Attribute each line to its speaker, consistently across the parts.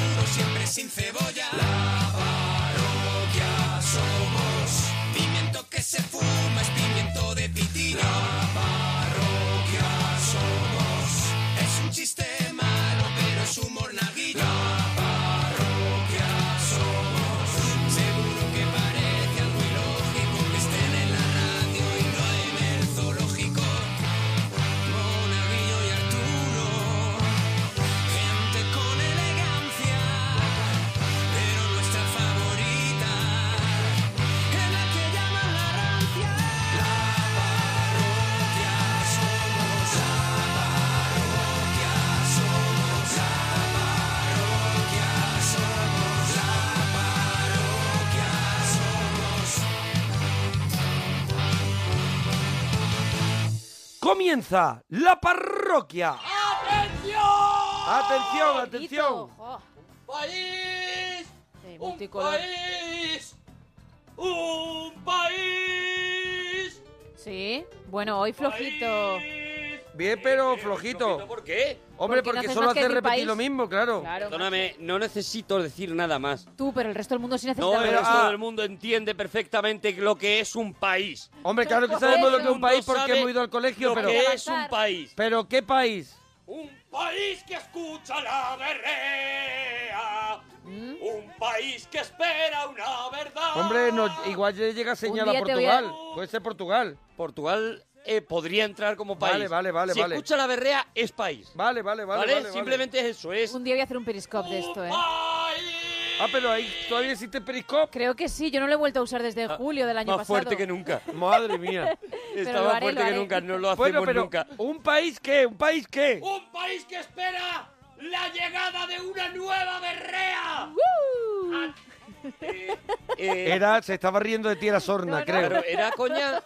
Speaker 1: Café sin cebolla. La parroquia somos. Pimiento que se fuma es pimiento de pitina. La parroquia somos. Es un chiste malo, pero es humor naguillo. La parroquia somos. Seguro que parece algo ilógico que estén en la radio y no en el zoológico. Monaguillo y Arturo. Gente con elegancia, pero nuestra favorita es la que llaman la rancia. La parroquia somos, la parroquia somos, la parroquia somos, la parroquia somos.
Speaker 2: Comienza la parroquia.
Speaker 3: ¡Oh!
Speaker 2: Atención, atención.
Speaker 4: ¡País! ¡Un
Speaker 3: multicolor.
Speaker 4: país! ¡Un país!
Speaker 3: Sí, bueno, hoy flojito.
Speaker 2: Bien, pero flojito.
Speaker 4: ¿Por qué?
Speaker 2: Hombre,
Speaker 3: Porque no
Speaker 2: porque
Speaker 3: haces
Speaker 2: solo
Speaker 3: más que
Speaker 2: hace
Speaker 3: decir
Speaker 2: repetir
Speaker 3: país.
Speaker 2: lo mismo, claro.
Speaker 3: Claro.
Speaker 4: Perdóname, no necesito decir nada más.
Speaker 3: Tú, pero el resto del mundo sí necesita.
Speaker 4: No, ah, el
Speaker 3: hablar.
Speaker 4: resto del mundo entiende perfectamente lo que es un país.
Speaker 2: Hombre, claro que
Speaker 3: Todo
Speaker 2: sabemos lo
Speaker 3: eso.
Speaker 2: que es un país porque
Speaker 4: sabe
Speaker 2: hemos ido al colegio,
Speaker 4: lo
Speaker 2: pero.
Speaker 4: que es un país.
Speaker 2: ¿Pero qué país?
Speaker 4: Un país que escucha la berrea. Un país que espera una verdad.
Speaker 2: Hombre, no, igual ya llega señal
Speaker 3: ¡Oh! Un
Speaker 2: a
Speaker 3: día te voy a-
Speaker 2: Portugal. Puede ser Portugal.
Speaker 4: Portugal eh, podría entrar como país.
Speaker 2: Vale, vale, vale,
Speaker 4: Si
Speaker 2: vale.
Speaker 4: escucha la berrea, es país.
Speaker 2: Vale, vale, vale.
Speaker 4: ¿Vale?
Speaker 2: vale, vale.
Speaker 4: Simplemente es eso, es.
Speaker 3: Un día voy a hacer un periscope de esto, ¿eh?
Speaker 2: Ah, pero ahí todavía existe Periscope.
Speaker 3: Creo que sí, yo no lo he vuelto a usar desde
Speaker 4: Ah,
Speaker 3: julio del año
Speaker 4: Más
Speaker 3: pasado.
Speaker 4: fuerte que nunca.
Speaker 2: Madre mía.
Speaker 4: Está
Speaker 3: lo
Speaker 4: más
Speaker 3: haré,
Speaker 4: fuerte
Speaker 3: lo
Speaker 4: que
Speaker 3: haré.
Speaker 4: nunca, no lo hacemos
Speaker 2: Bueno, pero
Speaker 4: nunca.
Speaker 2: ¿un país qué? ¿Un país qué?
Speaker 4: Un país que espera la llegada de una nueva berrea. Ah,
Speaker 3: ¡Uh!
Speaker 2: Era, se estaba riendo de ti la sorna, creo.
Speaker 4: Claro, eh, era coña.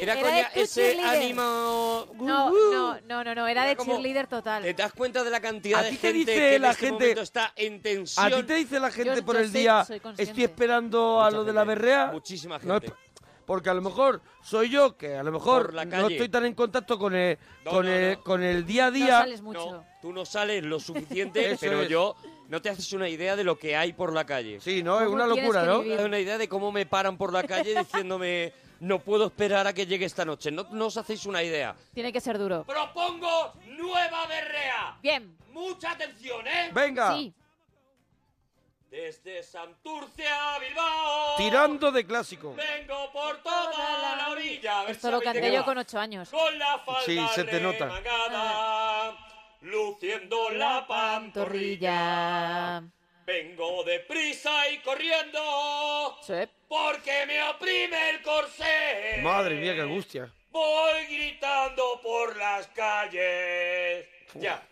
Speaker 4: Era,
Speaker 3: Era
Speaker 4: coña
Speaker 3: de tu
Speaker 4: ese
Speaker 3: cheerleader.
Speaker 4: ánimo. Uh-huh.
Speaker 3: No, no, no, no, no, era de
Speaker 4: Era como-
Speaker 3: cheerleader
Speaker 4: ¿Te
Speaker 3: total.
Speaker 4: das cuenta de la cantidad
Speaker 2: ¿A
Speaker 4: de
Speaker 2: ti te
Speaker 4: gente
Speaker 2: dice
Speaker 4: que en
Speaker 2: la
Speaker 4: este
Speaker 2: gente-
Speaker 4: momento está en tensión?
Speaker 2: ¿A ti te dice la gente
Speaker 3: Yo-
Speaker 2: por
Speaker 3: yo
Speaker 2: el
Speaker 3: sé,
Speaker 2: día,
Speaker 3: soy consciente.
Speaker 2: estoy esperando a
Speaker 4: Mucha
Speaker 2: lo de
Speaker 4: gente,
Speaker 2: la berrea?
Speaker 4: muchísima
Speaker 2: No
Speaker 4: gente.
Speaker 2: es- porque a lo mejor soy yo, que a lo mejor
Speaker 4: Por la
Speaker 2: no
Speaker 4: calle.
Speaker 2: estoy tan en contacto con el,
Speaker 4: No,
Speaker 2: con,
Speaker 4: no,
Speaker 2: el,
Speaker 4: no.
Speaker 2: con el día a
Speaker 3: No
Speaker 2: día.
Speaker 3: sales mucho.
Speaker 4: No, tú no sales lo suficiente,
Speaker 2: Eso
Speaker 4: pero
Speaker 2: es.
Speaker 4: yo no te haces una idea de lo que hay por la calle.
Speaker 2: sí, ¿no? Es
Speaker 3: ¿Cómo
Speaker 2: una
Speaker 3: tienes
Speaker 2: locura,
Speaker 3: que
Speaker 2: ¿no?
Speaker 3: vivir?
Speaker 4: Te das una idea de cómo me paran por la calle diciéndome no puedo esperar a que llegue esta noche. No, no os hacéis una idea.
Speaker 3: Tiene que ser duro.
Speaker 4: Propongo nueva berrea.
Speaker 3: Bien.
Speaker 4: Mucha atención, ¿eh?
Speaker 2: Venga,
Speaker 3: Sí.
Speaker 4: Desde Santurce a Bilbao.
Speaker 2: tirando de clásico.
Speaker 4: Vengo por toda la orilla. A ver
Speaker 3: Esto
Speaker 4: si
Speaker 3: lo
Speaker 4: habéis
Speaker 3: canté yo
Speaker 4: llegado.
Speaker 3: con ocho años.
Speaker 4: Con la falda
Speaker 2: Sí, se te nota.
Speaker 4: remangada,
Speaker 3: Ah.
Speaker 4: luciendo la
Speaker 3: Ah,
Speaker 4: pantorrilla. Vengo deprisa y corriendo.
Speaker 3: Sí.
Speaker 4: Porque me oprime el corsé.
Speaker 2: Madre mía, qué angustia.
Speaker 4: Voy gritando por las calles. Ya.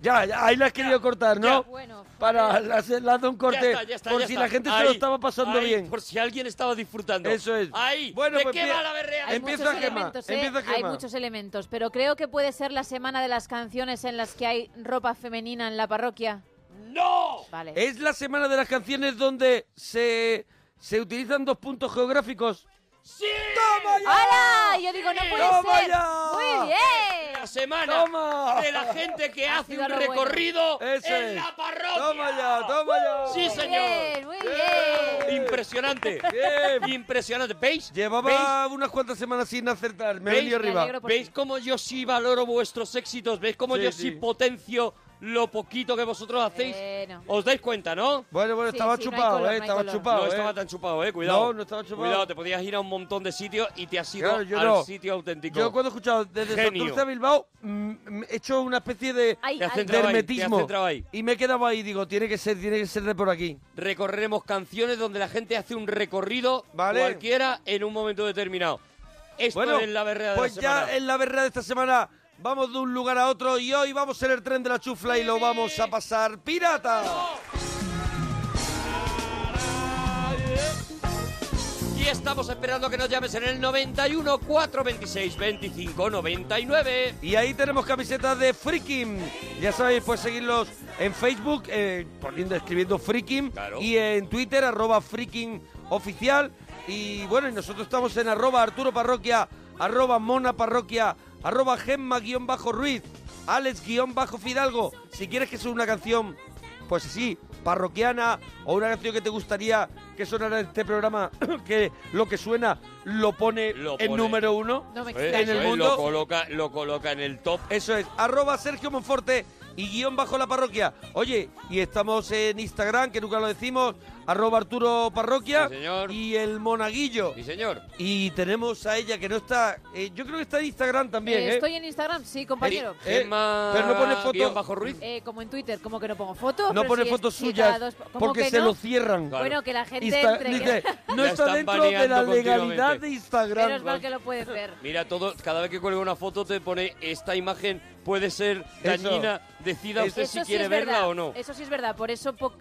Speaker 2: Ya, ya, ahí la has querido cortar, ¿no?
Speaker 3: Ya. Bueno, joder.
Speaker 2: Para lanzar un corte,
Speaker 4: Ya está, ya está,
Speaker 2: por
Speaker 4: ya
Speaker 2: si
Speaker 4: está.
Speaker 2: la gente se
Speaker 4: Ahí,
Speaker 2: lo estaba pasando
Speaker 4: ahí,
Speaker 2: bien.
Speaker 4: Por si alguien estaba disfrutando.
Speaker 2: Eso es.
Speaker 4: Ahí.
Speaker 2: Bueno,
Speaker 4: ¿De
Speaker 2: pues
Speaker 4: qué
Speaker 2: bien.
Speaker 4: va la berrea?
Speaker 3: Hay
Speaker 2: Empieza
Speaker 3: muchos
Speaker 2: Gema,
Speaker 3: elementos, ¿eh?
Speaker 2: empieza
Speaker 3: Hay
Speaker 2: Gema.
Speaker 3: muchos elementos, pero creo que puede ser la semana de las canciones en las que hay ropa femenina en la parroquia.
Speaker 4: ¡No!
Speaker 3: Vale.
Speaker 2: Es la semana de las canciones donde se, se utilizan dos puntos geográficos.
Speaker 4: ¡Sí!
Speaker 2: ¡Toma ya!
Speaker 3: ¡Hala! Yo digo, no puede
Speaker 2: ¡Toma
Speaker 3: ser.
Speaker 2: ya!
Speaker 3: Muy
Speaker 4: La
Speaker 3: bien.
Speaker 4: semana
Speaker 2: Toma.
Speaker 4: de la gente que hace
Speaker 3: sido
Speaker 4: un
Speaker 3: lo bueno.
Speaker 4: recorrido
Speaker 2: Eso
Speaker 4: en
Speaker 2: es.
Speaker 4: la parroquia. Uh,
Speaker 2: Toma ya, toma ya.
Speaker 4: Sí,
Speaker 3: Muy
Speaker 4: señor.
Speaker 3: bien, muy bien.
Speaker 4: Impresionante.
Speaker 2: Bien.
Speaker 4: Impresionante. ¿Veis?
Speaker 2: Llevaba unas cuantas semanas sin acertar. Me
Speaker 4: ¿Veis?
Speaker 2: venía
Speaker 3: Me
Speaker 2: arriba.
Speaker 3: alegro.
Speaker 4: ¿Veis? ¿Veis cómo yo sí valoro vuestros éxitos? ¿Veis cómo
Speaker 2: Sí,
Speaker 4: yo
Speaker 2: sí.
Speaker 4: sí potencio lo poquito que vosotros hacéis?
Speaker 3: Bueno.
Speaker 4: ¿Os dais cuenta, no?
Speaker 2: Bueno, bueno,
Speaker 3: Sí,
Speaker 2: estaba
Speaker 3: sí, no hay
Speaker 2: chupado,
Speaker 3: color,
Speaker 2: eh,
Speaker 3: no hay
Speaker 2: estaba
Speaker 3: color.
Speaker 2: chupado.
Speaker 4: no
Speaker 2: eh.
Speaker 4: estaba tan chupado, eh, cuidado.
Speaker 2: No, no estaba chupado.
Speaker 4: Cuidado, te podías ir a un montón de sitios y te has ido
Speaker 2: Claro, yo
Speaker 4: al
Speaker 2: no.
Speaker 4: sitio auténtico.
Speaker 2: Yo cuando he escuchado desde
Speaker 4: Genio.
Speaker 2: Santurce a Bilbao, mm, mm, he hecho una especie de,
Speaker 3: Ay,
Speaker 4: Te has
Speaker 3: ay,
Speaker 2: de
Speaker 4: centrado ahí, te has
Speaker 2: hermetismo.
Speaker 4: centrado ahí.
Speaker 2: Y me he quedado ahí, digo, tiene que ser, tiene que ser de por aquí.
Speaker 4: Recorreremos canciones donde la gente hace un recorrido
Speaker 2: Vale.
Speaker 4: cualquiera en un momento determinado. Esto
Speaker 2: Bueno,
Speaker 4: es la berrea de
Speaker 2: pues
Speaker 4: la
Speaker 2: ya
Speaker 4: semana.
Speaker 2: en la berrea de esta semana vamos de un lugar a otro y hoy vamos en el tren de la chufla y lo vamos a pasar pirata.
Speaker 4: Y estamos esperando que nos llames en el 91 426 25 99.
Speaker 2: Y ahí tenemos camisetas de Freaking. Ya sabéis, pues seguirlos en Facebook, eh, poniendo, escribiendo Freaking.
Speaker 4: Claro.
Speaker 2: Y en Twitter, arroba Freaking Oficial. Y bueno, y nosotros estamos en arroba Arturo Parroquia, arroba Mona Parroquia, arroba Gemma-Ruiz, Alex-Fidalgo. Si quieres que suba una canción pues sí, parroquiana o una canción que te gustaría que sonara en este programa, que lo que suena lo pone, en
Speaker 4: pone.
Speaker 2: número uno
Speaker 3: No me
Speaker 4: Eh,
Speaker 2: en
Speaker 4: eso
Speaker 2: el
Speaker 4: es,
Speaker 2: mundo.
Speaker 4: Lo coloca, lo coloca en el top.
Speaker 2: Eso es, arroba Sergio Monforte y guión bajo la parroquia. Oye, y estamos en Instagram, que nunca lo decimos, arroba Arturo Parroquia
Speaker 4: Sí, señor.
Speaker 2: y el Monaguillo.
Speaker 4: Sí, señor.
Speaker 2: Y tenemos a ella que no está, eh, yo creo que está en Instagram también,
Speaker 3: Eh,
Speaker 2: ¿eh?
Speaker 3: Estoy en Instagram, sí, compañero.
Speaker 2: Eh, pero no pone foto.
Speaker 4: guión bajo Ruiz.
Speaker 3: Eh, como en Twitter, como que no pongo fotos.
Speaker 2: No
Speaker 3: Pero
Speaker 2: pone
Speaker 3: si es-
Speaker 2: fotos
Speaker 3: si cada
Speaker 2: suyas
Speaker 3: dos- ¿cómo
Speaker 2: porque
Speaker 3: que
Speaker 2: se
Speaker 3: no?
Speaker 2: lo cierran.
Speaker 4: Claro.
Speaker 3: Bueno, que la gente
Speaker 2: Insta-
Speaker 3: entre. que-
Speaker 2: dice, no
Speaker 4: La
Speaker 2: está
Speaker 4: están
Speaker 2: dentro de la
Speaker 4: baneando
Speaker 2: legalidad
Speaker 4: continuamente.
Speaker 2: de Instagram.
Speaker 3: Menos mal que lo puedes ver.
Speaker 4: Mira, todo, cada vez que cuelga una foto te pone esta imagen puede ser
Speaker 2: Eso.
Speaker 4: dañina, decida
Speaker 2: Eso
Speaker 4: usted
Speaker 3: Eso
Speaker 4: si
Speaker 3: sí
Speaker 4: quiere
Speaker 3: es
Speaker 4: verla
Speaker 3: verdad.
Speaker 4: o no.
Speaker 3: Eso sí es verdad, por eso po-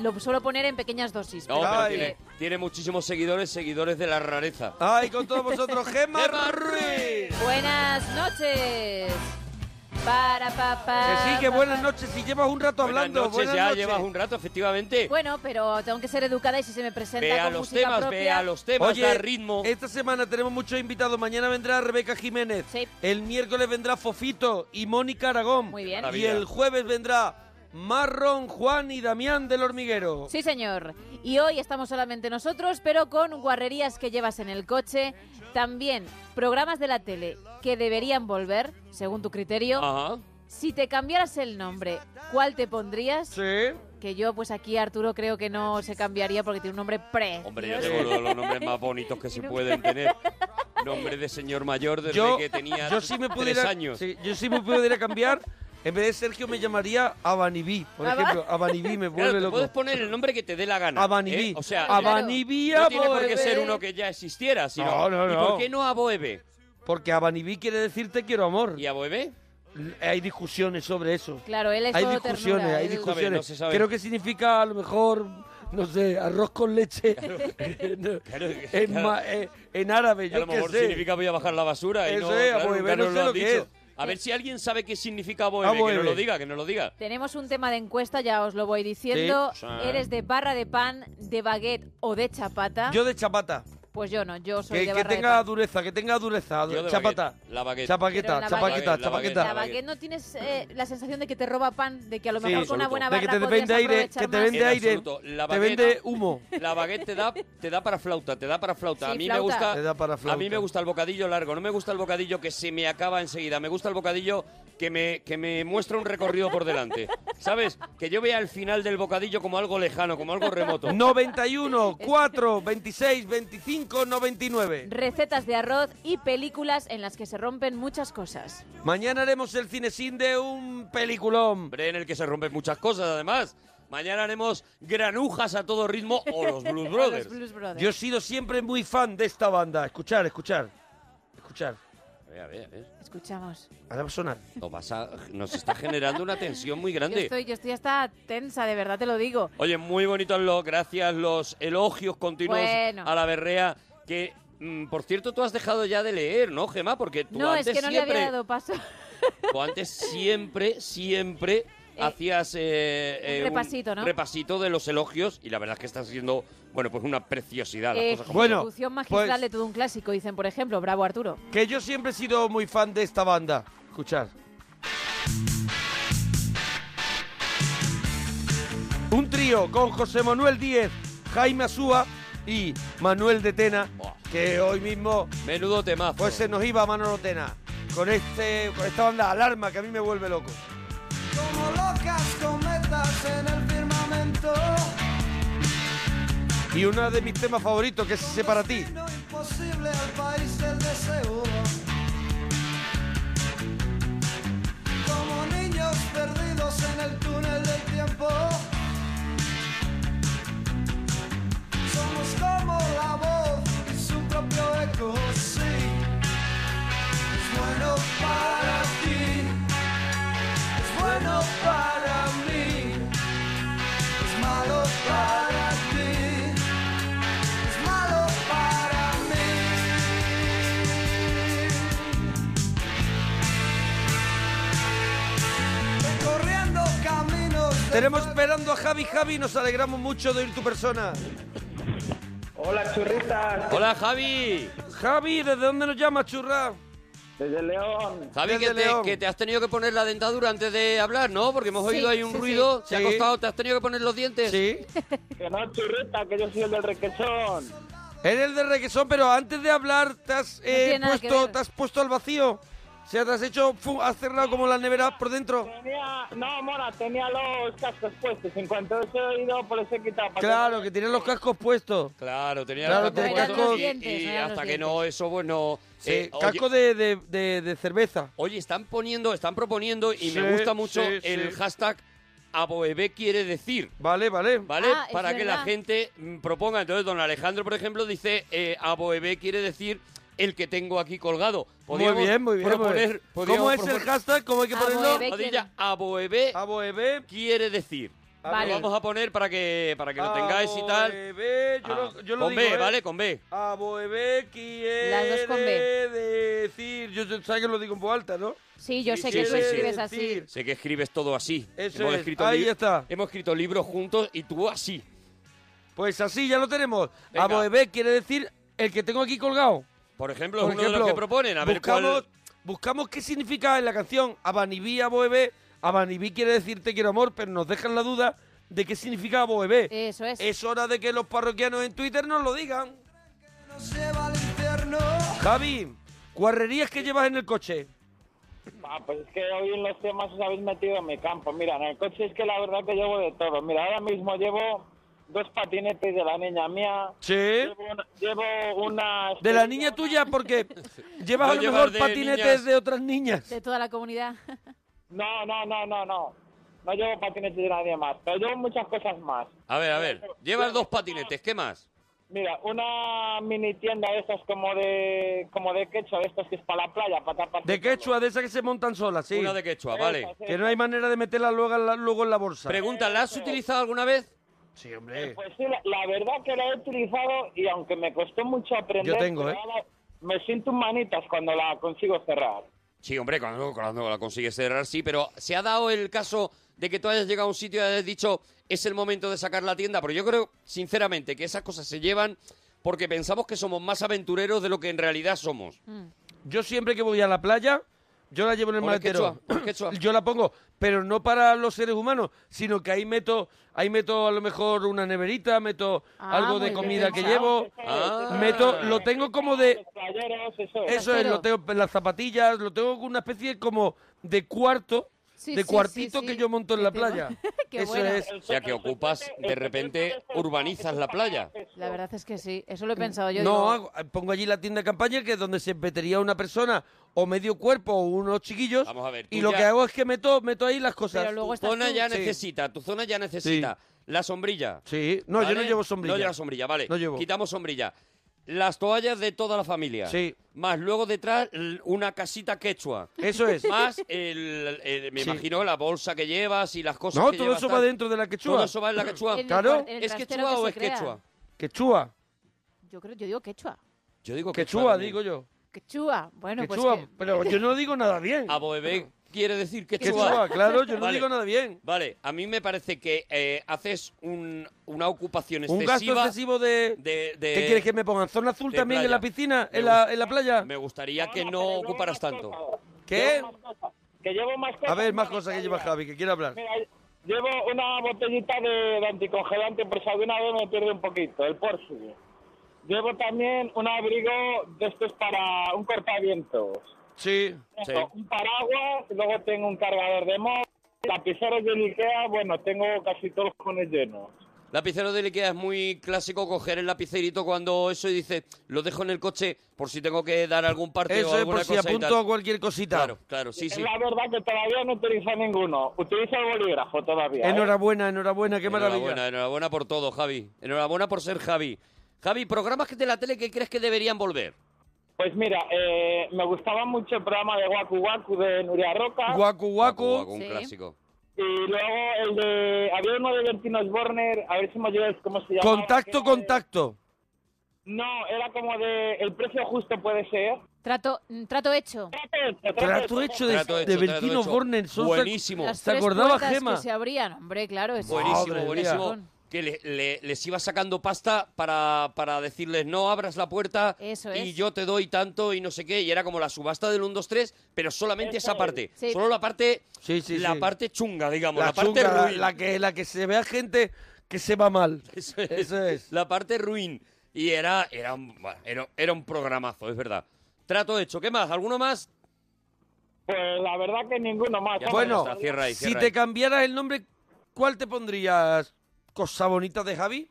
Speaker 3: lo suelo poner en pequeñas dosis.
Speaker 4: No,
Speaker 3: pero
Speaker 4: pero
Speaker 2: Ay.
Speaker 4: tiene, tiene muchísimos seguidores, seguidores de la rareza.
Speaker 2: Ay, con todos vosotros, Gemma Ruiz.
Speaker 3: Buenas noches. Para papá.
Speaker 4: Pues
Speaker 2: Que sí, que buenas noches. Si llevas un rato
Speaker 4: Buenas
Speaker 2: hablando,
Speaker 4: noches,
Speaker 2: buenas
Speaker 4: ya
Speaker 2: noches.
Speaker 4: llevas un rato, efectivamente.
Speaker 3: Bueno, pero tengo que ser educada y si se me presenta
Speaker 4: Ve a
Speaker 3: con
Speaker 4: los
Speaker 3: música
Speaker 4: temas,
Speaker 3: propia,
Speaker 4: ve a los temas,
Speaker 2: Oye,
Speaker 4: da ritmo.
Speaker 2: Esta semana tenemos muchos invitados. Mañana vendrá Rebeca Jiménez.
Speaker 3: Sí.
Speaker 2: El miércoles vendrá Fofito y Mónica Aragón.
Speaker 3: Muy bien.
Speaker 2: Y
Speaker 4: Maravilla.
Speaker 2: el jueves vendrá Marrón, Juan y Damián del Hormiguero.
Speaker 3: Sí, señor. Y hoy estamos solamente nosotros, pero con guarrerías que llevas en el coche, también programas de la tele que deberían volver, según tu criterio.
Speaker 4: Ajá.
Speaker 3: Si te cambiaras el nombre, ¿cuál te pondrías?
Speaker 2: Sí.
Speaker 3: Que yo, pues aquí Arturo creo que no se cambiaría porque tiene un nombre pre.
Speaker 4: Hombre, yo tengo uno de los nombres más bonitos que se pueden tener. Nombre de señor mayor desde
Speaker 2: Yo,
Speaker 4: que tenía
Speaker 2: yo sí me
Speaker 4: tres
Speaker 2: pudiera,
Speaker 4: años.
Speaker 2: sí, yo sí me pudiera cambiar. En vez de Sergio me llamaría Abanibí, por
Speaker 3: Aba-
Speaker 2: ejemplo. Abanibí me
Speaker 4: Claro,
Speaker 2: vuelve
Speaker 4: te
Speaker 2: loco.
Speaker 4: puedes poner el nombre que te dé la gana.
Speaker 2: Abanibí.
Speaker 4: ¿eh? O sea,
Speaker 3: Aba-
Speaker 2: Abanibí
Speaker 4: no tiene por qué
Speaker 2: Aboebe.
Speaker 4: ser uno que ya existiera, sino...
Speaker 2: No, no,
Speaker 4: ¿Y
Speaker 2: no.
Speaker 4: por qué no Aboebe?
Speaker 2: Porque Abanibí quiere decir te quiero amor.
Speaker 4: ¿Y Aboebe?
Speaker 2: Hay discusiones sobre eso.
Speaker 3: Claro, él es
Speaker 2: hay
Speaker 3: todo
Speaker 2: discusiones,
Speaker 3: ternura,
Speaker 2: hay
Speaker 3: él-
Speaker 2: discusiones.
Speaker 4: No se sabe.
Speaker 2: Creo que significa a lo mejor, no sé, arroz con leche en,
Speaker 4: Claro,
Speaker 2: en
Speaker 4: claro.
Speaker 2: ma- eh, en árabe,
Speaker 4: A
Speaker 2: yo
Speaker 4: lo
Speaker 2: qué
Speaker 4: mejor
Speaker 2: sé.
Speaker 4: significa voy a bajar la basura. y
Speaker 2: Eso
Speaker 4: no,
Speaker 2: es,
Speaker 4: claro,
Speaker 2: Aboebe,
Speaker 4: nunca
Speaker 2: no
Speaker 4: nos
Speaker 2: sé
Speaker 4: lo han
Speaker 2: lo que
Speaker 4: dicho.
Speaker 2: es. Ah, pues.
Speaker 4: A ver si alguien sabe qué significa Aboebe, que
Speaker 2: Aboebe.
Speaker 4: nos lo diga, que nos lo diga.
Speaker 3: Tenemos un tema de encuesta, ya os lo voy diciendo.
Speaker 4: Sí.
Speaker 3: ¿Eres de barra de pan, de baguette o de chapata?
Speaker 2: Yo de chapata.
Speaker 3: Pues yo no, yo soy
Speaker 2: Que,
Speaker 3: de
Speaker 2: que
Speaker 3: barra de
Speaker 2: tenga
Speaker 3: pan.
Speaker 2: dureza, que tenga dureza.
Speaker 4: Yo de
Speaker 2: chapata.
Speaker 4: baguette, La baguette.
Speaker 3: Pero
Speaker 2: Chapaqueta,
Speaker 3: la
Speaker 2: chapaqueta,
Speaker 4: baguette- la
Speaker 3: La
Speaker 2: chapaqueta.
Speaker 4: baguette-
Speaker 3: baguette no tienes eh, la sensación de que te roba pan, de que a lo
Speaker 2: Sí,
Speaker 3: mejor con una
Speaker 4: absoluto.
Speaker 3: buena
Speaker 2: De
Speaker 3: barra
Speaker 2: que te
Speaker 3: podrías
Speaker 2: vende aire,
Speaker 3: aprovechar
Speaker 2: que te
Speaker 3: más.
Speaker 2: vende
Speaker 4: En
Speaker 2: aire,
Speaker 4: absoluto, la
Speaker 2: te vende
Speaker 4: baguette-
Speaker 2: humo.
Speaker 4: La baguette te da, te da para flauta, te da para flauta.
Speaker 3: Sí,
Speaker 4: a mí
Speaker 3: flauta.
Speaker 4: me gusta.
Speaker 2: Te da para flauta.
Speaker 4: A mí me gusta el bocadillo largo, no me gusta el bocadillo que se me acaba enseguida, me gusta el bocadillo que me, que me muestra un recorrido por delante. ¿Sabes? Que yo vea el final del bocadillo como algo lejano, como algo remoto.
Speaker 2: 91, 4, 26, 25, 99.
Speaker 3: Recetas de arroz y películas en las que se rompen muchas cosas.
Speaker 2: Mañana haremos el cinesín de un peliculón.
Speaker 4: Hombre, en el que se rompen muchas cosas, además. Mañana haremos granujas a todo ritmo o los Blues Brothers.
Speaker 3: Los Blues Brothers.
Speaker 2: Yo he sido siempre muy fan de esta banda. Escuchar, escuchar. Escuchar.
Speaker 4: A ver, a ver, a ver.
Speaker 3: Escuchamos.
Speaker 2: Ahora va a sonar.
Speaker 4: Nos, vas a- nos está generando una tensión muy
Speaker 3: Yo
Speaker 4: grande.
Speaker 3: estoy, yo estoy hasta tensa, de verdad te lo digo.
Speaker 4: Oye, muy bonitos los gracias, los elogios continuos
Speaker 3: Bueno.
Speaker 4: a la berrea que mm, por cierto, tú has dejado ya de leer, ¿no, Gemma? Porque tú
Speaker 3: No, es
Speaker 4: antes
Speaker 3: que no le
Speaker 4: siempre,
Speaker 3: había dado paso.
Speaker 4: tú Pues antes siempre, siempre hacías eh, eh,
Speaker 3: repasito, ¿no?
Speaker 4: repasito de los elogios y la verdad es que estás siendo, bueno, pues una preciosidad. las
Speaker 3: Eh,
Speaker 4: cosas como
Speaker 2: Bueno,
Speaker 4: son.
Speaker 3: Ejecución magistral
Speaker 2: pues-
Speaker 3: de todo un clásico, dicen, por ejemplo. Bravo, Arturo.
Speaker 2: Que yo siempre he sido muy fan de esta banda. Escuchar. Un trío con José Manuel Díez, Jaime Asúa y Manuel de Tena,
Speaker 4: Buah.
Speaker 2: que hoy mismo
Speaker 4: menudo temazo.
Speaker 2: pues se nos iba Manolo Tena con este con esta banda Alarma que a mí me vuelve loco.
Speaker 1: Como locas cometas en el firmamento.
Speaker 2: Y uno de mis temas favoritos que es ese para ti.
Speaker 1: Destino imposible al país del deseo. Como niños perdidos en el túnel del tiempo. Somos como la voz y su propio eco, sí. Es bueno para ti. Es bueno para mí. Es malo para ti. Es malo para mí. Recorriendo caminos. de
Speaker 2: Tenemos esperando a Javi Javi, nos alegramos mucho de oír tu persona.
Speaker 5: Hola churritas,
Speaker 4: Hola, Javi.
Speaker 2: Javi, ¿desde dónde nos llamas, churra?
Speaker 5: Desde León.
Speaker 4: Javi, que te, que te has tenido que poner la dentadura antes de hablar, ¿no? Porque hemos
Speaker 5: Sí,
Speaker 4: oído ahí un
Speaker 5: sí,
Speaker 4: ruido.
Speaker 5: sí.
Speaker 4: ¿Te ha
Speaker 5: Sí.
Speaker 4: costado? ¿Te has tenido que poner los dientes?
Speaker 2: Sí.
Speaker 5: Que no, churrita, que yo soy el del requesón.
Speaker 2: Eres de requesón, pero antes de hablar te has, eh,
Speaker 5: tiene nada que
Speaker 2: puesto,
Speaker 5: ver.
Speaker 2: te has puesto al vacío. O sea, te has hecho, fu- has cerrado como la nevera por dentro.
Speaker 5: Tenía, no, mora, tenía los cascos puestos. En cuanto eso he oído, por eso he quitado. para
Speaker 2: Claro, que tienes los cascos puestos.
Speaker 4: Claro, tenía
Speaker 2: Claro,
Speaker 4: los
Speaker 2: tenía
Speaker 4: cascos puestos
Speaker 2: cascos-
Speaker 4: y-
Speaker 2: Dientes,
Speaker 4: y,
Speaker 2: no eran los
Speaker 4: hasta que no, eso bueno...
Speaker 2: Sí,
Speaker 4: eh, oye-
Speaker 2: casco de, de- de- de cerveza.
Speaker 4: Oye, están poniendo, están proponiendo y
Speaker 2: Sí,
Speaker 4: me gusta mucho
Speaker 2: sí,
Speaker 4: el
Speaker 2: sí.
Speaker 4: hashtag Aboebé quiere decir.
Speaker 2: Vale, vale.
Speaker 4: ¿Vale?
Speaker 2: Ah, es
Speaker 4: Para que la
Speaker 2: verdad.
Speaker 4: gente mm, proponga. Entonces, don Alejandro, por ejemplo, dice eh, Aboebé quiere decir el que tengo aquí colgado.
Speaker 2: Muy bien, muy bien. muy
Speaker 4: proponer-
Speaker 2: bien. ¿Cómo
Speaker 4: podíamos
Speaker 2: es el
Speaker 4: proponer-
Speaker 2: hashtag? ¿Cómo hay
Speaker 5: Ah,
Speaker 2: que ponerlo?
Speaker 4: Padilla, Aboebé, quiere decir.
Speaker 2: Vale.
Speaker 4: Lo vamos a poner para que, para que lo tengáis y tal. Ah,
Speaker 2: Aboebé, yo lo- yo lo
Speaker 4: con
Speaker 2: digo,
Speaker 4: B,
Speaker 2: ¿eh?
Speaker 4: ¿vale? Con B.
Speaker 2: Aboebé quiere
Speaker 3: Las dos con B.
Speaker 2: decir... Yo sé- sabes que lo digo en voz alta, ¿no?
Speaker 3: Sí, yo sé que
Speaker 2: Quiere
Speaker 3: tú escribes así.
Speaker 2: decir.
Speaker 4: Sé que escribes todo así.
Speaker 2: Eso es, ahí
Speaker 4: está. Hemos escrito libros juntos y tú así.
Speaker 2: Pues así ya lo tenemos.
Speaker 4: Venga.
Speaker 2: Aboebé quiere decir el que tengo aquí colgado.
Speaker 4: Por ejemplo, es uno de los que proponen. A ver
Speaker 2: buscamos,
Speaker 4: cuál...
Speaker 2: buscamos qué significa en la canción Abanibí, Aboebé. Abanibí quiere decir te quiero amor, pero nos dejan la duda de qué significa Aboebé.
Speaker 3: Eso es.
Speaker 2: Es hora de que los parroquianos en Twitter nos lo digan. Javi, cuarrerías que llevas en el coche.
Speaker 5: Ah, pues es que hoy en los temas os habéis metido en mi campo. Mira, en el coche es que la verdad que llevo de todo. Mira, ahora mismo llevo dos patinetes de la niña mía.
Speaker 2: Sí.
Speaker 5: Llevo una... llevo una-
Speaker 2: De la niña tuya, porque llevas
Speaker 5: No
Speaker 2: a lo
Speaker 5: llevas
Speaker 2: mejor
Speaker 5: de
Speaker 2: patinetes
Speaker 5: niñas.
Speaker 2: de otras niñas.
Speaker 3: De toda la comunidad.
Speaker 5: No, no, no, no, no. No llevo patinetes de nadie más, pero llevo muchas cosas más.
Speaker 4: A ver, a ver. Llevas dos patinetes, ¿qué más?
Speaker 5: Mira, una mini tienda de estas como de como de quechua, de estas que es para la playa, para tapar.
Speaker 2: De quechua, de esas que se montan solas, sí.
Speaker 5: Una de
Speaker 4: quechua,
Speaker 5: vale.
Speaker 2: Que no hay manera de meterla luego en la, luego en la bolsa.
Speaker 4: Pregunta, ¿la has utilizado alguna vez?
Speaker 2: Sí, hombre.
Speaker 5: Pues sí, la, la verdad que la he utilizado y aunque me costó mucho aprender,
Speaker 4: Yo tengo,
Speaker 5: pero
Speaker 4: ¿eh?
Speaker 5: ahora me siento en manitas cuando la consigo cerrar.
Speaker 4: Sí, hombre, cuando, cuando la consigues cerrar, sí, pero ¿se ha dado el caso de que tú hayas llegado a un sitio y hayas dicho es el momento de sacar la tienda? Pero yo creo, sinceramente, que esas cosas se llevan porque pensamos que somos más aventureros de lo que en realidad somos.
Speaker 2: Yo siempre que voy a la playa, yo la llevo en el
Speaker 4: Pones
Speaker 2: maletero.
Speaker 4: quechua, pones quechua.
Speaker 2: Yo la pongo, pero no para los seres humanos, sino que ahí meto, ahí meto a lo mejor una neverita, meto
Speaker 5: Ah,
Speaker 2: algo
Speaker 5: muy
Speaker 2: de
Speaker 5: bien
Speaker 2: comida que
Speaker 5: pensado.
Speaker 2: llevo,
Speaker 5: Ah.
Speaker 2: meto, lo tengo como de,
Speaker 5: Playeros, eso es.
Speaker 2: eso es, lo tengo en las zapatillas, lo tengo con una especie como de cuarto,
Speaker 5: Sí,
Speaker 2: de
Speaker 5: sí,
Speaker 2: cuartito
Speaker 5: sí, sí.
Speaker 2: que yo monto en la playa.
Speaker 3: Qué
Speaker 2: eso
Speaker 3: bueno.
Speaker 2: es.
Speaker 4: O sea, que ocupas, de repente, urbanizas la playa.
Speaker 3: La verdad es que sí. Eso lo he pensado yo.
Speaker 2: Mm. No,
Speaker 3: digo,
Speaker 2: hago- eh, pongo allí la tienda de campaña que es donde se metería una persona o medio cuerpo o unos chiquillos.
Speaker 4: Vamos a ver, tú
Speaker 2: Y lo
Speaker 4: ya-
Speaker 2: que hago es que meto, meto ahí las cosas.
Speaker 4: tu zona ya necesita, tu zona ya necesita la sombrilla.
Speaker 2: Sí, no, yo no llevo sombrilla.
Speaker 4: No llevo sombrilla, vale.
Speaker 2: No llevo.
Speaker 4: Quitamos sombrilla. Las toallas de toda la familia.
Speaker 2: Sí.
Speaker 4: Más luego detrás l- una casita quechua.
Speaker 2: Eso es.
Speaker 4: Más el, el- me
Speaker 2: Sí.
Speaker 4: imagino la bolsa que llevas y las cosas
Speaker 2: No,
Speaker 4: que
Speaker 2: todo
Speaker 4: llevas,
Speaker 2: eso
Speaker 4: tal.
Speaker 2: va dentro de la quechua.
Speaker 4: Todo eso va en la quechua.
Speaker 3: En el
Speaker 2: Claro.
Speaker 3: cuar- en el
Speaker 4: ¿Es
Speaker 3: trastero
Speaker 4: quechua
Speaker 3: que
Speaker 4: o
Speaker 3: se
Speaker 4: es
Speaker 3: crea.
Speaker 4: quechua?
Speaker 2: Quechua.
Speaker 3: Yo creo, yo digo quechua.
Speaker 4: Yo digo
Speaker 2: Quechua,
Speaker 4: también.
Speaker 2: digo yo.
Speaker 3: Quechua. Bueno,
Speaker 2: Quechua,
Speaker 3: pues. que-
Speaker 2: pero yo no digo nada bien.
Speaker 4: A Boebé Ah, quiere decir quechua.
Speaker 2: Quechua, claro, yo no digo
Speaker 4: nada
Speaker 2: bien.
Speaker 4: Vale, a mí me parece que eh, haces un- una ocupación
Speaker 2: Un
Speaker 4: excesiva.
Speaker 2: gasto excesivo de...
Speaker 4: de- de-
Speaker 2: ¿Qué quieres que me pongan? ¿Zona azul
Speaker 4: de
Speaker 2: también en
Speaker 4: playa.
Speaker 2: la piscina? ¿En la, en la playa?
Speaker 4: Me gustaría que no ocuparas tanto.
Speaker 2: ¿Qué?
Speaker 5: Que llevo más cosas.
Speaker 2: A ver, más cosas que lleva Javi, que quiere hablar.
Speaker 5: Mira, llevo una botellita de, de anticongelante por si alguna vez me pierde un poquito, el porfi. Llevo también un abrigo de estos para un cortavientos.
Speaker 2: Sí.
Speaker 5: Eso, Un paraguas, luego tengo un cargador de móvil, lapiceros de Ikea, bueno, tengo casi todos los cones llenos.
Speaker 4: Lapicero de Ikea es muy clásico coger el lapicerito cuando eso y dices, lo dejo en el coche por si tengo que dar algún parte o
Speaker 2: Eso es
Speaker 4: alguna
Speaker 2: por si
Speaker 4: cosa y tal.
Speaker 2: apunto cualquier cosita.
Speaker 4: Claro, claro, sí,
Speaker 5: es
Speaker 4: sí.
Speaker 5: la verdad que todavía no utilizo ninguno. Utilizo el bolígrafo todavía. ¿eh?
Speaker 2: Enhorabuena, enhorabuena, qué
Speaker 4: Enhorabuena,
Speaker 2: maravilla.
Speaker 4: enhorabuena por todo, Javi. Enhorabuena por ser Javi. Javi, programas que de la tele que crees que deberían volver.
Speaker 5: Pues mira, eh, me gustaba mucho el programa de Waku Waku de Nuria Roca.
Speaker 2: Guacu, guacu.
Speaker 4: Un clásico.
Speaker 5: Y luego el de. Había uno de Bertino Borner, a ver si me ayudas cómo se llama.
Speaker 2: Contacto,
Speaker 4: eh,
Speaker 2: contacto.
Speaker 5: No, era como de. El precio justo puede ser.
Speaker 3: Trato, mm, trato hecho.
Speaker 2: Trato hecho de,
Speaker 4: Trato hecho,
Speaker 2: de
Speaker 4: trato
Speaker 2: Bertino
Speaker 4: hecho.
Speaker 2: Borner. son-
Speaker 4: Buenísimo.
Speaker 3: Las
Speaker 2: ¿Se
Speaker 3: tres
Speaker 2: acordaba
Speaker 3: puertas
Speaker 2: Gema?
Speaker 3: que se abrían, hombre, claro. eso-
Speaker 4: Buenísimo,
Speaker 2: Madre
Speaker 4: buenísimo.
Speaker 2: mía.
Speaker 4: que le- le- les iba sacando pasta para, para decirles no abras la puerta
Speaker 3: Eso
Speaker 4: y
Speaker 3: es.
Speaker 4: yo te doy tanto y no sé qué. Y era como la subasta del 1, 2, 3, pero solamente
Speaker 5: Eso
Speaker 4: esa
Speaker 5: es.
Speaker 4: parte.
Speaker 3: Sí.
Speaker 4: Solo la parte, la
Speaker 2: sí.
Speaker 4: parte chunga, digamos, la,
Speaker 2: La,
Speaker 4: parte
Speaker 2: chunga, la-
Speaker 4: ruin.
Speaker 2: la que, la que se vea gente que se va mal.
Speaker 4: Eso es.
Speaker 2: Eso es.
Speaker 4: La parte ruin. Y era, era, un, bueno, era, era un programazo, es verdad. Trato hecho. ¿Qué más? ¿Alguno más?
Speaker 5: Pues la verdad que ninguno más.
Speaker 4: Ya está,
Speaker 5: hombre.
Speaker 4: ya
Speaker 2: Bueno,
Speaker 4: está, cierra ahí,
Speaker 2: si
Speaker 4: cierra
Speaker 2: te
Speaker 4: ahí.
Speaker 2: cambiaras el nombre, ¿cuál te pondrías? ¿Cosa bonita de Javi?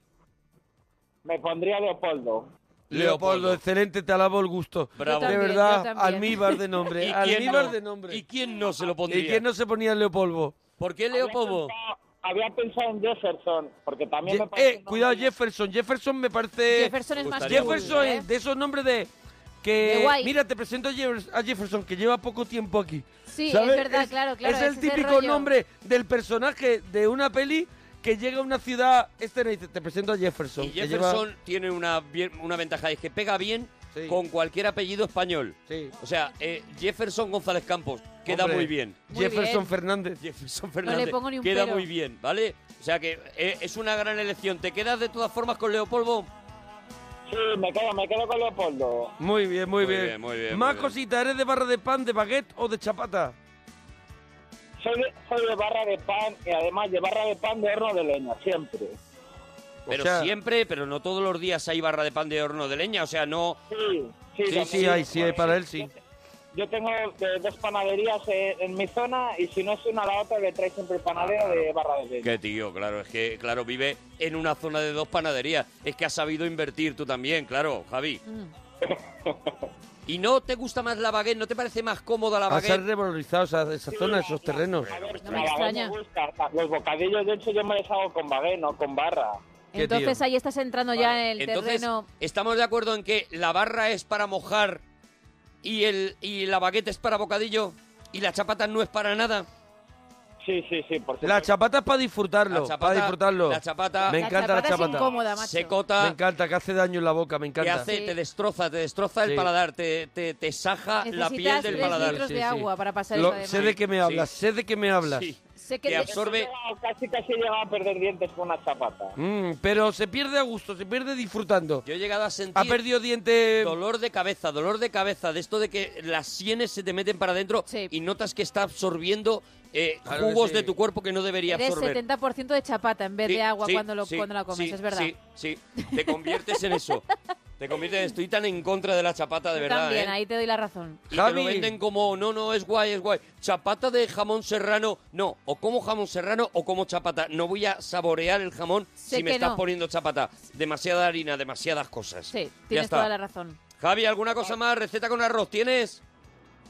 Speaker 5: Me pondría Leopoldo.
Speaker 4: Leopoldo.
Speaker 2: excelente, te alabo el gusto.
Speaker 4: Bravo. Yo
Speaker 2: de
Speaker 3: también, yo
Speaker 2: verdad,
Speaker 3: también.
Speaker 2: almíbar de nombre. almíbar
Speaker 4: no?
Speaker 2: de nombre.
Speaker 4: ¿Y quién no se lo pondría?
Speaker 2: ¿Y quién no se ponía Leopoldo?
Speaker 4: ¿Por qué
Speaker 5: Había
Speaker 4: Leopoldo?
Speaker 5: pensado- Había pensado en Jefferson, porque también me
Speaker 2: Ye-
Speaker 5: parece...
Speaker 2: eh, cuidado, Jefferson. Jefferson me parece.
Speaker 3: Jefferson es más
Speaker 4: gustaría.
Speaker 2: Jefferson
Speaker 3: cool, ¿eh?
Speaker 2: es de esos nombres de. Que,
Speaker 3: De guay.
Speaker 2: mira, te presento a Jeffer- a Jefferson, que lleva poco tiempo aquí.
Speaker 3: Sí,
Speaker 2: ¿Sabes?
Speaker 3: es verdad, claro, claro,
Speaker 2: Es el
Speaker 3: es ese
Speaker 2: típico
Speaker 3: rollo.
Speaker 2: nombre del personaje de una peli que llega a una ciudad externa y dice, te presento a Jefferson.
Speaker 4: Y
Speaker 2: que lleva-
Speaker 4: Jefferson tiene una, bien- una ventaja, es que pega bien
Speaker 2: Sí.
Speaker 4: con cualquier apellido español.
Speaker 2: Sí.
Speaker 4: O sea, eh, Jefferson González Campos queda
Speaker 2: Hombre,
Speaker 4: muy bien.
Speaker 3: Muy
Speaker 2: Jefferson
Speaker 3: bien.
Speaker 2: Fernández.
Speaker 4: Jefferson Fernández
Speaker 3: pongo ni un
Speaker 4: queda
Speaker 3: pero.
Speaker 4: muy bien, ¿vale? O sea que eh, es una gran elección. ¿Te quedas de todas formas con Leopoldo?
Speaker 5: Sí, me quedo, me quedo con Leopoldo.
Speaker 2: Muy bien, muy,
Speaker 4: Muy
Speaker 2: bien.
Speaker 4: bien, muy bien,
Speaker 2: Más
Speaker 4: muy bien.
Speaker 2: cositas, ¿eres de barra de pan, de baguette o de chapata?
Speaker 5: Soy de, soy de barra de pan y además de barra de pan de horno de leña, siempre.
Speaker 2: O
Speaker 4: Pero
Speaker 2: sea-
Speaker 4: siempre, pero no todos los días hay barra de pan de horno de leña. O sea, no.
Speaker 5: Sí, sí,
Speaker 2: Sí,
Speaker 5: también.
Speaker 2: sí, hay, sí, hay para él, sí.
Speaker 5: Yo tengo eh, dos panaderías eh, en mi zona y si no es una la otra le trae siempre el panadero de barra de leña.
Speaker 4: Que tío, claro, es que, claro, vive en una zona de dos panaderías. Es que has sabido invertir tú también, claro, Javi. ¿Y no te gusta más la baguette? ¿No te parece más cómoda la
Speaker 2: A ser
Speaker 4: baguette?
Speaker 2: revalorizados esa, esa zona, esos terrenos.
Speaker 5: A ver,
Speaker 3: No
Speaker 5: la
Speaker 3: me
Speaker 5: baguette
Speaker 3: extraña.
Speaker 5: me gusta. Los bocadillos, de hecho, yo me los hago con baguette, no con barra.
Speaker 2: ¿Qué,
Speaker 3: Entonces
Speaker 2: tío?
Speaker 3: ahí estás entrando ya en el
Speaker 4: Entonces,
Speaker 3: terreno.
Speaker 4: estamos de acuerdo en que la barra es para mojar y, el, y la baguette es para bocadillo y la chapata no es para nada.
Speaker 5: Sí, sí, sí, por supuesto.
Speaker 2: La chapata es para disfrutarlo,
Speaker 4: La chapata-
Speaker 2: para disfrutarlo.
Speaker 4: la chapata-
Speaker 2: Me
Speaker 4: La
Speaker 2: encanta la
Speaker 3: chapada
Speaker 2: chapata.
Speaker 3: es incómoda, macho.
Speaker 2: Me
Speaker 4: Secota,
Speaker 2: encanta, que hace daño en la boca, me
Speaker 4: que
Speaker 2: encanta.
Speaker 4: hace,
Speaker 3: Sí.
Speaker 4: te destroza, te destroza el
Speaker 2: Sí.
Speaker 4: paladar, te, te, te saja la
Speaker 3: Necesitas
Speaker 4: piel del
Speaker 3: tres
Speaker 4: paladar.
Speaker 3: litros de agua para pasar
Speaker 2: Lo-
Speaker 3: eso, además.
Speaker 2: sé de qué me hablas, sé de qué me hablas.
Speaker 4: Sí.
Speaker 3: Sé que
Speaker 4: Que
Speaker 3: te-
Speaker 4: absorbe.
Speaker 5: Yo Casi, casi he llegado a perder dientes con una chapata.
Speaker 2: Mm, pero se pierde a gusto, se pierde disfrutando.
Speaker 4: Yo he llegado a sentir.
Speaker 2: Ha perdido dientes...
Speaker 4: Dolor de cabeza, dolor de cabeza, de esto de que las sienes se te meten para adentro
Speaker 3: Sí.
Speaker 4: y notas que está absorbiendo eh,
Speaker 2: Claro que
Speaker 4: jugos
Speaker 2: sí.
Speaker 4: de tu cuerpo que no debería
Speaker 3: eres
Speaker 4: absorber.
Speaker 3: 70% de chapata en vez
Speaker 4: Sí,
Speaker 3: de agua
Speaker 4: sí,
Speaker 3: cuando, lo,
Speaker 4: sí,
Speaker 3: cuando la comes,
Speaker 4: sí,
Speaker 3: es verdad.
Speaker 4: Sí, sí, te conviertes en eso. Te conviertes en Estoy tan en contra de la chapata, de
Speaker 3: Yo
Speaker 4: verdad.
Speaker 3: también,
Speaker 4: ¿eh?
Speaker 3: ahí te doy la razón.
Speaker 4: Y te
Speaker 2: Javi.
Speaker 4: lo venden como, no, no, es guay, es guay. Chapata de jamón serrano, no. O como jamón serrano o como chapata. No voy a saborear el jamón
Speaker 3: Sé
Speaker 4: si me
Speaker 3: que
Speaker 4: estás
Speaker 3: no.
Speaker 4: poniendo chapata. Demasiada harina, demasiadas cosas.
Speaker 3: Sí,
Speaker 4: ya
Speaker 3: tienes
Speaker 4: está.
Speaker 3: toda la razón.
Speaker 4: Javi, ¿alguna cosa más? ¿Receta con arroz tienes?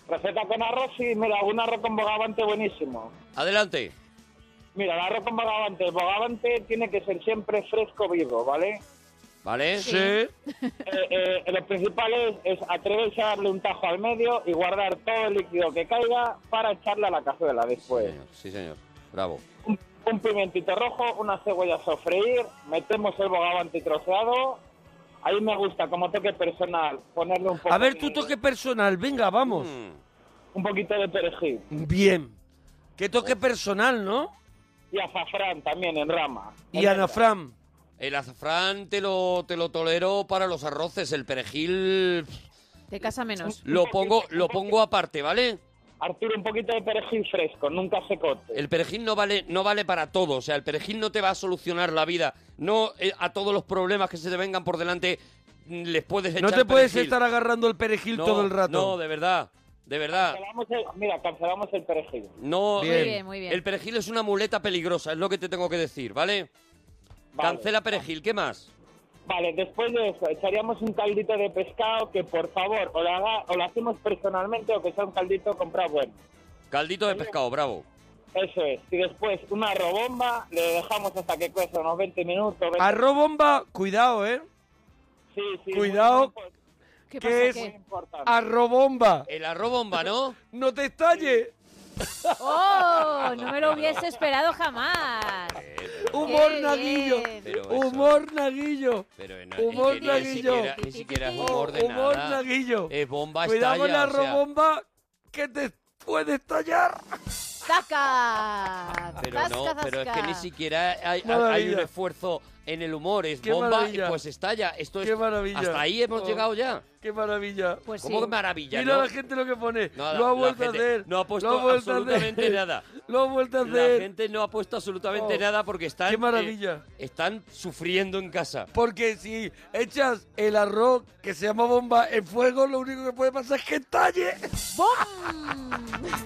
Speaker 5: Receta con arroz y mira, un arroz con bogavante buenísimo.
Speaker 4: Adelante.
Speaker 5: Mira, el arroz con bogavante. El bogavante tiene que ser siempre fresco vivo, ¿vale?
Speaker 4: ¿Vale?
Speaker 2: Sí.
Speaker 5: Eh, eh, lo principal es, es atreverse a darle un tajo al medio y guardar todo el líquido que caiga para echarle a la cazuela
Speaker 4: Sí,
Speaker 5: después.
Speaker 4: señor. Sí, señor. Bravo.
Speaker 5: Un, un pimentito rojo, una cebolla a sofreír, metemos el bogavante troceado. Ahí me gusta, como toque personal, ponerle un poco
Speaker 2: A ver
Speaker 5: de-
Speaker 2: tu toque personal, venga, vamos.
Speaker 4: Mm.
Speaker 5: un poquito de perejil.
Speaker 2: Bien. Qué toque personal, ¿no?
Speaker 5: Oh. Y azafrán también en rama.
Speaker 2: Y Ana Fran.
Speaker 4: El azafrán te lo, te lo tolero para los arroces. El perejil
Speaker 3: Te casa menos.
Speaker 4: lo pongo, lo pongo aparte, ¿vale?
Speaker 5: Arturo, un poquito de perejil fresco, nunca secote.
Speaker 4: El perejil no vale, no vale para todo. O sea, el perejil no te va a solucionar la vida. No eh, a todos los problemas que se te vengan por delante mm, les puedes echar
Speaker 2: No te puedes
Speaker 4: perejil.
Speaker 2: estar agarrando el perejil
Speaker 4: No,
Speaker 2: todo el rato.
Speaker 4: No, de verdad. De verdad.
Speaker 5: Cancelamos el- mira, cancelamos el perejil.
Speaker 4: No, eh,
Speaker 2: Bien.
Speaker 3: Muy bien, muy bien.
Speaker 4: el perejil es una muleta peligrosa, es lo que te tengo que decir, ¿vale?
Speaker 5: Vale.
Speaker 4: Cancela perejil, ¿qué más?
Speaker 5: Vale, después de eso, echaríamos un caldito de pescado que, por favor, o lo, haga- o lo hacemos personalmente o que sea un caldito comprado bueno.
Speaker 4: Caldito de pescado, bravo.
Speaker 5: Eso es. Y después, una arrobomba, le dejamos hasta que cueza unos 20 minutos. 20
Speaker 2: Arrobomba, cuidado, ¿eh?
Speaker 5: Sí, sí, muy-
Speaker 2: cuidado.
Speaker 5: muy impo-
Speaker 3: ¿Qué
Speaker 2: ¿Qué
Speaker 3: pasa?
Speaker 2: es?
Speaker 5: Muy
Speaker 3: ¿Qué?
Speaker 5: importante. Eh,
Speaker 2: Arrobomba.
Speaker 4: El arrobomba, ¿no?
Speaker 2: No te estalle.
Speaker 3: ¡Oh! No me lo hubiese esperado jamás.
Speaker 2: Humor
Speaker 3: Qué
Speaker 2: naguillo.
Speaker 3: bien.
Speaker 4: Pero eso-
Speaker 2: Humor naguillo.
Speaker 4: Pero no,
Speaker 2: Humor
Speaker 4: es que ni- ni,
Speaker 2: naguillo.
Speaker 4: siquiera, ni siquiera es humor de
Speaker 2: Humor
Speaker 4: nada.
Speaker 2: naguillo.
Speaker 4: Es bomba
Speaker 2: Cuidado con la
Speaker 4: estalla, o sea,
Speaker 2: arrobomba que te puede estallar.
Speaker 3: ¡Zasca!
Speaker 4: Pero
Speaker 3: ¡Zasca,
Speaker 4: no, pero es que
Speaker 3: zasca!
Speaker 4: ni siquiera hay, hay-
Speaker 2: Maravilla.
Speaker 4: hay un esfuerzo en el humor, es
Speaker 2: Qué
Speaker 4: bomba
Speaker 2: maravilla.
Speaker 4: y pues estalla. Esto es,
Speaker 2: Qué maravilla.
Speaker 4: Hasta ahí hemos
Speaker 2: Oh,
Speaker 4: llegado ya.
Speaker 2: Qué maravilla.
Speaker 3: Pues
Speaker 4: ¿Cómo
Speaker 3: sí.
Speaker 4: que maravilla?
Speaker 2: Mira
Speaker 4: no?
Speaker 2: la gente lo que pone.
Speaker 4: Nada,
Speaker 2: lo ha
Speaker 4: la
Speaker 2: vuelto a
Speaker 4: gente
Speaker 2: hacer.
Speaker 4: no ha puesto
Speaker 2: Lo vuelto a hacer.
Speaker 4: absolutamente nada.
Speaker 2: Lo ha vuelto a
Speaker 4: La
Speaker 2: hacer.
Speaker 4: gente no ha puesto absolutamente
Speaker 2: Oh,
Speaker 4: nada porque están,
Speaker 2: qué maravilla.
Speaker 4: eh, están sufriendo en casa.
Speaker 2: Porque si echas el arroz que se llama bomba en fuego, lo único que puede pasar es que estalle.
Speaker 3: ¡Bum!
Speaker 4: Es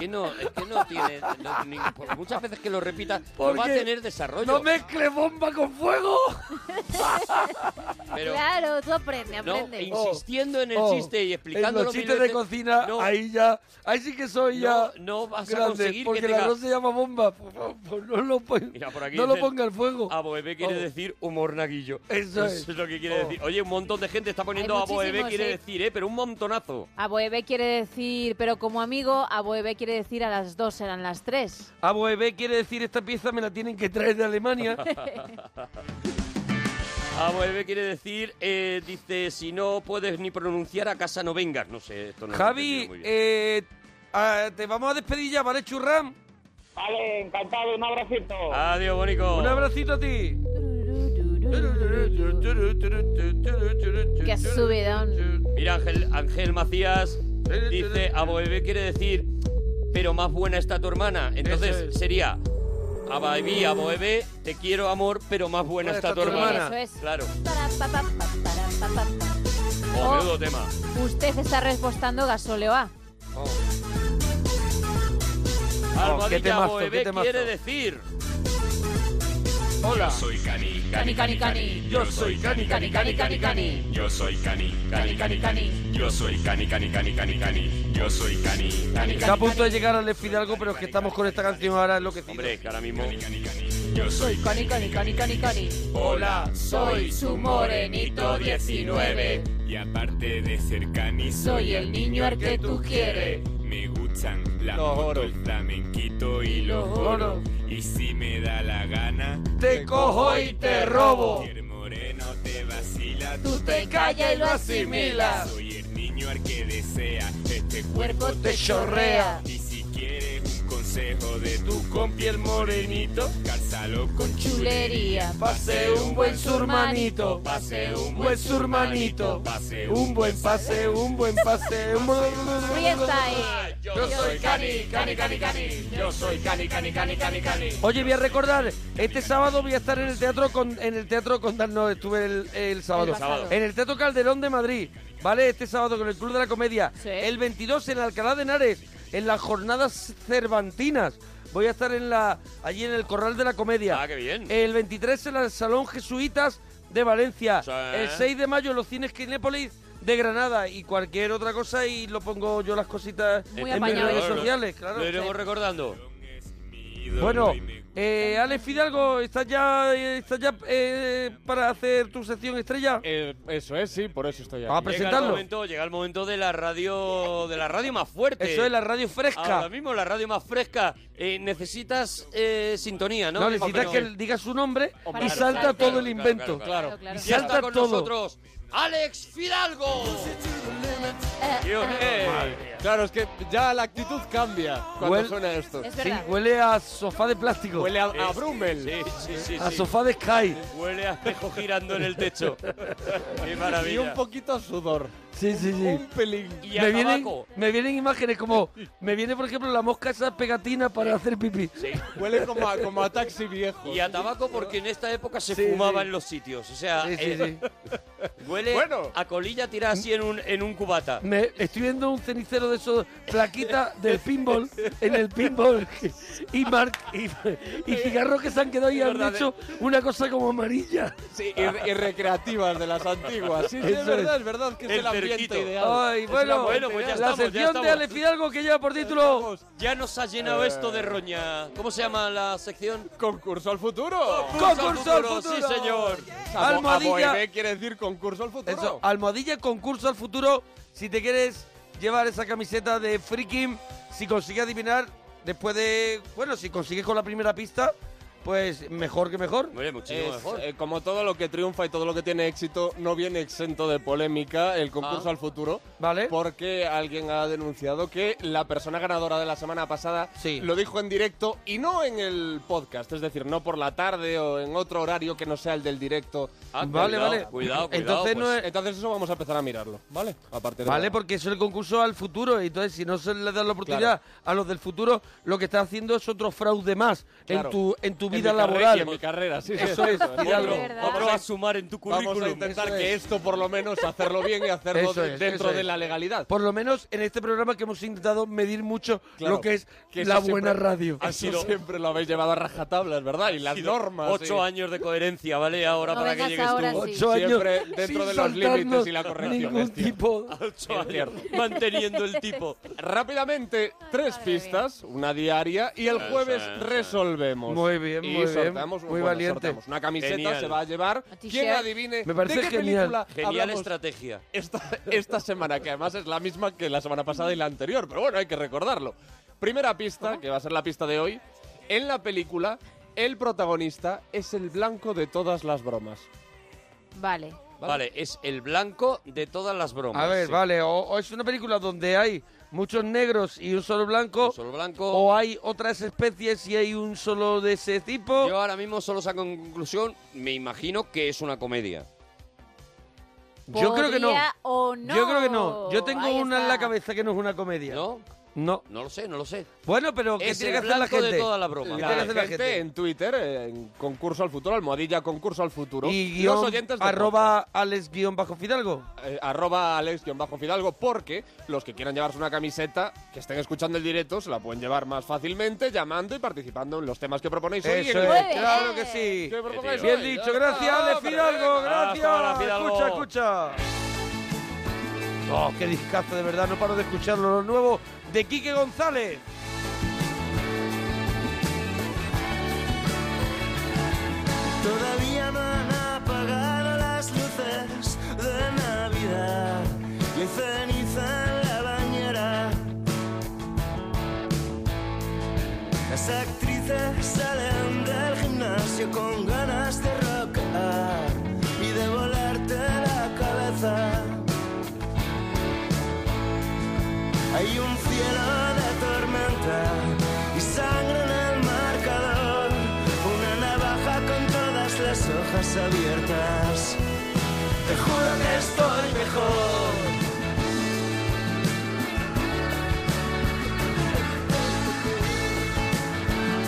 Speaker 4: que no, es que no tiene. no, ni- por muchas veces que lo repita, no
Speaker 2: Porque
Speaker 4: va a tener desarrollo.
Speaker 2: No mezcles bomba con fuego.
Speaker 4: pero
Speaker 3: Claro, tú aprende,
Speaker 4: no,
Speaker 3: aprende.
Speaker 2: Oh,
Speaker 4: insistiendo en el
Speaker 2: Oh,
Speaker 4: chiste y explicándolo.
Speaker 2: En los
Speaker 4: mil
Speaker 2: chistes de
Speaker 4: veces,
Speaker 2: cocina,
Speaker 4: no,
Speaker 2: ahí ya. Ahí sí que soy
Speaker 4: no,
Speaker 2: ya.
Speaker 4: no vas a
Speaker 2: grande,
Speaker 4: conseguir
Speaker 2: porque
Speaker 4: que
Speaker 2: el
Speaker 4: tenga-
Speaker 2: arroz se llama bomba. Por favor, no lo, pon-
Speaker 4: Mira, por aquí
Speaker 2: no lo
Speaker 4: dicen,
Speaker 2: ponga al fuego.
Speaker 4: Aboebe quiere
Speaker 2: Oh.
Speaker 4: decir humor naguillo.
Speaker 2: Eso es.
Speaker 4: lo que quiere
Speaker 2: Oh.
Speaker 4: decir. Oye, un montón de gente está poniendo
Speaker 3: Hay
Speaker 4: Aboebe
Speaker 3: muchísimos,
Speaker 4: quiere
Speaker 3: sí.
Speaker 4: decir, ¿eh? Pero un montonazo.
Speaker 3: Aboebe quiere decir, pero como amigo, Aboebe quiere decir a las dos eran las tres.
Speaker 2: Aboebe quiere decir esta pieza me la tienen que traer de Alemania.
Speaker 4: Aboebe quiere decir, eh, dice, si no puedes ni pronunciar a casa no vengas. No sé, esto no lo he
Speaker 2: Javi,
Speaker 4: entendido muy bien.
Speaker 2: eh, ah, te vamos a despedir ya, ¿vale, churram?
Speaker 5: Vale, encantado, un abracito.
Speaker 4: Adiós, Bonico.
Speaker 2: Un abracito a ti.
Speaker 3: Qué subidón.
Speaker 4: Mira, Ángel, Ángel Macías dice, Aboebe quiere decir, pero más buena está tu hermana.
Speaker 2: Eso
Speaker 4: Entonces
Speaker 2: es.
Speaker 4: sería, Aboebe, Aboebe, te quiero amor, pero más buena está, tu hermana.
Speaker 3: Eso es.
Speaker 4: Claro.
Speaker 3: Para, pa, pa, pa, para, pa, pa, pa.
Speaker 4: Oh,
Speaker 3: O
Speaker 4: menudo tema.
Speaker 3: usted está repostando gasóleo A.
Speaker 2: Oh, qué
Speaker 4: Almohadilla
Speaker 2: temazo,
Speaker 4: Aboebe
Speaker 2: qué temazo.
Speaker 4: quiere decir.
Speaker 2: Hola.
Speaker 1: Soy Cani, Cani,
Speaker 3: Cani, Cani, Cani.
Speaker 1: Yo soy Cani, Cani, Cani, Cani, Cani. Yo soy Cani, Cani, Cani, Cani. Yo soy Cani, Cani, Cani, Cani, Cani. Yo soy Cani, Cani,
Speaker 2: Está a punto de llegar al Fidalgo, pero es que estamos con esta canción ahora enloquecidos.
Speaker 4: Hombre, que ahora mismo...
Speaker 1: Yo soy
Speaker 3: Coni, coni, coni, coni, coni.
Speaker 1: Hola, soy
Speaker 3: su morenito 19.
Speaker 1: Y aparte de ser Cani,
Speaker 3: Soy el niño al que tú quieres.
Speaker 1: Me gustan la
Speaker 2: Los
Speaker 1: moto,
Speaker 2: oros.
Speaker 1: el flamenquito y los
Speaker 2: oros.
Speaker 1: oros. Y si me da la gana,
Speaker 2: Te cojo y te robo.
Speaker 1: si el moreno te vacila,
Speaker 3: Tú te callas y lo asimilas.
Speaker 1: Soy el niño al que desea, este cuerpo
Speaker 3: Cuerpo te
Speaker 2: chorrea.
Speaker 3: chorrea.
Speaker 1: Y si quieres un consejo de tu compi el morenito, cálzalo con
Speaker 3: Chulería.
Speaker 2: Pase un buen surmanito,
Speaker 1: Pase un
Speaker 2: buen
Speaker 1: buen
Speaker 2: surmanito,
Speaker 1: surmanito,
Speaker 2: pase un buen pase,
Speaker 1: paseo.
Speaker 2: un buen pase, un buen
Speaker 3: Freestyle.
Speaker 1: Yo soy Cani, Cani, Cani, Cani. Yo soy Cani, Cani, Cani, Cani, Cani.
Speaker 2: Oye, voy a recordar, este sábado voy a estar en el teatro con en el teatro con no, estuve el, el sábado.
Speaker 3: El sábado.
Speaker 2: En el Teatro Calderón de Madrid, ¿vale? Este sábado con el Club de la Comedia.
Speaker 3: Sí.
Speaker 2: El 22 en Alcalá de Henares, en las jornadas cervantinas. Voy a estar en la allí en el Corral de la Comedia.
Speaker 4: Ah, qué bien.
Speaker 2: El 23 en el Salón Jesuitas de Valencia.
Speaker 4: Sí.
Speaker 2: El 6 de mayo en los cines Kinépolis de Granada y cualquier otra cosa y lo pongo yo las cositas
Speaker 3: Muy
Speaker 2: en mis
Speaker 3: apañado.
Speaker 2: redes
Speaker 3: Claro,
Speaker 2: sociales, claro.
Speaker 4: Lo iremos recordando.
Speaker 2: Bueno, eh, Alex Fidalgo, ¿estás ya, eh, estás ya eh, para hacer tu sección estrella?
Speaker 6: Eh, eso es, sí, por eso estoy aquí.
Speaker 2: Ah, pero-
Speaker 4: Llega el
Speaker 2: Presentarlo.
Speaker 4: momento, llega el momento de la radio, de la radio más fuerte.
Speaker 2: Eso es la radio
Speaker 4: Ahora
Speaker 2: fresca.
Speaker 4: mismo la radio más fresca. Eh, necesitas eh, sintonía, ¿no?
Speaker 2: No, necesitas que
Speaker 4: Pero-
Speaker 2: él diga su nombre
Speaker 3: Hombre,
Speaker 2: y
Speaker 3: claro,
Speaker 2: salta
Speaker 3: claro,
Speaker 2: todo
Speaker 3: claro,
Speaker 2: el invento.
Speaker 3: claro. Claro,
Speaker 4: Y
Speaker 3: claro.
Speaker 4: ya está
Speaker 2: Salta
Speaker 4: con
Speaker 2: todo.
Speaker 4: nosotros Alex Fidalgo. Dios, eh.
Speaker 6: Claro, es que ya la actitud cambia cuando
Speaker 2: Huel-
Speaker 6: suena esto.
Speaker 3: Es
Speaker 2: Sí,
Speaker 3: verdad.
Speaker 2: huele a sofá de plástico,
Speaker 6: Huele a, a
Speaker 4: Sí,
Speaker 6: Brummel.
Speaker 4: Sí, sí, sí,
Speaker 2: a
Speaker 4: sí.
Speaker 2: sofá de Sky.
Speaker 4: Huele a espejo girando en el techo. Qué
Speaker 6: Y un
Speaker 4: maravilla.
Speaker 6: poquito a sudor.
Speaker 2: Sí, sí, sí.
Speaker 6: Un pelín.
Speaker 4: Y a
Speaker 2: Me vienen,
Speaker 4: tabaco.
Speaker 2: me vienen imágenes como, me viene por ejemplo la mosca esa pegatina para hacer pipí.
Speaker 6: Huele como a, como a taxi viejo.
Speaker 4: Y a tabaco porque en esta época se
Speaker 2: Sí,
Speaker 4: fumaba
Speaker 2: sí.
Speaker 4: en los sitios. O sea,
Speaker 2: Sí, sí,
Speaker 4: eh,
Speaker 2: sí.
Speaker 4: huele
Speaker 6: Bueno.
Speaker 4: a colilla tirada así en un, en un cubata.
Speaker 2: Me estoy viendo un cenicero de esos plaquita del pinball en el pinball y, mar- y, y cigarros que se han quedado y han
Speaker 6: verdad, eh.
Speaker 2: hecho una cosa como amarilla.
Speaker 6: Sí, y, re- y recreativas de las antiguas. Sí, sí,
Speaker 2: Eso
Speaker 6: es verdad,
Speaker 2: es.
Speaker 6: es verdad que es
Speaker 4: El
Speaker 6: el, ambiente
Speaker 4: cerquito.
Speaker 6: ideal.
Speaker 2: Ay,
Speaker 6: Es
Speaker 2: bueno,
Speaker 6: una buena
Speaker 4: bueno, pues ya
Speaker 6: idea.
Speaker 2: la
Speaker 4: estamos, ya
Speaker 2: sección de
Speaker 4: estamos.
Speaker 2: Ale Fidalgo que lleva por título
Speaker 6: Vamos,
Speaker 4: Ya nos ha llenado esto de roña. ¿Cómo se llama la sección?
Speaker 6: Concurso al futuro.
Speaker 2: Concurso al futuro.
Speaker 4: Sí, señor.
Speaker 6: Abo-
Speaker 2: Almohadilla.
Speaker 6: Aboebe ¿eh? quiere decir concurso al futuro.
Speaker 2: Eso, almohadilla concurso al futuro. Si te quieres llevar esa camiseta de Freaking, si consigues adivinar, después de. Bueno, si consigues con la primera pista, Pues mejor que mejor.
Speaker 6: Es, eh, como todo lo que triunfa y todo lo que tiene éxito, no viene exento de polémica el concurso
Speaker 2: Ah.
Speaker 6: al futuro.
Speaker 2: Vale.
Speaker 6: Porque alguien ha denunciado que la persona ganadora de la semana pasada lo dijo en directo y no en el podcast. Es decir, no por la tarde o en otro horario que no sea el del directo.
Speaker 2: Vale, Ah, cuidado, vale. cuidado, cuidado, Entonces no pues. es-
Speaker 6: Entonces eso vamos a empezar a mirarlo, ¿vale? A partir de
Speaker 2: Vale,
Speaker 6: ahora.
Speaker 2: porque es el concurso al futuro. y Entonces, si no se le da la oportunidad a los del futuro, lo que está haciendo es otro fraude más
Speaker 6: Claro.
Speaker 2: en tu en tu
Speaker 6: En
Speaker 2: vida
Speaker 6: mi carrera
Speaker 2: laboral.
Speaker 6: y en mi carrera, sí, sí.
Speaker 2: Eso es,
Speaker 6: Eso es.
Speaker 2: Fidalgo.
Speaker 6: Otro- otro Vamos a- a sumar
Speaker 4: en tu
Speaker 6: Vamos a intentar que esto, por lo menos, hacerlo bien y hacerlo
Speaker 2: Eso
Speaker 6: de-
Speaker 2: es,
Speaker 6: dentro
Speaker 2: eso
Speaker 6: de
Speaker 2: es.
Speaker 6: la legalidad.
Speaker 2: Por lo menos en este programa que hemos intentado medir mucho
Speaker 6: Claro,
Speaker 2: lo que es
Speaker 6: que eso
Speaker 2: la buena
Speaker 6: siempre-
Speaker 2: radio.
Speaker 6: Ha sido, siempre lo habéis llevado a rajatabla, es verdad, y las
Speaker 4: sido
Speaker 6: normas.
Speaker 4: ocho años de coherencia, ¿vale? Ahora
Speaker 6: No
Speaker 4: para que
Speaker 6: vengas
Speaker 4: llegues
Speaker 6: ahora,
Speaker 4: tú.
Speaker 6: sí. Ocho años Siempre dentro sin de los saltarnos límites y la corrección, ningún es cierto.
Speaker 2: tipo.
Speaker 4: Ocho años manteniendo el tipo.
Speaker 6: Rápidamente, tres pistas, una diaria, y el
Speaker 4: Eso
Speaker 6: jueves
Speaker 4: es.
Speaker 6: resolvemos.
Speaker 2: Muy bien,
Speaker 6: y
Speaker 2: muy bien,
Speaker 6: sorteamos,
Speaker 2: muy
Speaker 6: bueno,
Speaker 2: valiente.
Speaker 6: sorteamos. Una camiseta
Speaker 4: Genial.
Speaker 6: se va a llevar.
Speaker 4: t-shirt.
Speaker 6: Quien adivine
Speaker 4: Me parece
Speaker 6: de qué
Speaker 4: genial.
Speaker 6: película
Speaker 4: Genial
Speaker 6: hablamos
Speaker 4: estrategia.
Speaker 6: Esta, esta semana, que además es la misma que la semana pasada y la anterior, pero bueno, hay que recordarlo. Primera pista, que va a ser la pista de hoy. En la película, el protagonista es el blanco de todas las bromas.
Speaker 3: Vale.
Speaker 4: Vale, es el blanco de todas las bromas.
Speaker 2: A ver,
Speaker 4: sí.
Speaker 2: vale, o, o es una película donde hay muchos negros y un solo blanco, o hay otras especies y hay un solo de ese tipo.
Speaker 4: Yo ahora mismo solo saco en conclusión, me imagino que es una comedia.
Speaker 2: Yo creo que no.
Speaker 3: Podría o no.
Speaker 2: Yo creo que no. Yo tengo
Speaker 3: Ahí
Speaker 2: una en
Speaker 3: está.
Speaker 2: la cabeza que no es una comedia.
Speaker 4: ¿No?
Speaker 2: No.
Speaker 4: No lo sé, no lo sé.
Speaker 2: Bueno, pero ¿qué
Speaker 4: Es
Speaker 2: tiene que
Speaker 4: el
Speaker 2: hacer la
Speaker 4: blanco de
Speaker 2: gente?
Speaker 4: todas las bromas.
Speaker 2: ¿Qué
Speaker 6: La
Speaker 2: tiene que hacer la
Speaker 6: gente,
Speaker 2: gente?
Speaker 6: en Twitter, en concurso al futuro, almohadilla concurso al futuro.
Speaker 2: Y guión,
Speaker 6: los oyentes de
Speaker 2: arroba Alex guión bajo Fidalgo.
Speaker 6: eh, arroba alex-fidalgo, porque los que quieran llevarse una camiseta, que estén escuchando el directo, se la pueden llevar más fácilmente llamando y participando en los temas que proponéis hoy.
Speaker 2: Eso
Speaker 6: en el-
Speaker 2: es, claro que sí.
Speaker 6: propongáis
Speaker 2: Bien
Speaker 6: hoy, ya
Speaker 2: dicho,
Speaker 6: está,
Speaker 2: gracias Alex
Speaker 6: hombre,
Speaker 2: Fidalgo,
Speaker 6: venga.
Speaker 2: gracias.
Speaker 6: Hasta ahora, Fidalgo.
Speaker 2: Escucha, escucha. Oh, qué discazo, de verdad, no paro de escucharlo. Lo nuevo de Quique González.
Speaker 1: Todavía no han apagado las luces de Navidad y hay ceniza en la bañera. Las actrices salen del gimnasio con ganas de rocar y de volarte la cabeza. Hay un cielo de tormenta y sangre en el marcador. Una navaja con todas las hojas abiertas. Te juro que estoy mejor.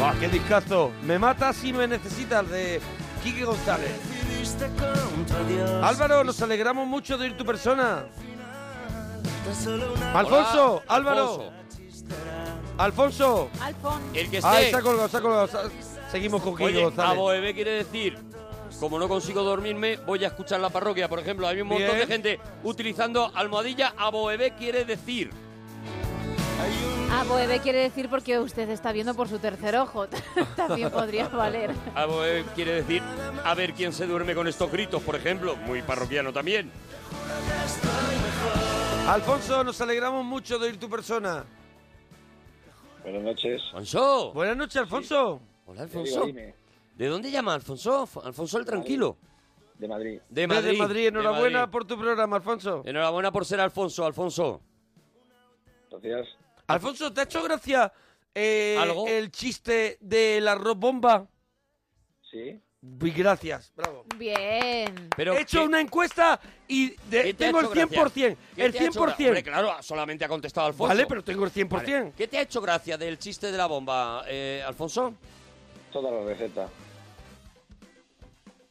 Speaker 2: Oh, qué discazo. Me matas si me necesitas de Quique González.
Speaker 1: Decidiste contra Dios.
Speaker 2: Álvaro, nos alegramos mucho de ir tu persona.
Speaker 1: Tan solo una-
Speaker 2: Alfonso, Álvaro. Alfonso.
Speaker 3: Alfon.
Speaker 4: El que esté.
Speaker 2: Ah, se ha colgado, se ha colgado. se ha- Seguimos con Quique
Speaker 4: Oye, eh.
Speaker 2: González.
Speaker 4: Aboebe quiere decir, como no consigo dormirme, voy a escuchar la parroquia. Por ejemplo, hay un montón
Speaker 2: Bien.
Speaker 4: de gente utilizando almohadilla. Aboebe quiere decir.
Speaker 3: Ah, Boebe quiere decir porque usted está viendo por su tercer ojo. También podría valer.
Speaker 4: Aboebe quiere decir, a ver quién se duerme con estos gritos, por ejemplo. Muy parroquiano también.
Speaker 2: Alfonso, nos alegramos mucho de ir tu persona.
Speaker 7: Buenas noches.
Speaker 4: Alfonso.
Speaker 2: Buenas noches, Alfonso.
Speaker 4: Hola,
Speaker 7: Digo,
Speaker 4: Alfonso.
Speaker 7: dime,
Speaker 4: ¿De dónde llama Alfonso? Alfonso el Tranquilo.
Speaker 7: de Madrid.
Speaker 4: De
Speaker 2: Desde
Speaker 4: Madrid. de
Speaker 2: enhorabuena
Speaker 4: Madrid.
Speaker 2: por tu programa, Alfonso.
Speaker 4: Enhorabuena por ser Alfonso, Alfonso.
Speaker 7: Gracias.
Speaker 2: Alfonso, ¿te ha hecho gracia eh,
Speaker 4: ¿Algo?
Speaker 2: el chiste de la arroz bomba?
Speaker 7: Sí.
Speaker 2: Bi- Gracias, bravo.
Speaker 3: Bien.
Speaker 4: Pero
Speaker 2: He hecho
Speaker 4: ¿qué-
Speaker 2: una encuesta y de-
Speaker 4: qué te ha
Speaker 2: tengo el
Speaker 4: hecho gracia?
Speaker 2: 100%.
Speaker 4: ¿Qué
Speaker 2: El
Speaker 4: te ha hecho
Speaker 2: 100%.
Speaker 4: gra- Hombre, claro, solamente ha contestado Alfonso.
Speaker 2: Vale, pero tengo el 100%.
Speaker 4: Vale. ¿Qué te ha hecho gracia del chiste de la bomba, eh, Alfonso?
Speaker 7: Toda la receta.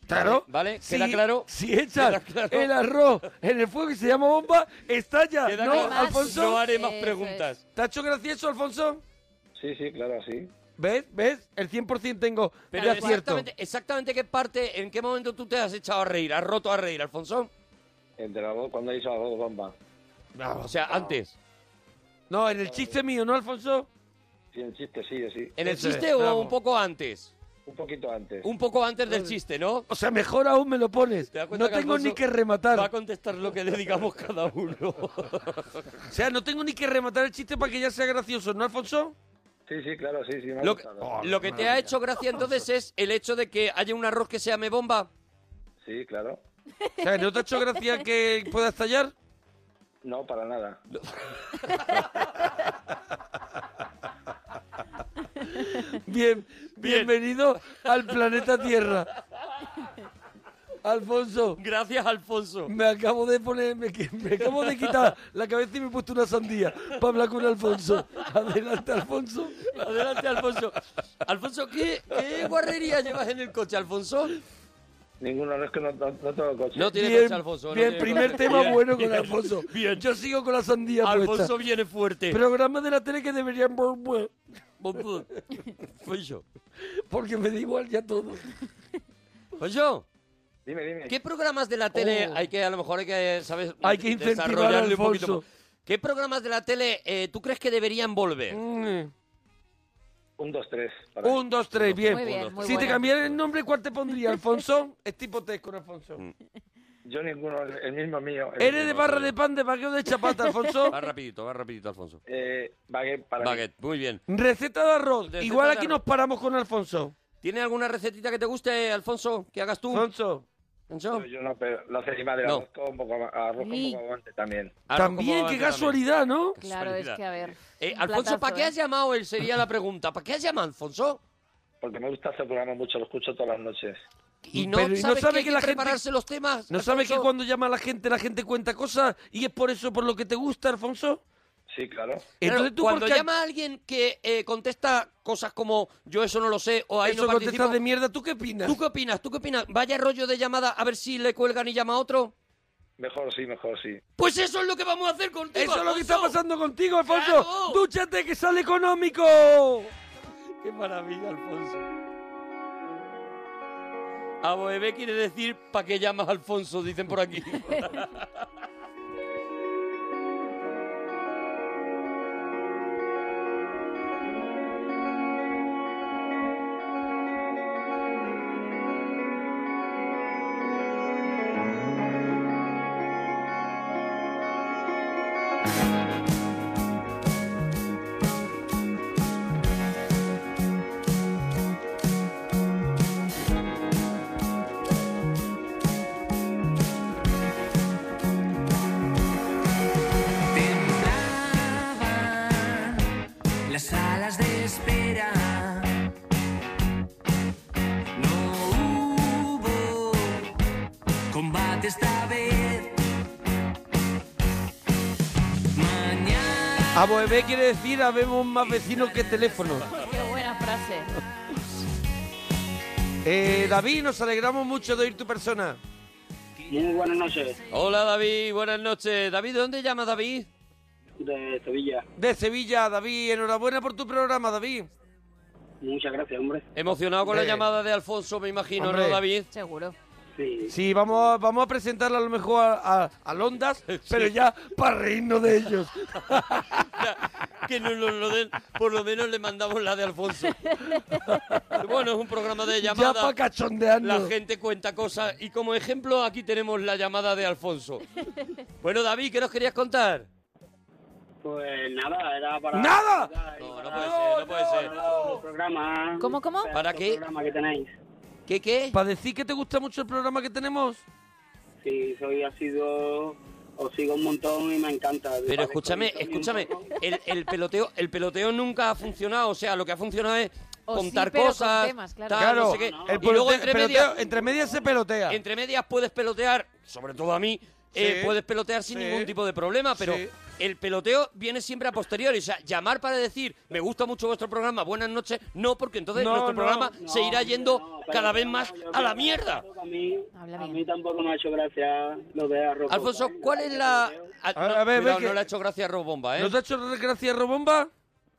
Speaker 2: Claro.
Speaker 4: Vale,
Speaker 2: Si-
Speaker 4: ¿queda claro?
Speaker 2: Si echas
Speaker 4: ¿Queda claro?
Speaker 2: el arroz en el fuego y se llama bomba, estalla.
Speaker 4: ¿Queda
Speaker 2: ¿No,
Speaker 4: claro?
Speaker 2: Alfonso?
Speaker 4: No haré más Eso es. preguntas.
Speaker 2: ¿Te ha hecho gracia eso, Alfonso?
Speaker 7: Sí, sí, claro, sí.
Speaker 2: ¿Ves? ¿Ves? El 100% tengo
Speaker 4: Pero
Speaker 2: de acierto.
Speaker 4: exactamente, exactamente qué parte, en qué momento tú te has echado a reír, has roto a reír, Alfonso.
Speaker 7: Entre la voz, cuando hizo la voz bomba.
Speaker 4: o sea, antes.
Speaker 2: No, en el chiste mío, ¿no, Alfonso?
Speaker 7: Sí, el chiste, sí, sí.
Speaker 4: ¿En el
Speaker 2: Eso es,
Speaker 4: chiste o
Speaker 2: bravo.
Speaker 4: un poco antes?
Speaker 7: Un poquito antes.
Speaker 4: Un poco antes del chiste, ¿no?
Speaker 2: O sea, mejor aún me lo pones.
Speaker 4: ¿Te das cuenta
Speaker 2: No
Speaker 4: que
Speaker 2: tengo
Speaker 4: Alfonso
Speaker 2: ni que rematar.
Speaker 4: Va a contestar lo que le digamos cada uno.
Speaker 2: O sea, no tengo ni que rematar el chiste para que ya sea gracioso, ¿no, Alfonso? Oh,
Speaker 7: Sí, sí, claro, sí, sí. me ha
Speaker 4: Lo que,
Speaker 7: gustado.
Speaker 4: lo que te ha hecho gracia entonces es el hecho de que haya un arroz que se llame bomba.
Speaker 7: Sí, claro.
Speaker 2: O sea, ¿no te ha hecho gracia que pueda estallar?
Speaker 7: No, para nada.
Speaker 2: Bien, bienvenido al planeta Tierra. Alfonso.
Speaker 4: Gracias, Alfonso.
Speaker 2: Me acabo de poner, me, qui- me acabo de quitar la cabeza y me he puesto una sandía para hablar con Alfonso. Adelante, Alfonso.
Speaker 4: Adelante, Alfonso. Alfonso, ¿qué, qué guarrería llevas en el coche, Alfonso?
Speaker 7: Ninguno, no es que no, no, no tengo coche.
Speaker 4: No tiene
Speaker 2: Bien,
Speaker 4: coche, Alfonso. no
Speaker 2: bien,
Speaker 4: tiene
Speaker 2: primer
Speaker 4: coche.
Speaker 2: tema
Speaker 4: Bien,
Speaker 2: bueno con
Speaker 4: bien,
Speaker 2: Alfonso.
Speaker 4: Bien,
Speaker 2: Yo sigo con la sandía
Speaker 4: Alfonso
Speaker 2: puesta.
Speaker 4: viene fuerte.
Speaker 2: Programa de la tele que deberían volver,
Speaker 4: Alfonso,
Speaker 2: porque me da igual ya todo.
Speaker 4: Alfonso,
Speaker 7: Dime, dime.
Speaker 4: ¿qué programas de la tele
Speaker 2: Oh.
Speaker 4: hay que, a lo mejor hay que, ¿sabes?
Speaker 2: Hay que incentivar a
Speaker 4: desarrollarle un poquito
Speaker 2: Alfonso.
Speaker 4: más? ¿Qué programas de la tele eh, tú crees que deberían volver?
Speaker 2: Mm.
Speaker 7: Un, dos, tres. para mí.
Speaker 2: Un, dos, tres, bien.
Speaker 3: Muy bien, muy
Speaker 2: si te
Speaker 3: buena.
Speaker 2: cambiaran el nombre, ¿cuál te pondría? Alfonso. Es tipo test con Alfonso.
Speaker 7: Mm. Yo ninguno, el el mismo mío. el
Speaker 2: ¿Eres de
Speaker 7: mismo.
Speaker 2: barra de pan, de vaqueo de chapata, Alfonso?
Speaker 4: Va rapidito, va rapidito, Alfonso.
Speaker 7: Eh, baguette para mí.
Speaker 4: Baguette, muy bien.
Speaker 2: Receta de arroz.
Speaker 4: Receta
Speaker 2: Igual
Speaker 4: de
Speaker 2: aquí
Speaker 4: arroz.
Speaker 2: nos paramos con Alfonso.
Speaker 4: ¿Tiene alguna recetita que te guste, Alfonso? ¿Que hagas tú?
Speaker 2: Alfonso.
Speaker 4: Alfonso.
Speaker 7: Pero yo no, pero lo hace encima del
Speaker 4: No.
Speaker 7: arroz con un poco, arroz con
Speaker 3: Sí.
Speaker 7: un poco guante también.
Speaker 4: Arroz con
Speaker 2: También, qué
Speaker 4: bogavante
Speaker 2: casualidad, ¿no?
Speaker 3: Claro, es que a ver.
Speaker 4: Eh,
Speaker 3: un
Speaker 4: Alfonso, ¿para
Speaker 3: platazo,
Speaker 4: qué
Speaker 3: ¿eh?
Speaker 4: has llamado él? Sería la pregunta. ¿Para qué has llamado, Alfonso?
Speaker 7: Porque me gusta este programa mucho, lo escucho todas las noches.
Speaker 4: Y no
Speaker 2: Pero, ¿y no
Speaker 4: sabes
Speaker 2: sabe
Speaker 4: que, hay
Speaker 2: que
Speaker 4: que
Speaker 2: la gente-
Speaker 4: prepararse los temas.
Speaker 2: ¿No sabes que
Speaker 4: Alfonso?
Speaker 2: cuando llama a la gente, la gente cuenta cosas y es por eso por lo que te gusta, Alfonso?
Speaker 7: Sí, claro.
Speaker 4: Claro,
Speaker 2: Entonces tú,
Speaker 4: cuando
Speaker 2: ¿por qué
Speaker 4: llama a alguien que eh, contesta cosas como yo eso no lo sé o ahí
Speaker 2: eso
Speaker 4: no participo,
Speaker 2: contestas de mierda? ¿Tú qué opinas?
Speaker 4: ¿Tú qué opinas? ¿Tú qué opinas? Vaya rollo de llamada a ver si le cuelgan y llama a otro.
Speaker 7: Mejor sí, mejor sí.
Speaker 4: Pues eso es lo que vamos a hacer contigo.
Speaker 2: Eso es lo que está
Speaker 4: Alfonso.
Speaker 2: pasando contigo, Alfonso.
Speaker 4: Claro.
Speaker 2: ¡Dúchate que sale económico!
Speaker 4: Qué maravilla, Alfonso. A Boebé quiere decir ¿para qué llamas Alfonso? Dicen por aquí.
Speaker 1: Temblaban las salas de espera. No hubo combate esta vez. Mañana
Speaker 2: A Boebé quiere decir, habemos más vecinos que teléfonos.
Speaker 3: Qué buena frase.
Speaker 2: Eh, David, nos alegramos mucho de oír tu persona.
Speaker 5: Muy buenas noches,
Speaker 4: Hola David, buenas noches. David, ¿de dónde llamas David?
Speaker 5: de Sevilla.
Speaker 2: De Sevilla, David, enhorabuena por tu programa, David.
Speaker 5: Muchas gracias, hombre.
Speaker 4: Emocionado con la
Speaker 2: Hombre.
Speaker 4: llamada de Alfonso, me imagino,
Speaker 2: Eh. Hombre.
Speaker 4: ¿no, David?
Speaker 3: Seguro.
Speaker 5: Sí.
Speaker 2: Sí, vamos a, vamos a presentarla a lo mejor a, a, a Londas, pero ya para reírnos de ellos.
Speaker 4: Que no nos lo den, por lo menos le mandamos la de Alfonso. bueno, es un programa de
Speaker 2: ya para
Speaker 4: llamada. La
Speaker 2: cachondearnos.
Speaker 4: gente cuenta cosas y como ejemplo aquí tenemos la llamada de Alfonso. Bueno, David, ¿qué nos querías contar?
Speaker 5: Pues nada, era para...
Speaker 2: ¡Nada!
Speaker 4: No, no puede ser, no puede ser.
Speaker 5: El programa.
Speaker 3: ¿Cómo, cómo?
Speaker 4: ¿Para qué?
Speaker 5: programa que tenéis.
Speaker 4: ¿Qué qué?
Speaker 2: ¿Para decir que te gusta mucho el programa que tenemos?
Speaker 5: Sí, soy ha sido... Os sigo un montón y me encanta.
Speaker 4: Pero escúchame, escúchame, el, el peloteo, el peloteo nunca ha funcionado, o sea, lo que ha funcionado es
Speaker 3: O sí,
Speaker 4: contar
Speaker 3: pero con
Speaker 4: cosas,
Speaker 3: temas, claro.
Speaker 4: tal,
Speaker 2: claro,
Speaker 4: no sé qué.
Speaker 2: el
Speaker 4: y luego
Speaker 2: pelote-
Speaker 4: entre
Speaker 2: peloteo-
Speaker 4: medias,
Speaker 2: entre medias se pelotea.
Speaker 4: entre medias puedes pelotear, sobre todo a mí, eh,
Speaker 2: Sí,
Speaker 4: puedes pelotear sin
Speaker 2: sí,
Speaker 4: ningún tipo de problema, pero
Speaker 2: sí.
Speaker 4: el peloteo viene siempre a posteriori, o sea, llamar para decir, me gusta mucho vuestro programa, buenas noches, no, porque entonces
Speaker 2: No,
Speaker 4: nuestro
Speaker 2: no.
Speaker 4: programa se irá yendo cada vez más a la mierda.
Speaker 5: A mí,
Speaker 3: Habla
Speaker 5: a
Speaker 3: bien.
Speaker 5: mí tampoco me ha hecho gracia lo de arroz.
Speaker 4: Alfonso, ¿cuál es la...? A,
Speaker 2: A ver, a ver,
Speaker 4: cuidado,
Speaker 2: que-
Speaker 4: Ah, no le ha hecho gracia a Rob Bomba, ¿eh?
Speaker 2: ¿Nos ha hecho gracia Robomba?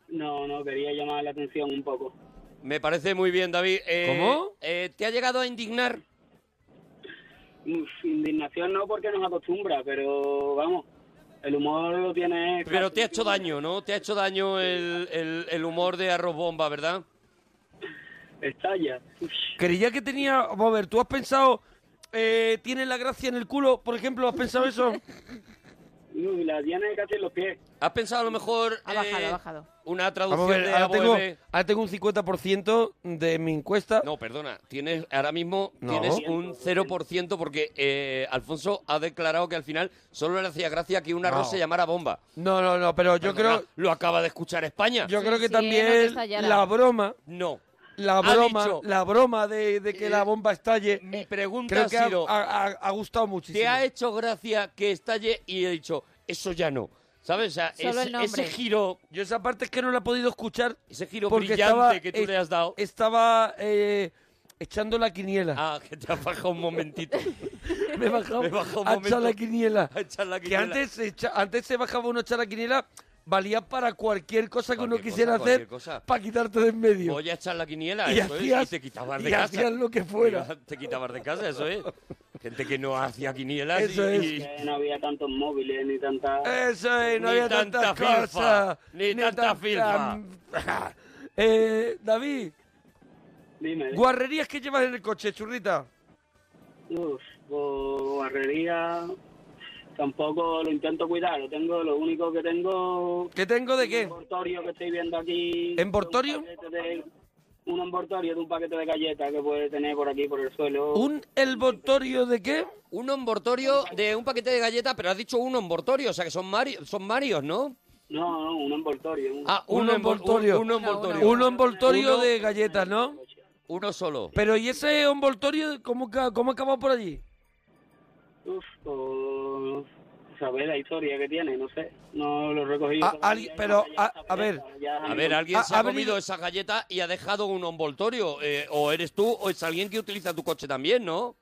Speaker 5: No, no, quería llamar la atención un poco.
Speaker 4: Me parece muy bien, David. Eh,
Speaker 2: ¿Cómo?
Speaker 4: eh, ¿Te ha llegado a indignar?
Speaker 5: Uf, Indignación no porque nos acostumbra, pero vamos, el humor lo tiene...
Speaker 4: Pero te ha hecho daño, ¿no? Te ha hecho daño el, el- el humor de arroz bomba, ¿verdad?
Speaker 5: Estalla. Uf,
Speaker 2: Creía que tenía... Vamos a ver, ¿tú has pensado... Eh, ¿Tiene la gracia en el culo, por ejemplo? ¿Has pensado eso?
Speaker 5: No, y la diana de casi en los pies.
Speaker 4: ¿Has pensado a lo mejor
Speaker 3: Ha bajado,
Speaker 4: eh,
Speaker 3: ha bajado.
Speaker 4: una
Speaker 2: Vamos
Speaker 4: traducción
Speaker 2: a ver,
Speaker 4: de
Speaker 2: ahora tengo,
Speaker 4: AVB?
Speaker 2: ahora tengo un 50% de mi encuesta.
Speaker 4: No, perdona, tienes ahora mismo
Speaker 2: No.
Speaker 4: tienes un 0% porque eh, Alfonso ha declarado que al final solo le hacía gracia que un arroz
Speaker 2: No.
Speaker 4: se llamara bomba.
Speaker 2: No, no, no, pero yo
Speaker 4: Perdona,
Speaker 2: creo,
Speaker 4: lo acaba de escuchar España.
Speaker 2: yo creo que
Speaker 3: sí, no te
Speaker 2: también
Speaker 3: estallara.
Speaker 2: la broma,
Speaker 4: No.
Speaker 2: la
Speaker 4: Ha
Speaker 2: broma,
Speaker 4: dicho-
Speaker 2: la broma de, de que
Speaker 4: Eh,
Speaker 2: la bomba estalle,
Speaker 4: Mi pregunta
Speaker 2: creo
Speaker 4: ha
Speaker 2: que ha,
Speaker 4: sido,
Speaker 2: ha- ha- ha gustado muchísimo.
Speaker 4: ¿te ha hecho gracia que estalle? Y he dicho, eso ya no. ¿Sabes? O sea,
Speaker 3: Solo
Speaker 4: ese,
Speaker 3: el nombre.
Speaker 4: ese giro,
Speaker 2: Yo esa parte es que no la he podido escuchar
Speaker 4: ese giro
Speaker 2: Porque
Speaker 4: brillante
Speaker 2: estaba-
Speaker 4: que tú
Speaker 2: es-
Speaker 4: le has dado.
Speaker 2: estaba eh, echando la quiniela.
Speaker 4: Ah, que te ha bajado un momentito.
Speaker 2: me he bajado,
Speaker 4: me he bajado un
Speaker 2: a echar la
Speaker 4: momento.
Speaker 2: quiniela.
Speaker 4: A echar la
Speaker 2: Que
Speaker 4: quiniela.
Speaker 2: antes se, echa- antes se bajaba uno a echar la quiniela, valía para cualquier cosa que uno
Speaker 4: Cualquier
Speaker 2: quisiera
Speaker 4: cosa,
Speaker 2: hacer
Speaker 4: cualquier cosa.
Speaker 2: para quitarte de en medio.
Speaker 4: Voy a echar la quiniela,
Speaker 2: y
Speaker 4: eso es,
Speaker 2: hacías,
Speaker 4: y te quitabas de
Speaker 2: y
Speaker 4: casa.
Speaker 2: hacías lo que fuera.
Speaker 4: Te quitabas de casa, eso es. Gente que no hacía quinielas y-
Speaker 2: Eso
Speaker 4: y,
Speaker 2: es.
Speaker 5: No había tantos móviles ni tanta...
Speaker 2: Eso es, no
Speaker 4: Ni
Speaker 2: había
Speaker 4: tanta
Speaker 2: tantas
Speaker 4: filfa,
Speaker 2: cosas.
Speaker 4: ni tanta
Speaker 2: filfa. eh, David,
Speaker 5: Dime,
Speaker 2: guarrerías que llevas en el coche, churrita.
Speaker 5: Uf, pues, barrería tampoco lo intento cuidar. Lo tengo, lo único que tengo
Speaker 2: ¿Qué tengo de
Speaker 5: un
Speaker 2: qué?
Speaker 5: envoltorio que estoy viendo aquí.
Speaker 2: ¿Envoltorio?
Speaker 5: Un, paquete de- un envoltorio de un paquete de galletas que puede tener por aquí, por el suelo.
Speaker 2: ¿Un envoltorio de qué?
Speaker 4: Un ombortorio de un paquete de galletas, pero has dicho un ombortorio, o sea que son, mari- son marios, ¿no?
Speaker 5: No, no, un envoltorio. un-
Speaker 4: Ah,
Speaker 2: Un
Speaker 4: envol-
Speaker 2: envoltorio.
Speaker 4: Un, un envoltorio.
Speaker 2: Un envoltorio
Speaker 4: Uno-
Speaker 2: de galletas, ¿no?
Speaker 4: Uno solo.
Speaker 2: Pero ¿y ese envoltorio cómo, ca- cómo ha acabado por allí?
Speaker 5: Uf, pues, saber la historia que tiene, no sé. No lo recogí.
Speaker 2: Ah,
Speaker 5: todavía,
Speaker 2: alguien-
Speaker 5: no,
Speaker 2: pero,
Speaker 5: ya
Speaker 2: ah,
Speaker 5: está
Speaker 2: a ver.
Speaker 5: presa, ya-
Speaker 4: A ver, alguien
Speaker 2: Ah,
Speaker 4: se ha,
Speaker 2: ha
Speaker 4: comido
Speaker 2: venido-
Speaker 4: esa galleta y ha dejado un envoltorio. eh, o eres tú o es alguien que utiliza tu coche también, ¿no?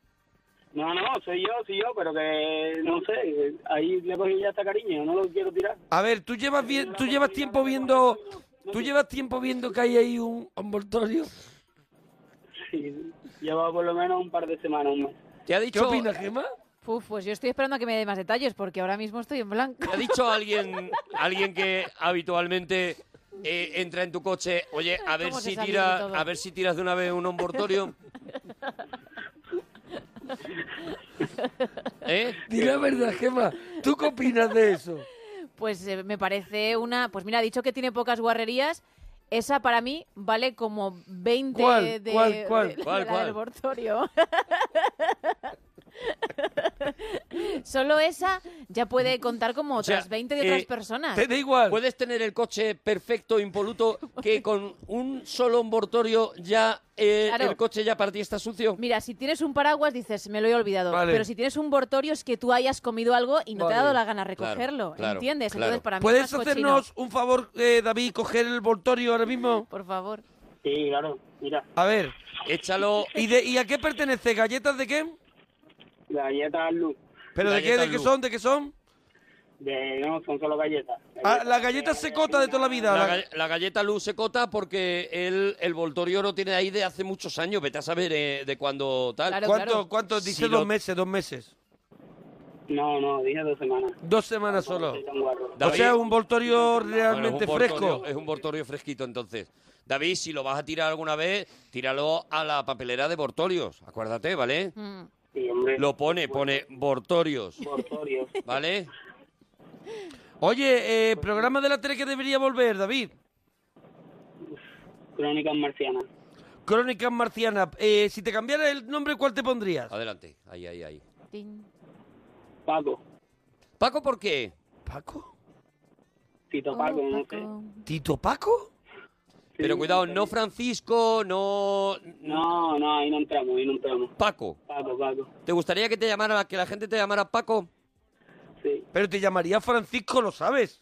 Speaker 5: No, no, soy yo, soy yo, pero que no sé. Ahí le cogí ya hasta cariño, no lo quiero tirar.
Speaker 2: A ver, tú llevas bien, tú llevas tiempo viendo, tú llevas tiempo viendo que hay ahí un envoltorio.
Speaker 5: Sí, llevaba por lo menos un par de semanas, un mes.
Speaker 4: ¿Te ha
Speaker 2: ¿Qué
Speaker 4: dicho,
Speaker 2: opinas, Gemma?
Speaker 3: Uf, pues yo estoy esperando a que me dé más detalles porque ahora mismo estoy en blanco.
Speaker 4: ¿te ha dicho alguien, alguien que habitualmente eh, entra en tu coche, oye, a ver
Speaker 3: ¿Cómo se
Speaker 4: si
Speaker 3: sale de
Speaker 4: tira,
Speaker 3: todo?
Speaker 4: a ver si tiras de una vez un envoltorio? ¿Eh?
Speaker 2: Dile la verdad, Gemma. ¿Tú qué opinas de eso?
Speaker 3: Pues eh, me parece una... Pues mira, ha dicho que tiene pocas guarrerías. Esa para mí vale como 20
Speaker 2: ¿Cuál?
Speaker 3: de,
Speaker 2: ¿Cuál? ¿Cuál?
Speaker 3: de- de
Speaker 4: ¿Cuál?
Speaker 3: la
Speaker 4: ¿Cuál?
Speaker 3: del Bortorio. Solo esa ya puede contar como
Speaker 4: sea,
Speaker 3: otras 20 de otras
Speaker 4: eh,
Speaker 3: personas.
Speaker 2: Te da igual.
Speaker 4: Puedes tener el coche perfecto, impoluto, que con un solo envoltorio ya eh,
Speaker 3: Claro.
Speaker 4: el coche ya para ti está sucio.
Speaker 3: Mira, si tienes un paraguas dices, me lo he olvidado.
Speaker 2: Vale.
Speaker 3: Pero si tienes un bortorio es que tú hayas comido algo y no te ha dado
Speaker 2: Vale.
Speaker 3: la gana recogerlo.
Speaker 4: Claro, claro,
Speaker 3: ¿Entiendes?
Speaker 4: claro.
Speaker 3: Entonces para mí es
Speaker 2: ¿Puedes
Speaker 3: más cochino.
Speaker 2: hacernos un favor, eh, David, coger el envoltorio ahora mismo?
Speaker 3: Por favor.
Speaker 5: Sí, claro, mira.
Speaker 2: A ver.
Speaker 4: Échalo.
Speaker 2: ¿Y, de, ¿Y a qué pertenece? ¿Galletas de qué?
Speaker 5: Galletas luz.
Speaker 2: ¿Pero de qué,
Speaker 4: Galletas
Speaker 2: de qué
Speaker 4: Lu.
Speaker 2: son? ¿De qué son?
Speaker 5: De, no, son solo galletas.
Speaker 2: Ah, las galletas secota de toda la vida.
Speaker 4: La,
Speaker 2: la-
Speaker 4: ga- la galleta luz se cota porque el, el voltorio lo tiene ahí de hace muchos años. Vete a saber eh, de cuándo tal.
Speaker 3: Claro.
Speaker 2: ¿Cuánto? ¿Cuánto?
Speaker 4: Si
Speaker 2: Dice
Speaker 4: lo-
Speaker 2: dos meses, dos meses.
Speaker 5: No, no, dije dos semanas.
Speaker 2: Dos semanas solo.
Speaker 5: Soy tan guarro.
Speaker 2: O
Speaker 4: David.
Speaker 2: sea, un voltorio
Speaker 4: Bueno,
Speaker 2: realmente
Speaker 4: es un
Speaker 2: fresco.
Speaker 4: envoltorio- Es un voltorio fresquito entonces. David, si lo vas a tirar alguna vez, tíralo a la papelera de Bortorios. Acuérdate, ¿vale?
Speaker 3: Mm.
Speaker 5: Sí, hombre.
Speaker 4: Lo pone, pone Bortorios.
Speaker 5: Portorio.
Speaker 4: ¿Vale?
Speaker 2: Oye, eh, programa de la tele que debería volver, David.
Speaker 5: Crónicas marcianas.
Speaker 2: Crónicas Marcianas. Eh, si te cambiara el nombre, ¿cuál te pondrías?
Speaker 4: Adelante. Ahí, ahí, ahí.
Speaker 3: Tin.
Speaker 5: Paco.
Speaker 4: Paco, ¿por qué?
Speaker 2: ¿Paco?
Speaker 5: Tito
Speaker 3: Oh,
Speaker 5: Paco, no sé.
Speaker 3: Paco.
Speaker 2: ¿Tito Paco?
Speaker 4: Pero cuidado, no Francisco, no
Speaker 5: No, no, ahí no entramos, ahí no entramos.
Speaker 4: Paco.
Speaker 5: Paco, Paco.
Speaker 4: ¿Te gustaría que te llamara, que la gente te llamara Paco?
Speaker 5: Sí.
Speaker 2: Pero te llamaría Francisco, lo sabes.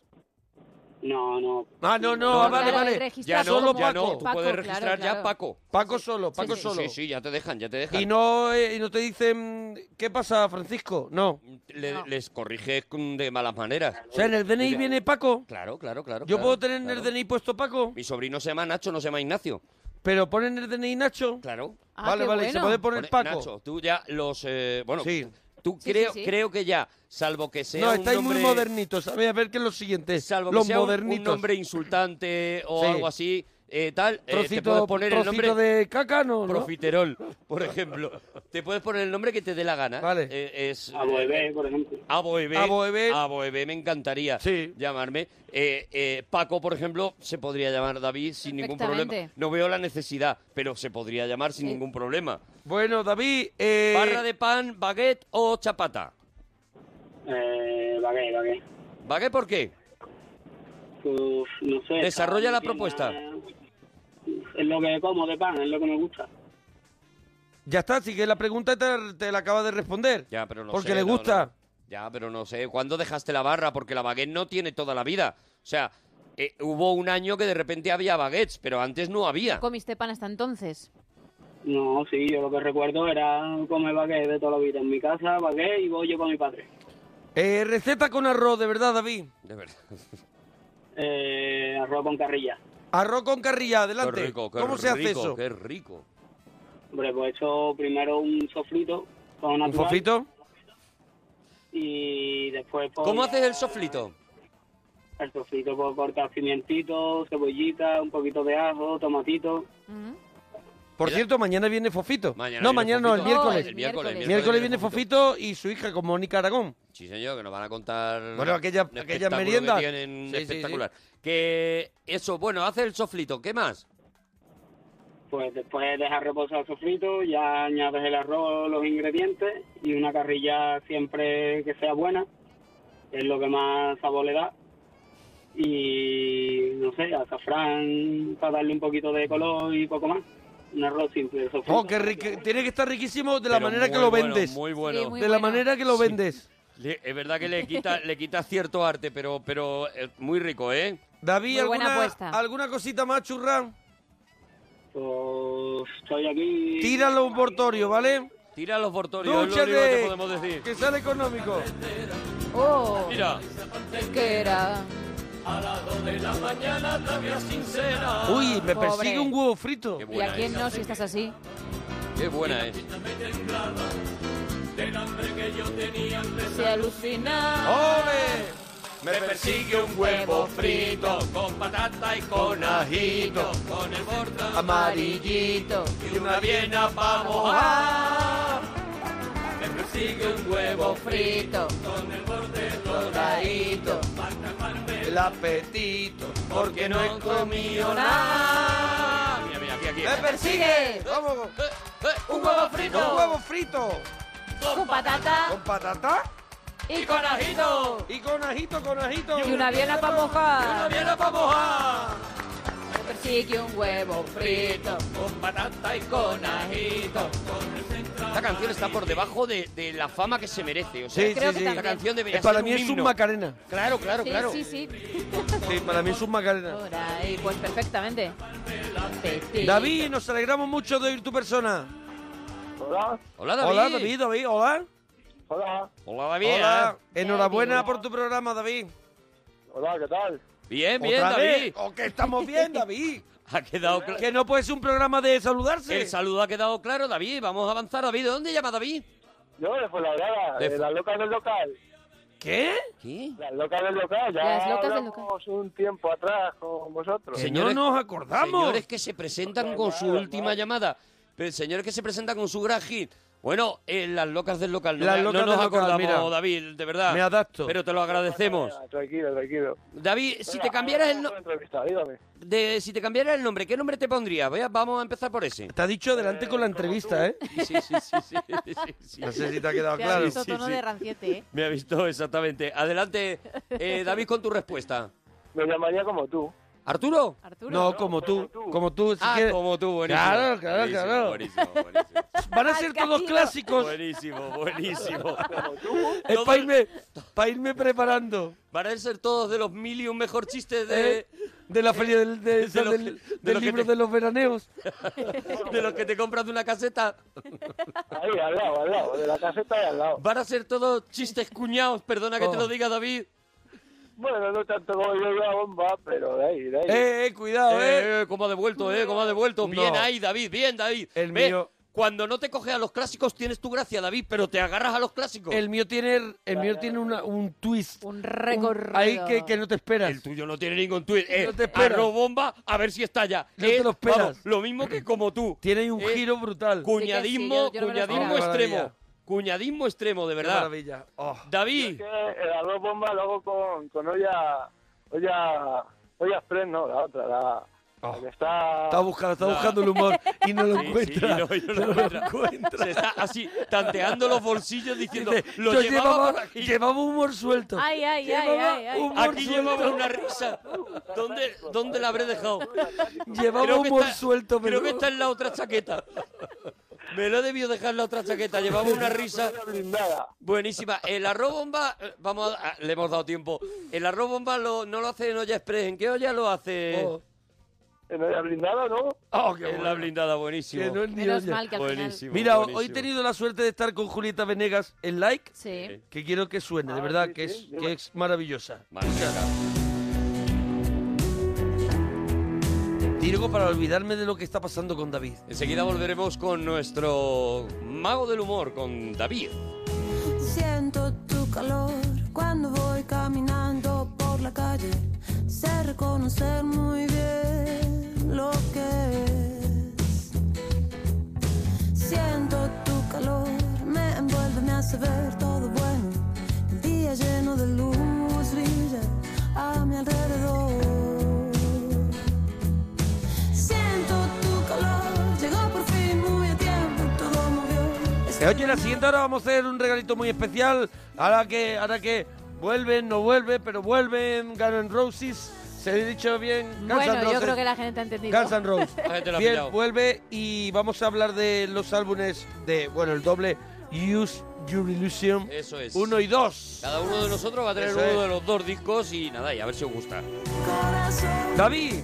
Speaker 5: No, no.
Speaker 2: Ah, no, no,
Speaker 3: No,
Speaker 2: ah, vale,
Speaker 3: claro,
Speaker 2: vale.
Speaker 3: ahí
Speaker 4: Ya
Speaker 3: registras
Speaker 4: no,
Speaker 2: solo
Speaker 3: como-
Speaker 4: ya
Speaker 2: Paco.
Speaker 4: no. Tú
Speaker 3: Paco,
Speaker 4: puedes
Speaker 3: claro,
Speaker 4: registrar
Speaker 3: claro.
Speaker 4: ya Paco.
Speaker 2: Paco solo, Paco
Speaker 3: sí.
Speaker 2: solo.
Speaker 4: Sí, sí, ya te dejan, ya te dejan.
Speaker 2: Y no, eh, y no te dicen, ¿qué pasa, Francisco? No.
Speaker 4: Le-
Speaker 3: No.
Speaker 4: Les corriges con- de malas maneras.
Speaker 2: O sea, en el DNI viene Paco.
Speaker 4: Claro, claro, claro.
Speaker 2: Yo
Speaker 4: claro,
Speaker 2: puedo tener en
Speaker 4: claro.
Speaker 2: el DNI puesto Paco,
Speaker 4: Mi sobrino se llama Nacho, no se llama Ignacio.
Speaker 2: pero ponen el DNI Nacho.
Speaker 4: Claro.
Speaker 3: Ah,
Speaker 2: vale,
Speaker 3: qué
Speaker 2: vale, se
Speaker 3: bueno.
Speaker 2: puede poner
Speaker 4: Pone-
Speaker 2: Paco.
Speaker 4: Nacho, tú ya los... eh, bueno,
Speaker 2: Sí.
Speaker 4: tú
Speaker 3: Sí,
Speaker 4: creo,
Speaker 3: sí, sí.
Speaker 4: creo que ya, salvo que sea
Speaker 2: No,
Speaker 4: un
Speaker 2: estáis muy
Speaker 4: nombre-
Speaker 2: modernitos. A ver, a ver qué es lo siguiente.
Speaker 4: Salvo que
Speaker 2: los
Speaker 4: sea un- un
Speaker 2: modernitos.
Speaker 4: nombre insultante o
Speaker 2: Sí.
Speaker 4: algo así, eh, tal, eh, te
Speaker 2: Trocito,
Speaker 4: puedes poner el
Speaker 2: trocito
Speaker 4: nombre
Speaker 2: de caca, no, ¿no?
Speaker 4: Profiterol, por ejemplo. te puedes poner el nombre que te dé la gana.
Speaker 2: Vale.
Speaker 4: Eh, es,
Speaker 5: Aboebé, por ejemplo.
Speaker 4: Aboebe.
Speaker 2: Aboebe.
Speaker 4: Aboebe, me encantaría
Speaker 2: Sí.
Speaker 4: llamarme. Eh, eh, Paco, por ejemplo, se podría llamar David sin ningún problema.
Speaker 3: Perfectamente.
Speaker 4: No veo la necesidad, pero se podría llamar sin
Speaker 3: Sí.
Speaker 4: ningún problema.
Speaker 2: Bueno, David, eh,
Speaker 4: Barra de pan, baguette o chapata.
Speaker 5: Eh, vagué, vagué.
Speaker 4: ¿Baguette por qué?
Speaker 5: Uf, Pues, no sé.
Speaker 4: Desarrolla la
Speaker 5: no tiene
Speaker 4: propuesta.
Speaker 5: nada. Es lo que como de pan, es lo que me gusta.
Speaker 2: ya está, si que la pregunta te, te la acaba de responder.
Speaker 4: Ya, pero no
Speaker 2: Porque
Speaker 4: sé,
Speaker 2: le
Speaker 4: no,
Speaker 2: gusta.
Speaker 4: no. Ya, pero no sé. ¿Cuándo dejaste la barra? Porque la baguette no tiene toda la vida. O sea, eh, hubo un año que de repente había baguettes, pero antes no había.
Speaker 3: ¿Comiste pan hasta entonces?
Speaker 5: No, sí, yo lo que recuerdo era comer bagué de toda la vida. En mi casa, bagué y bollo con mi padre.
Speaker 2: Eh, receta con arroz, de verdad, David.
Speaker 4: De verdad.
Speaker 5: Eh, arroz con carrilla.
Speaker 2: Arroz con carrilla, adelante.
Speaker 4: Qué rico, qué
Speaker 2: ¿Cómo se hace
Speaker 4: rico,
Speaker 2: eso?
Speaker 4: Qué rico.
Speaker 5: Hombre, pues eso primero un sofrito con
Speaker 2: ¿Un
Speaker 5: natural
Speaker 2: fofito?
Speaker 5: y después... pues,
Speaker 4: ¿Cómo
Speaker 5: ya
Speaker 4: haces el soflito?
Speaker 5: El sofrito pues cortas pimientito, cebollita, un poquito de ajo, tomatito.
Speaker 3: Mm.
Speaker 2: Por
Speaker 4: Mira.
Speaker 2: cierto, mañana viene fofito.
Speaker 4: Mañana
Speaker 2: no,
Speaker 4: viene
Speaker 2: mañana no, el
Speaker 4: Fofito.
Speaker 2: miércoles.
Speaker 3: Oh,
Speaker 4: El miércoles,
Speaker 2: El
Speaker 3: miércoles.
Speaker 2: miércoles viene
Speaker 4: Fofito.
Speaker 2: Fofito y su hija con Mónica Aragón.
Speaker 4: Sí, señor, que nos van a contar.
Speaker 2: Bueno, aquella-
Speaker 4: un
Speaker 2: aquella
Speaker 4: espectáculo
Speaker 2: merienda.
Speaker 4: Que tienen
Speaker 2: Sí, sí, sí.
Speaker 4: espectacular. Que eso, bueno, hace el soflito. ¿Qué más?
Speaker 5: Pues después dejas reposar el sofrito, ya añades el arroz, los ingredientes y una carrilla siempre que sea buena, es lo que más sabor le da. Y no sé, azafrán para darle un poquito de color y poco más. Un arroz simple. el sofrito.
Speaker 2: Oh, qué rico. Tiene que estar riquísimo de la
Speaker 4: Pero
Speaker 2: manera
Speaker 4: muy
Speaker 2: que lo
Speaker 4: bueno,
Speaker 2: vendes.
Speaker 4: muy bueno.
Speaker 3: Sí, muy
Speaker 2: de la
Speaker 3: bueno.
Speaker 2: manera que lo vendes.
Speaker 4: Le- es verdad que le quita, le quita cierto arte, pero, pero eh, muy rico, ¿eh?
Speaker 2: David,
Speaker 3: Muy buena pues.
Speaker 2: ¿alguna,
Speaker 3: apuesta.
Speaker 2: ¿alguna cosita más, churrán?
Speaker 5: Pues estoy aquí.
Speaker 2: Tíralo a un portorio, ¿vale?
Speaker 4: Tira los bortorios, es lo único que te
Speaker 2: ¡Dúchate!
Speaker 4: podemos decir.
Speaker 2: Que sale económico.
Speaker 3: ¡Oh!
Speaker 4: Mira,
Speaker 3: ¿Qué era?
Speaker 2: Uy, me
Speaker 3: Pobre.
Speaker 2: persigue un huevo frito.
Speaker 4: qué
Speaker 3: ¿Y a
Speaker 4: buena
Speaker 3: quién
Speaker 4: es.
Speaker 3: no si estás así?
Speaker 4: Qué buena es.
Speaker 3: Se alucina.
Speaker 2: ¡Ole!
Speaker 4: Me persigue un huevo frito con patata y con ajito, con el borde
Speaker 3: Amarillito.
Speaker 4: y una viena para mojar. Me persigue un huevo
Speaker 3: Frito. Doradito.
Speaker 2: El apetito.
Speaker 4: porque no he comido nada. Mira, mira, aquí, aquí. Eh,
Speaker 2: ¡Me persigue! ¡Vamos!
Speaker 3: Un huevo frito.
Speaker 2: ¡Un huevo frito!
Speaker 3: Con patata
Speaker 2: ¿Con patata?
Speaker 3: y con ajito.
Speaker 2: Y con ajito, con ajito.
Speaker 3: Y una viena para mojar.
Speaker 4: Viena para mojar.
Speaker 3: Me persigue un huevo frito.
Speaker 4: Con patata y con ajito. Esta canción está por debajo de, de la fama que se merece. O sea,
Speaker 2: Sí, Creo sí, que sí.
Speaker 4: esta
Speaker 3: también.
Speaker 4: canción debería
Speaker 2: Eh, para
Speaker 4: ser
Speaker 2: mí
Speaker 4: un
Speaker 2: es un
Speaker 4: himno.
Speaker 2: macarena.
Speaker 4: Claro, claro,
Speaker 3: Sí,
Speaker 4: claro.
Speaker 3: sí, sí.
Speaker 2: Sí, para mí es un macarena.
Speaker 3: Por ahí, pues perfectamente. Apetito.
Speaker 2: David, nos alegramos mucho de oír tu persona.
Speaker 5: Hola,
Speaker 4: Hola, David.
Speaker 2: Hola, David, David, hola.
Speaker 5: hola,
Speaker 4: Hola, David. ¿eh?
Speaker 2: Hola.
Speaker 3: David.
Speaker 2: Enhorabuena por tu programa, David.
Speaker 5: hola, ¿qué tal?
Speaker 4: Bien, bien,
Speaker 2: ¿Otra
Speaker 4: David.
Speaker 2: vez? ¿O qué estamos bien, David?
Speaker 4: Ha quedado claro.
Speaker 2: que no puede ser un programa de saludarse.
Speaker 4: El saludo ha quedado claro, David. Vamos a avanzar, David. ¿De dónde llama David?
Speaker 5: Yo de Fuenlabrada,
Speaker 4: De
Speaker 5: de las locas del local.
Speaker 2: ¿Qué?
Speaker 4: ¿Qué?
Speaker 5: Las locas del local, ya
Speaker 3: Las locas del
Speaker 5: hablamos un tiempo atrás con vosotros.
Speaker 2: Que
Speaker 4: Señores-
Speaker 2: no nos acordamos.
Speaker 4: Señores que se presentan con su última llamada. Pero señores que se presentan con su gran hit. Bueno, eh, las locas del local. No,
Speaker 2: Las
Speaker 4: me- no
Speaker 2: locas
Speaker 4: nos
Speaker 2: del local,
Speaker 4: acordamos,
Speaker 2: mira.
Speaker 4: David, de verdad.
Speaker 2: Me adapto.
Speaker 4: Pero te lo agradecemos.
Speaker 5: Tranquilo, tranquilo.
Speaker 4: David, si te
Speaker 5: Hola,
Speaker 4: cambiaras el
Speaker 5: vamos
Speaker 4: no-
Speaker 5: a entrevista, dígame.
Speaker 4: de- si te cambiaras el nombre, ¿qué nombre te pondrías? Voy a- Vamos a empezar por ese.
Speaker 2: Te ha dicho adelante con la entrevista, ¿eh?
Speaker 4: Sí, sí, sí, sí, sí, sí, sí.
Speaker 2: No sé si te ha quedado
Speaker 3: Te ha
Speaker 2: claro.
Speaker 3: visto tono de ranciete, ¿eh?
Speaker 4: Me ha visto exactamente. Adelante, eh, David, con tu respuesta.
Speaker 5: Me llamaría como tú.
Speaker 4: Arturo.
Speaker 3: Arturo.
Speaker 2: No, como tú, como tú. si
Speaker 4: Ah,
Speaker 2: quieres-
Speaker 4: como tú, buenísimo.
Speaker 2: Claro, claro,
Speaker 4: Buenísimo,
Speaker 2: claro.
Speaker 4: Buenísimo, buenísimo.
Speaker 2: Van a ser todos
Speaker 3: Castillo.
Speaker 2: clásicos.
Speaker 4: Buenísimo, buenísimo.
Speaker 2: Es para irme, pa' irme preparando.
Speaker 4: Van a ser todos de los mil y un mejor chiste
Speaker 2: ¿eh?
Speaker 4: de,
Speaker 2: De la feria del, de-
Speaker 4: de
Speaker 2: esa
Speaker 4: lo
Speaker 2: del-
Speaker 4: que- de
Speaker 2: del
Speaker 4: lo que
Speaker 2: libro
Speaker 4: te-
Speaker 2: de los veraneos.
Speaker 4: de los que te compras de una caseta.
Speaker 5: Ahí, al lado, al lado, de la caseta y al lado.
Speaker 4: Van a ser todos chistes cuñados, perdona que te lo
Speaker 2: Oh.
Speaker 4: diga, David.
Speaker 5: Bueno, no tanto como yo la bomba, pero de ahí, de ahí.
Speaker 2: Eh, eh, cuidado, eh.
Speaker 4: Eh, eh, cómo ha devuelto, eh, cómo ha devuelto. Bien
Speaker 2: No.
Speaker 4: ahí, David, bien, David.
Speaker 2: El
Speaker 4: Ve,
Speaker 2: mío-
Speaker 4: Cuando no te coges a los clásicos tienes tu gracia, David, pero te agarras a los clásicos.
Speaker 2: El mío tiene, el mío tiene una- un twist.
Speaker 3: Un
Speaker 2: un-
Speaker 3: recorrido.
Speaker 2: ahí que, que no te esperas.
Speaker 4: El tuyo no tiene ningún tuit. Eh,
Speaker 2: No te esperas.
Speaker 4: arroz bomba, a ver si estalla.
Speaker 2: No te
Speaker 4: Es,
Speaker 2: lo esperas.
Speaker 4: vamos, lo mismo que como tú.
Speaker 2: tiene un
Speaker 4: Eh,
Speaker 2: giro brutal.
Speaker 4: Cuñadismo,
Speaker 3: Sí que sí, yo- yo no me lo
Speaker 4: cuñadismo
Speaker 2: esperaba.
Speaker 4: extremo.
Speaker 2: Maravilla.
Speaker 4: Cuñadismo extremo, de
Speaker 2: Qué
Speaker 4: verdad.
Speaker 2: maravilla. Oh.
Speaker 4: David,
Speaker 5: el arroz bomba lo hago con, con olla, olla, olla express, no, la otra, la,
Speaker 2: Oh.
Speaker 5: la que está...
Speaker 2: Está buscando, está buscando el humor y no lo
Speaker 4: Sí, sí,
Speaker 2: encuentra.
Speaker 4: y no- y no lo
Speaker 2: encuentra.
Speaker 4: se está así tanteando los bolsillos diciendo,
Speaker 2: Dice,
Speaker 4: lo
Speaker 2: yo
Speaker 4: llevaba
Speaker 2: llevaba,
Speaker 4: por aquí.
Speaker 2: llevaba humor suelto.
Speaker 3: Ay, ay, ay,
Speaker 2: Llevaba
Speaker 3: ay, ay.
Speaker 2: humor
Speaker 4: Aquí
Speaker 2: suelto.
Speaker 4: llevaba una risa. ¿Dónde, dónde la habré dejado?
Speaker 2: Llevaba
Speaker 4: Creo que
Speaker 2: humor
Speaker 4: está-
Speaker 2: suelto, pero
Speaker 4: Creo que está en la otra chaqueta. Me lo debió dejar en la otra chaqueta. Llevaba una risa
Speaker 5: blindada.
Speaker 4: buenísima. El arroz bomba, eh, vamos, a- ah, le hemos dado tiempo. El arroz bomba lo- no lo hace en olla express. ¿En qué olla lo hace?
Speaker 2: Oh,
Speaker 5: En olla blindada, ¿no?
Speaker 2: oh, qué
Speaker 4: en
Speaker 2: bueno.
Speaker 4: la blindada,
Speaker 2: Que
Speaker 4: buenísimo.
Speaker 2: no es ni
Speaker 3: Menos
Speaker 2: olla.
Speaker 3: mal que al
Speaker 4: Buenísimo.
Speaker 2: Mira, ho- hoy he
Speaker 4: buenísimo.
Speaker 2: tenido la suerte de estar con Julieta Venegas en like,
Speaker 3: final. Sí.
Speaker 2: que quiero que suene, de
Speaker 5: Ah,
Speaker 2: verdad,
Speaker 5: sí,
Speaker 2: que,
Speaker 5: sí,
Speaker 2: es,
Speaker 5: yo-
Speaker 2: que es maravillosa.
Speaker 4: Magnífica.
Speaker 2: Digo para olvidarme de lo que está pasando con David.
Speaker 4: Enseguida volveremos con nuestro mago del humor, con David.
Speaker 8: Siento tu calor cuando voy caminando por la calle. Sé reconocer muy bien lo que es. Siento tu calor, me envuelve, me hace ver todo bueno. El día lleno de luz brilla a mi alrededor. Siento tu calor, llegó por fin muy a tiempo, todo movió.
Speaker 2: Eh, Oye, la siguiente hora vamos a hacer un regalito muy especial. Ahora que, ahora que vuelven, no vuelven, pero vuelven Guns N' Roses. Se le he dicho bien. Guns N'
Speaker 3: Bueno, yo
Speaker 2: Roses.
Speaker 3: creo que la gente ha entendido.
Speaker 2: Guns N' Roses.
Speaker 4: La gente lo ha
Speaker 2: Bien,
Speaker 4: pillado.
Speaker 2: vuelve y vamos a hablar de los álbumes de, bueno, el doble Use Your Illusion
Speaker 4: Eso es.
Speaker 2: 1 y 2.
Speaker 4: Cada uno de nosotros va a tener
Speaker 2: Eso
Speaker 4: uno
Speaker 2: es.
Speaker 4: de los dos discos y nada, y a ver si os gusta.
Speaker 8: Corazón.
Speaker 2: David,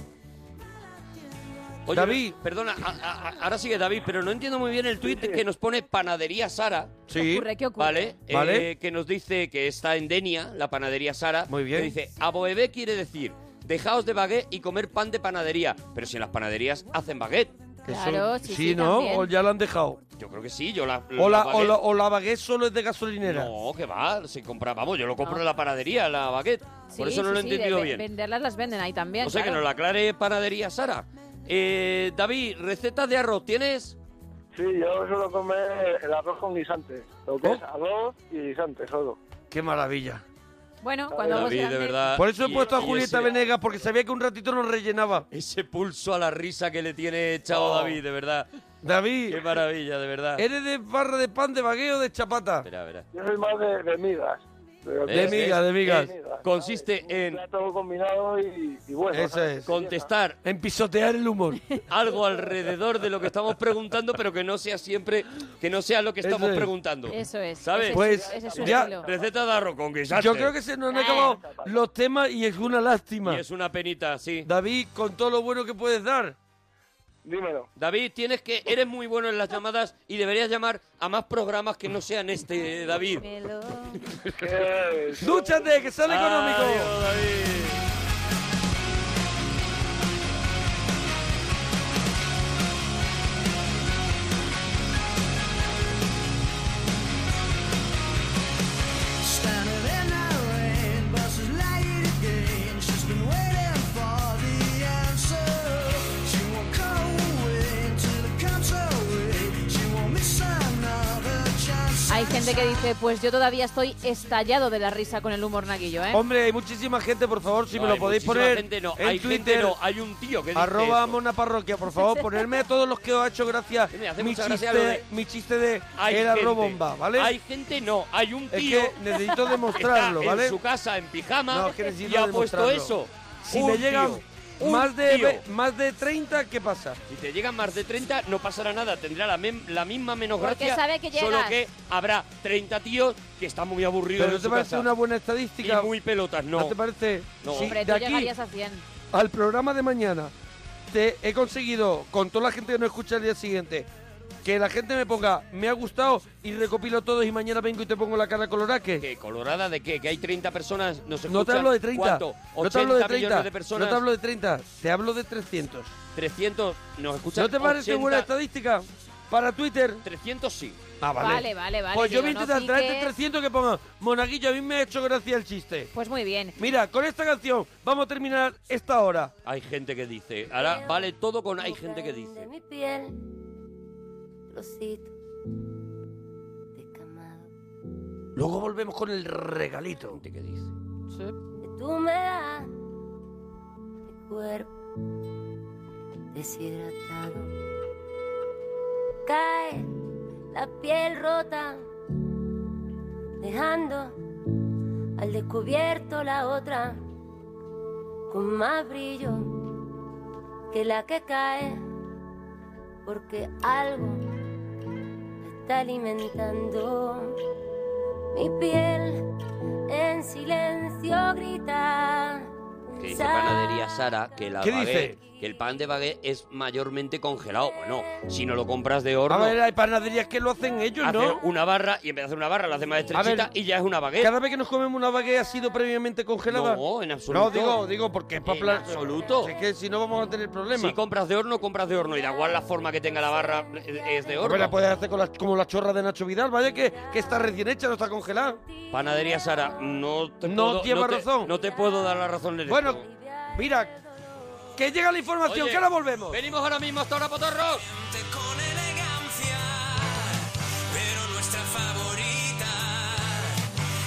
Speaker 4: Oye,
Speaker 2: David.
Speaker 4: Perdona, a- a- a- ahora sigue David, pero no entiendo muy bien el tuit que nos pone Panadería Sara,
Speaker 3: ¿Qué
Speaker 2: sí.
Speaker 3: ocurre? ¿Qué ocurre?
Speaker 4: ¿vale? Eh,
Speaker 2: Vale.
Speaker 4: que nos dice que está en Denia, la panadería Sara.
Speaker 2: Muy bien.
Speaker 4: Que dice, aboebé quiere decir, dejaos de baguette y comer pan de panadería. Pero si en las panaderías hacen baguette.
Speaker 2: Que
Speaker 3: Claro,
Speaker 2: son-
Speaker 3: sí, sí,
Speaker 2: ¿no?
Speaker 3: también.
Speaker 2: O ya lo han dejado.
Speaker 4: Yo creo que sí, yo la...
Speaker 2: O la, o
Speaker 4: baguette-
Speaker 2: la, o la baguette solo es de gasolinera.
Speaker 4: No, que va, se compra, vamos, yo lo compro
Speaker 3: No.
Speaker 4: en la panadería, la baguette. Por
Speaker 3: Sí,
Speaker 4: eso no
Speaker 3: sí,
Speaker 4: lo he
Speaker 3: sí,
Speaker 4: entendido
Speaker 3: de-
Speaker 4: bien.
Speaker 3: Venderlas las venden ahí también.
Speaker 4: O sea que
Speaker 3: claro.
Speaker 4: nos la aclare panadería Sara. Eh, David, recetas de arroz, ¿tienes?
Speaker 5: Sí, yo suelo comer el arroz con guisante. Lo
Speaker 6: Oh.
Speaker 5: que es arroz y guisante solo.
Speaker 2: Qué maravilla.
Speaker 3: Bueno, cuando vos
Speaker 4: David, de
Speaker 3: grande-
Speaker 4: verdad.
Speaker 2: Por eso he
Speaker 4: y-
Speaker 2: puesto a
Speaker 4: y
Speaker 2: Julieta
Speaker 4: ese-
Speaker 2: Venegas, porque sabía que un ratito nos rellenaba. Oh.
Speaker 4: Ese pulso a la risa que le tiene echado David, de verdad.
Speaker 2: David,
Speaker 4: Qué maravilla, de verdad.
Speaker 2: ¿eres de barra de pan, de bagueo o de chapata?
Speaker 4: Verá, verá.
Speaker 5: Yo soy más de, de migas.
Speaker 2: De
Speaker 4: Es-
Speaker 2: migas,
Speaker 4: es-
Speaker 2: de migas.
Speaker 4: es- consiste en
Speaker 5: Todo combinado y, y bueno.
Speaker 2: Eso
Speaker 5: ¿sabes?
Speaker 2: es.
Speaker 4: contestar
Speaker 2: En pisotear el humor.
Speaker 4: algo alrededor de lo que estamos preguntando, pero que no sea siempre, que no sea lo que
Speaker 2: Eso
Speaker 4: estamos
Speaker 2: es.
Speaker 4: preguntando.
Speaker 3: Eso es.
Speaker 4: ¿Sabes?
Speaker 3: Ese es
Speaker 2: Pues,
Speaker 3: su- ese es su
Speaker 2: ya-
Speaker 3: estilo. Ah,
Speaker 4: Receta de arroz con guisante.
Speaker 2: Yo creo que se nos han acabado los temas y es una
Speaker 4: Y
Speaker 2: lástima.
Speaker 4: es una penita, sí.
Speaker 2: David, con todo lo bueno que puedes dar.
Speaker 5: Dímelo.
Speaker 4: David, tienes que eres muy bueno en las llamadas y deberías llamar a más programas que no sean este, David.
Speaker 3: Me lo-
Speaker 5: Eh,
Speaker 2: ¡Dúchate, que sale económico!
Speaker 4: Adiós, David.
Speaker 1: Standing in the rain, bus is late again. She's been waiting for the answer. She won't come away till it comes her way. She won't miss another chance.
Speaker 3: Hay gente que dice, pues yo todavía estoy estallado de la risa con el humor naguillo, ¿eh?
Speaker 2: Hombre, hay muchísima gente, por favor, si
Speaker 4: No,
Speaker 2: me lo
Speaker 4: hay
Speaker 2: podéis
Speaker 4: muchísima
Speaker 2: poner
Speaker 4: gente no,
Speaker 2: en
Speaker 4: hay gente
Speaker 2: Twitter,
Speaker 4: no, hay un tío que dice
Speaker 2: arroba
Speaker 4: eso.
Speaker 2: Mona Parroquia, por favor, ponerme a todos los que os ha hecho gracia
Speaker 4: Sí, me hace
Speaker 2: mi
Speaker 4: mucha
Speaker 2: chiste,
Speaker 4: gracia lo de-
Speaker 2: mi chiste de
Speaker 4: Hay
Speaker 2: el
Speaker 4: gente-
Speaker 2: arroz bomba, ¿vale?
Speaker 4: Hay gente no, hay un
Speaker 2: es
Speaker 4: tío
Speaker 2: que necesito
Speaker 4: que
Speaker 2: demostrarlo,
Speaker 4: está
Speaker 2: ¿vale?
Speaker 4: en su casa en pijama
Speaker 2: No, es que
Speaker 4: y
Speaker 2: necesito
Speaker 4: ha puesto
Speaker 2: demostrarlo.
Speaker 4: eso.
Speaker 2: Si
Speaker 4: Un
Speaker 2: me llegan
Speaker 4: tío, un
Speaker 2: más de,
Speaker 4: tío.
Speaker 2: ve- más de 30, ¿qué pasa?
Speaker 4: Si te llegan más de 30 no pasará nada, tendrá la, mem- la misma menos
Speaker 3: Porque
Speaker 4: gracia,
Speaker 3: sabe que
Speaker 4: solo
Speaker 3: llegas.
Speaker 4: que habrá 30 tíos que están muy aburridos
Speaker 2: Pero
Speaker 4: en
Speaker 2: ¿no te
Speaker 4: su
Speaker 2: parece
Speaker 4: casa
Speaker 2: una buena
Speaker 4: y
Speaker 2: estadística?
Speaker 4: muy pelotas,
Speaker 2: ¿No
Speaker 4: no.
Speaker 2: te parece?
Speaker 4: No.
Speaker 2: Si
Speaker 3: Hombre,
Speaker 2: de
Speaker 3: tú
Speaker 2: aquí
Speaker 3: llegarías a 100.
Speaker 2: al programa de mañana te he conseguido, con toda la gente que nos escucha el día siguiente, que la gente me ponga, me ha gustado y recopilo todos y mañana vengo y te pongo la cara colorada. ¿qué?
Speaker 4: ¿Qué, ¿Colorada de qué? Que hay 30 personas, no se
Speaker 2: No te hablo de 30.
Speaker 4: ¿Cuánto?
Speaker 2: No te hablo de
Speaker 4: 80 millones
Speaker 2: 30.
Speaker 4: de personas.
Speaker 2: No te hablo de 30. Te hablo de 300.
Speaker 4: 300 nos escuchan.
Speaker 2: ¿No te parece
Speaker 4: 80
Speaker 2: buena estadística? Para Twitter.
Speaker 4: 300 sí.
Speaker 2: Ah, vale.
Speaker 3: Vale, vale, vale,
Speaker 2: Pues yo voy a
Speaker 3: digo, no
Speaker 2: intentar traerte
Speaker 3: piques.
Speaker 2: 300 que pongan. Monaguillo, a mí me ha hecho gracia el chiste.
Speaker 3: Pues muy bien.
Speaker 2: Mira, con esta canción vamos a terminar esta hora.
Speaker 4: Hay gente que dice. Ahora vale todo con hay gente que
Speaker 8: De
Speaker 4: dice.
Speaker 8: mi piel, trocito de camado
Speaker 2: Luego volvemos con el regalito.
Speaker 4: Gente que dice.
Speaker 8: que tú me das, mi cuerpo deshidratado. Cae la piel rota, dejando al descubierto la otra con más brillo que la que cae, porque algo la está alimentando mi piel en silencio grita.
Speaker 4: Que dice Panadería Sara que la
Speaker 2: ¿Qué
Speaker 4: baguette- que el pan de baguette es mayormente congelado. Bueno, si no lo compras de
Speaker 2: A
Speaker 4: horno,
Speaker 2: ver, hay panaderías que lo hacen ellos,
Speaker 4: hace
Speaker 2: ¿no?
Speaker 4: una barra y en vez de hacer una barra la hace más estrechita
Speaker 2: ver,
Speaker 4: y ya es una baguette.
Speaker 2: Cada vez que nos comemos una baguette ha sido previamente congelada.
Speaker 4: No, en absoluto.
Speaker 2: No, digo, digo, porque es para
Speaker 4: En absoluto.
Speaker 2: Es que si no vamos a tener problemas.
Speaker 4: Si compras de horno, compras de horno y da igual la forma que tenga la barra eh, es de
Speaker 2: Hombre, la
Speaker 4: horno.
Speaker 2: puedes hacer con la- como la chorra de Nacho Vidal, vaya que, que está recién hecha, no está congelada.
Speaker 4: Panadería Sara, no te
Speaker 2: No
Speaker 4: puedo,
Speaker 2: lleva
Speaker 4: te-
Speaker 2: razón.
Speaker 4: no te puedo dar la razón. en
Speaker 2: Bueno,
Speaker 4: esto.
Speaker 2: mira, que llega la información,
Speaker 4: Oye,
Speaker 2: que ahora volvemos.
Speaker 4: Venimos ahora mismo hasta ahora, Potorros.
Speaker 1: con elegancia, pero nuestra favorita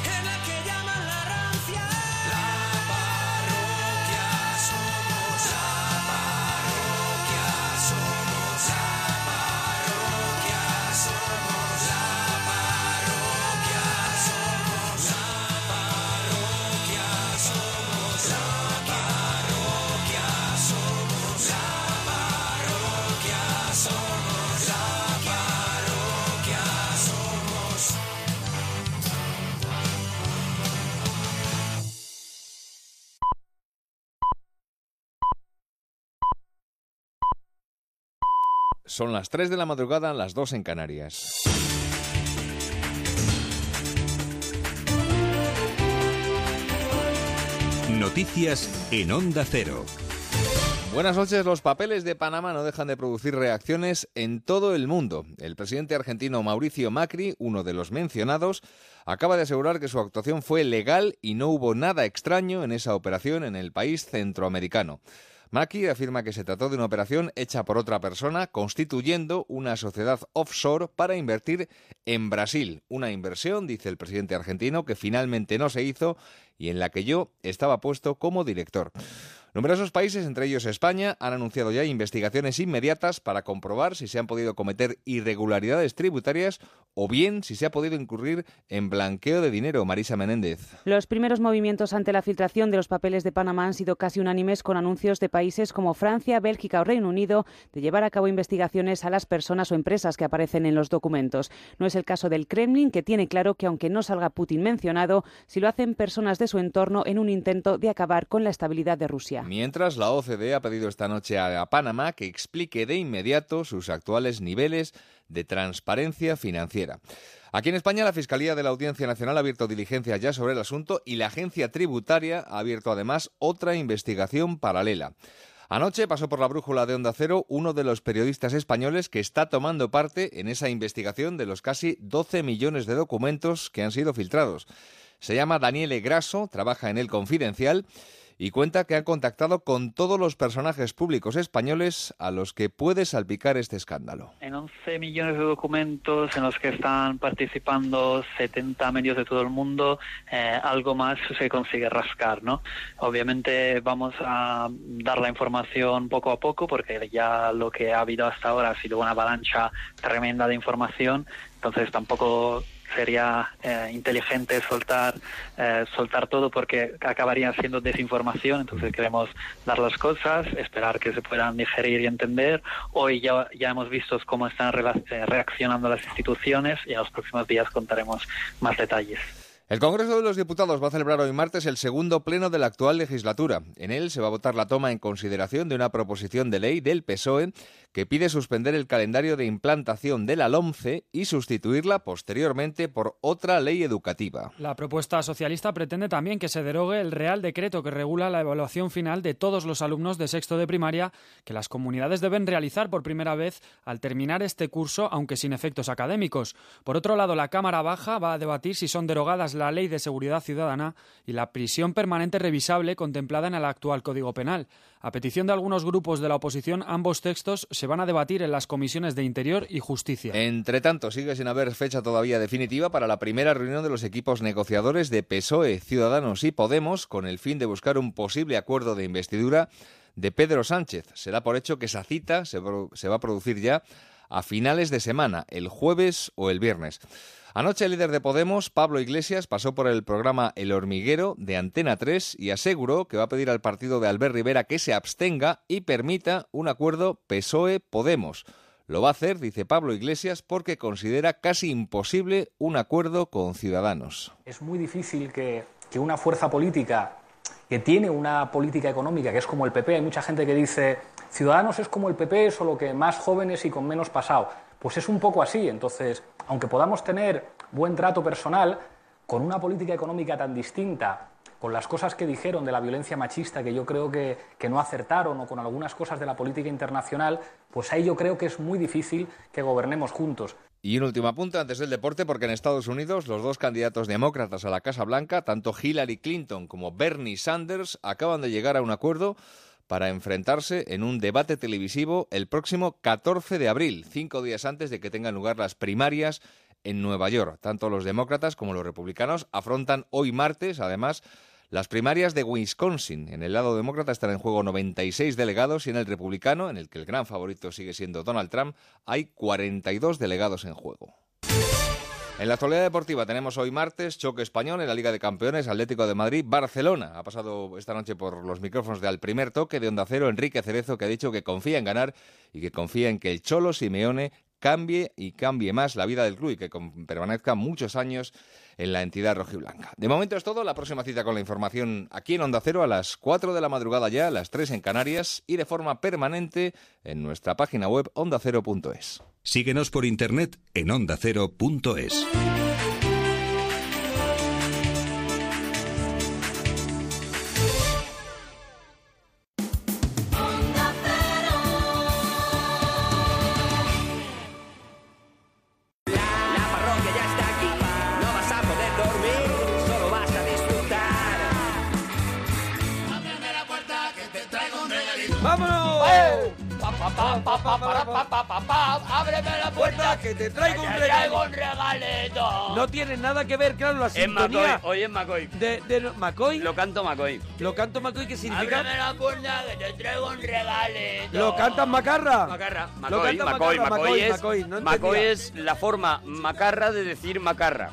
Speaker 1: es la que llaman la rancia. La parroquia somos, la parroquia somos, la parroquia somos, la parroquia somos, la parroquia somos, la parroquia somos, la parroquia somos, la parroquia somos.
Speaker 9: Son las 3 de la madrugada, las 2 en Canarias.
Speaker 10: Noticias en Onda Cero.
Speaker 9: Buenas noches. Los papeles de Panamá no dejan de producir reacciones en todo el mundo. El presidente argentino Mauricio Macri, uno de los mencionados, acaba de asegurar que su actuación fue legal y no hubo nada extraño en esa operación en el país centroamericano. Macri afirma que se trató de una operación hecha por otra persona, constituyendo una sociedad offshore para invertir en Brasil. Una inversión, dice el presidente argentino, que finalmente no se hizo y en la que yo estaba puesto como director. Numerosos países, entre ellos España, han anunciado ya investigaciones inmediatas para comprobar si se han podido cometer irregularidades tributarias o bien si se ha podido incurrir en blanqueo de dinero. Marisa Menéndez.
Speaker 11: Los primeros movimientos ante la filtración de los papeles de Panamá han sido casi unánimes con anuncios de países como Francia, Bélgica o Reino Unido de llevar a cabo investigaciones a las personas o empresas que aparecen en los documentos. No es el caso del Kremlin, que tiene claro que aunque no salga Putin mencionado, si lo hacen personas de su entorno en un intento de acabar con la estabilidad de Rusia.
Speaker 9: Mientras, la OCDE ha pedido esta noche a, a Panamá que explique de inmediato sus actuales niveles de transparencia financiera. Aquí en España, la Fiscalía de la Audiencia Nacional ha abierto diligencias ya sobre el asunto y la Agencia Tributaria ha abierto además otra investigación paralela. Anoche pasó por la brújula de Onda Cero uno de los periodistas españoles que está tomando parte en esa investigación de los casi 12 millones de documentos que han sido filtrados. Se llama Daniele Grasso, trabaja en El Confidencial y cuenta que han contactado con todos los personajes públicos españoles a los que puede salpicar este escándalo.
Speaker 12: En 11 millones de documentos en los que están participando 70 medios de todo el mundo, eh, algo más se consigue rascar, ¿no? Obviamente vamos a dar la información poco a poco porque ya lo que ha habido hasta ahora ha sido una avalancha tremenda de información, entonces tampoco sería eh, inteligente soltar eh, soltar todo porque acabaría siendo desinformación entonces queremos dar las cosas esperar que se puedan digerir y entender hoy ya ya hemos visto cómo están rela- eh, reaccionando las instituciones y en los próximos días contaremos más detalles
Speaker 9: El Congreso de los Diputados va a celebrar hoy martes el segundo pleno de la actual legislatura. En él se va a votar la toma en consideración de una proposición de ley del PSOE E que pide suspender el calendario de implantación de la LOMCE y sustituirla posteriormente por otra ley educativa.
Speaker 13: La propuesta socialista pretende también que se derogue el Real Decreto que regula la evaluación final de todos los alumnos de sexto de primaria que las comunidades deben realizar por primera vez al terminar este curso, aunque sin efectos académicos. Por otro lado, la Cámara Baja va a debatir si son derogadas la Ley de Seguridad Ciudadana y la prisión permanente revisable contemplada en el actual Código Penal. A petición de algunos grupos de la oposición, ambos textos se van a debatir en las comisiones de Interior y Justicia.
Speaker 9: Entre tanto, sigue sin haber fecha todavía definitiva para la primera reunión de los equipos negociadores de PSOE, E, Ciudadanos y Podemos con el fin de buscar un posible acuerdo de investidura de Pedro Sánchez. Será por hecho que esa cita se, pro- se va a producir ya a finales de semana, el jueves o el viernes. Anoche el líder de Podemos, Pablo Iglesias, pasó por el programa El Hormiguero de Antena 3 y aseguró que va a pedir al partido de Albert Rivera que se abstenga y permita un acuerdo PSOE-Podemos. Lo va a hacer, dice Pablo Iglesias, porque considera casi imposible un acuerdo con Ciudadanos.
Speaker 14: Es muy difícil que, que una fuerza política que tiene una política económica que es como el PP, hay mucha gente que dice Ciudadanos es como el PP, solo que más jóvenes y con menos pasado. Pues es un poco así, entonces, aunque podamos tener buen trato personal, con una política económica tan distinta, con las cosas que dijeron de la violencia machista que yo creo que, que no acertaron o con algunas cosas de la política internacional, pues ahí yo creo que es muy difícil que gobernemos juntos.
Speaker 9: Y un último apunte antes del deporte, porque en Estados Unidos los dos candidatos demócratas a la Casa Blanca, tanto Hillary Clinton como Bernie Sanders, acaban de llegar a un acuerdo para enfrentarse en un debate televisivo el próximo 14 de abril, cinco días antes de que tengan lugar las primarias en Nueva York. Tanto los demócratas como los republicanos afrontan hoy martes, además, las primarias de Wisconsin. En el lado demócrata están en juego 96 delegados y en el republicano, en el que el gran favorito sigue siendo Donald Trump, hay 42 delegados en juego. En la actualidad deportiva tenemos hoy martes choque español en la Liga de Campeones Atlético de Madrid Barcelona. Ha pasado esta noche por los micrófonos de al primer toque de Onda Cero Enrique Cerezo que ha dicho que confía en ganar y que confía en que el Cholo Simeone cambie y cambie más la vida del club y que con- permanezca muchos años en la entidad rojiblanca. De momento es todo, la próxima cita con la información aquí en Onda Cero a las 4 de la madrugada ya, a las 3 en Canarias y de forma permanente en nuestra página web ondacero.es.
Speaker 10: Síguenos por internet en ondacero.es.
Speaker 1: No vas a poder dormir, solo vas a disfrutar. Ábreme la puerta que te traigo un regalito.
Speaker 2: ¡Vámonos!
Speaker 1: Pa, pa, pa, pa, pa, para, pa, pa, pa, pa. Ábreme la puerta que te traigo
Speaker 2: un
Speaker 1: Traigo
Speaker 2: regalo.
Speaker 1: un regalito.
Speaker 2: No tiene nada que ver, claro, la
Speaker 4: Es McCoy,
Speaker 2: sintonía
Speaker 4: hoy es McCoy.
Speaker 2: de, de no- McCoy.
Speaker 4: Lo canto McCoy.
Speaker 2: Lo canto McCoy, ¿qué significa?
Speaker 1: Ábreme la puerta que te traigo un regalito.
Speaker 2: ¿Lo cantas Macarra?
Speaker 4: Macarra,
Speaker 2: Lo
Speaker 4: McCoy,
Speaker 2: canta
Speaker 4: McCoy,
Speaker 2: Macarra,
Speaker 4: McCoy es,
Speaker 2: McCoy, no
Speaker 4: McCoy
Speaker 2: entendía.
Speaker 4: es la forma macarra de decir macarra.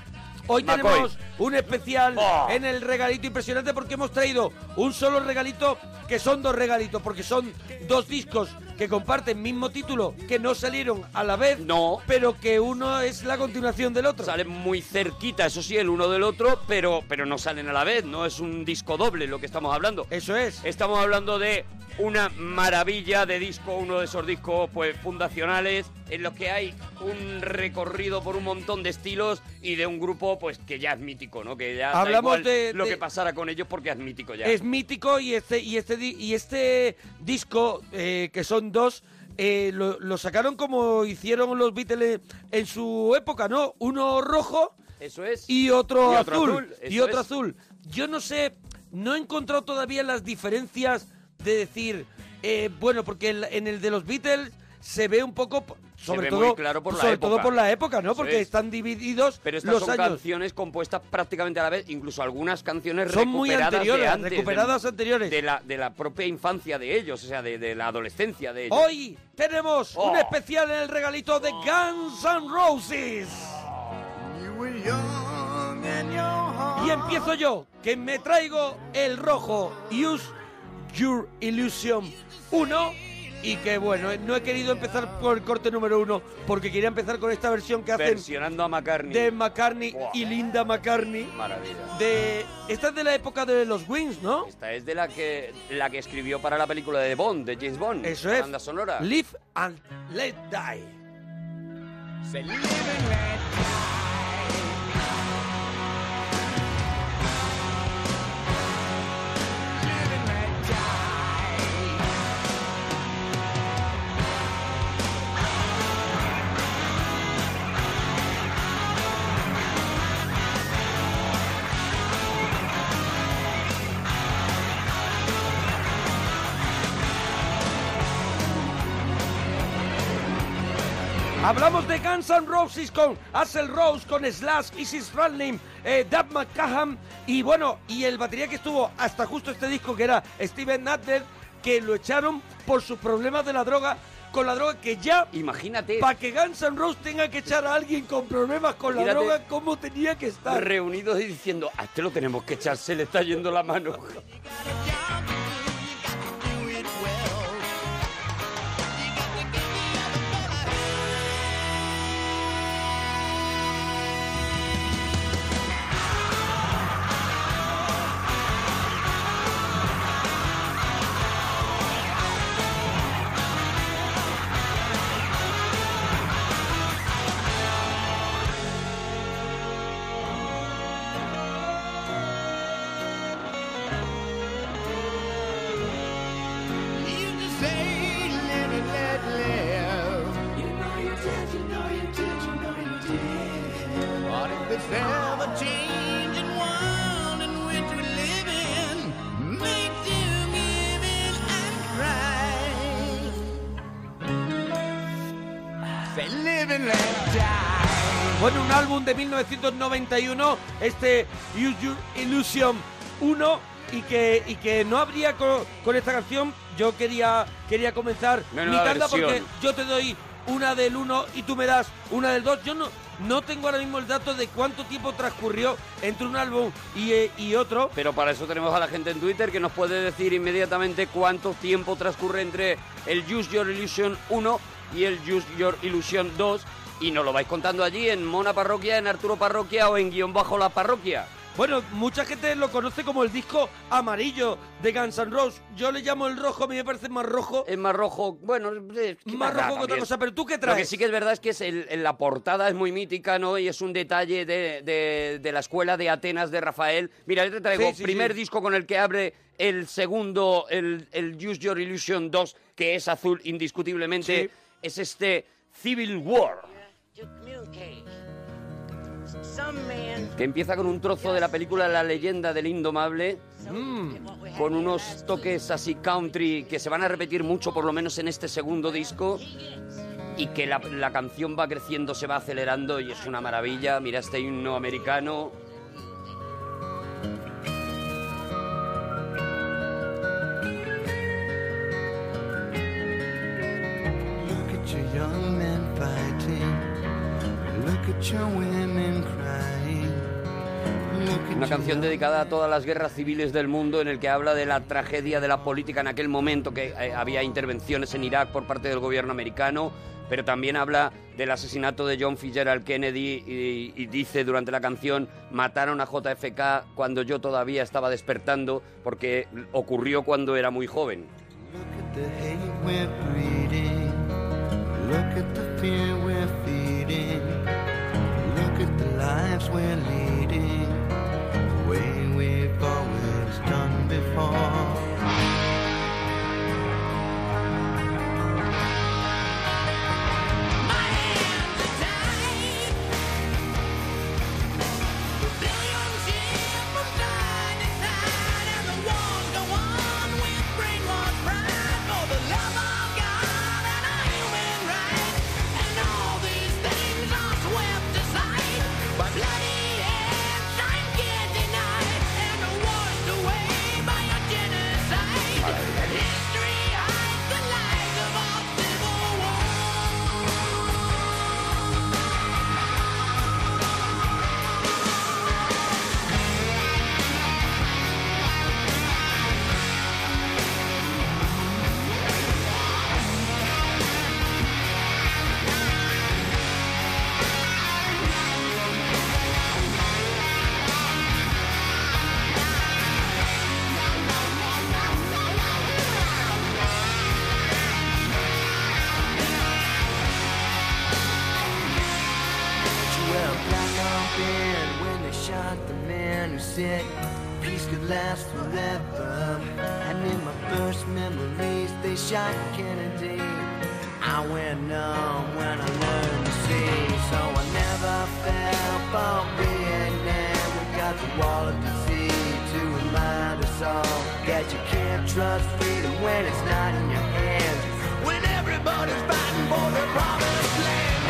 Speaker 2: Hoy
Speaker 4: McCoy.
Speaker 2: tenemos un especial
Speaker 4: Oh.
Speaker 2: en el regalito impresionante porque hemos traído un solo regalito que son dos regalitos porque son dos discos que comparten mismo título que no salieron a la vez
Speaker 4: no
Speaker 2: pero que uno es la continuación del otro
Speaker 4: Salen muy cerquita, eso sí, el uno del otro, pero, pero no salen a la vez, no es un disco doble lo que estamos hablando.
Speaker 2: Eso es.
Speaker 4: Estamos hablando de una maravilla de disco, uno de esos discos pues fundacionales en los que hay un recorrido por un montón de estilos y de un grupo pues que ya es mítico, ¿no? Que ya da
Speaker 2: Hablamos
Speaker 4: igual
Speaker 2: de-
Speaker 4: lo
Speaker 2: de-
Speaker 4: que pasara con ellos porque es mítico ya.
Speaker 2: es mítico y este y este di- y este disco eh, que son dos eh, lo, lo sacaron como hicieron los Beatles en su época no uno rojo
Speaker 4: Eso es.
Speaker 2: y otro
Speaker 4: Y otro
Speaker 2: azul,
Speaker 4: azul,
Speaker 2: y
Speaker 4: eso
Speaker 2: otro
Speaker 4: es.
Speaker 2: azul yo no sé no he encontrado todavía las diferencias de decir eh, bueno porque en, la- en el de los Beatles se ve un poco p- sobre
Speaker 4: ve
Speaker 2: todo
Speaker 4: muy claro por la
Speaker 2: sobre
Speaker 4: época.
Speaker 2: todo por la época no
Speaker 4: Eso
Speaker 2: porque
Speaker 4: es.
Speaker 2: están divididos
Speaker 4: Pero estas
Speaker 2: los
Speaker 4: son
Speaker 2: años
Speaker 4: canciones compuestas prácticamente a la vez, incluso algunas canciones
Speaker 2: Son muy
Speaker 4: recuperadas de
Speaker 2: anteriores,
Speaker 4: antes, de-
Speaker 2: recuperadas anteriores.
Speaker 4: De la, de la propia infancia de ellos, o sea, de, de la adolescencia de ellos.
Speaker 2: Hoy tenemos
Speaker 4: Oh.
Speaker 2: un especial en el regalito de Guns N' Roses. Y empiezo yo, que me traigo el rojo. Use Your Illusion 1 y que bueno, eh, no he querido empezar por el corte número uno porque quería empezar con esta versión que hacen
Speaker 4: Versionando a McCartney.
Speaker 2: de McCartney y Linda McCartney.
Speaker 4: Maravilla.
Speaker 2: De, esta es de la época de los Wings, ¿no?
Speaker 4: Esta es de la que, la que escribió para la película de Bond, de James Bond.
Speaker 2: Eso es.
Speaker 4: Banda sonora.
Speaker 2: Live and let die.
Speaker 15: Se live and let die. Live and let
Speaker 2: Hablamos de Guns N' Roses con Axel Rose, con Slash, Isis Franklin, eh, Dab McCahan y bueno, y el batería que estuvo hasta justo este disco que era Steven Adler, que lo echaron por sus problemas de la droga, con la droga que ya...
Speaker 4: Imagínate.
Speaker 2: Para que Guns N' Roses tenga que echar a alguien con problemas con la
Speaker 4: Imagínate.
Speaker 2: droga, ¿cómo tenía que estar?
Speaker 4: Reunidos y diciendo, a este lo tenemos que echar, se le está yendo la mano.
Speaker 15: You just say live and let live. You know you did, you know you did, you know you did. What if it's ever changing world in which we live in makes you give in and cry? Say live and let die.
Speaker 2: Bueno, un álbum de 1991, este Use Your Illusion 1, y que, y que no habría co- con, esta canción. Yo quería, quería comenzar
Speaker 4: Menuda
Speaker 2: mi tanda
Speaker 4: versión.
Speaker 2: porque yo te doy una del 1 y tú me das una del 2. Yo no, no tengo ahora mismo el dato de cuánto tiempo transcurrió entre un álbum y, eh, y otro.
Speaker 4: Pero para eso tenemos a la gente en Twitter que nos puede decir inmediatamente cuánto tiempo transcurre entre el Use Your Illusion 1 y el Use Your Illusion 2. Y nos lo vais contando allí en Mona Parroquia, en Arturo Parroquia o en guión bajo la parroquia.
Speaker 2: Bueno, mucha gente lo conoce como el disco amarillo de Guns N' Roses. Yo le llamo el rojo, a mí me parece más rojo.
Speaker 4: Es más rojo, bueno,
Speaker 2: más
Speaker 4: verdad
Speaker 2: rojo que otra
Speaker 4: también.
Speaker 2: cosa. Pero tú qué
Speaker 4: Lo
Speaker 2: traes.
Speaker 4: que sí que es verdad es que es el- el- la portada es muy mítica, ¿no? Y es un detalle de, de- de la escuela de Atenas de Rafael. Mira, yo te traigo
Speaker 2: Sí, sí,
Speaker 4: primer
Speaker 2: sí.
Speaker 4: disco con el que abre el segundo, el, el Use Your Illusion 2, que es azul indiscutiblemente, es este Civil War,
Speaker 15: You communicate. Some man
Speaker 4: que empieza con un trozo de la película La leyenda del indomable. Con unos toques así country que se van a repetir mucho, por lo menos en este segundo disco. y que la, la canción va creciendo, se va acelerando y es una maravilla. Mira este himno americano.
Speaker 15: Look at your young men fighting. Look at your women crying. Look at
Speaker 4: Una canción dedicada a todas las guerras civiles del mundo en el que habla de la tragedia de la política en aquel momento, que eh, había intervenciones en Irak por parte del gobierno americano, pero también habla del asesinato de John Fitzgerald Kennedy y, y dice durante la canción, mataron a JFK cuando yo todavía estaba despertando, porque ocurrió cuando era muy joven.
Speaker 15: the hate we're breeding. Look at the fear we're feeding. Look at the lives we're leading. The way we've always done before. Bloody hands stand when they shot the man who said peace could last forever. And in my first memories, they shot Kennedy. I went numb when I learned to see, so I never felt for Vietnam. We got the wall of disease to remind us all that you can't trust freedom when it's not in your hands. When everybody's fighting for their promised land,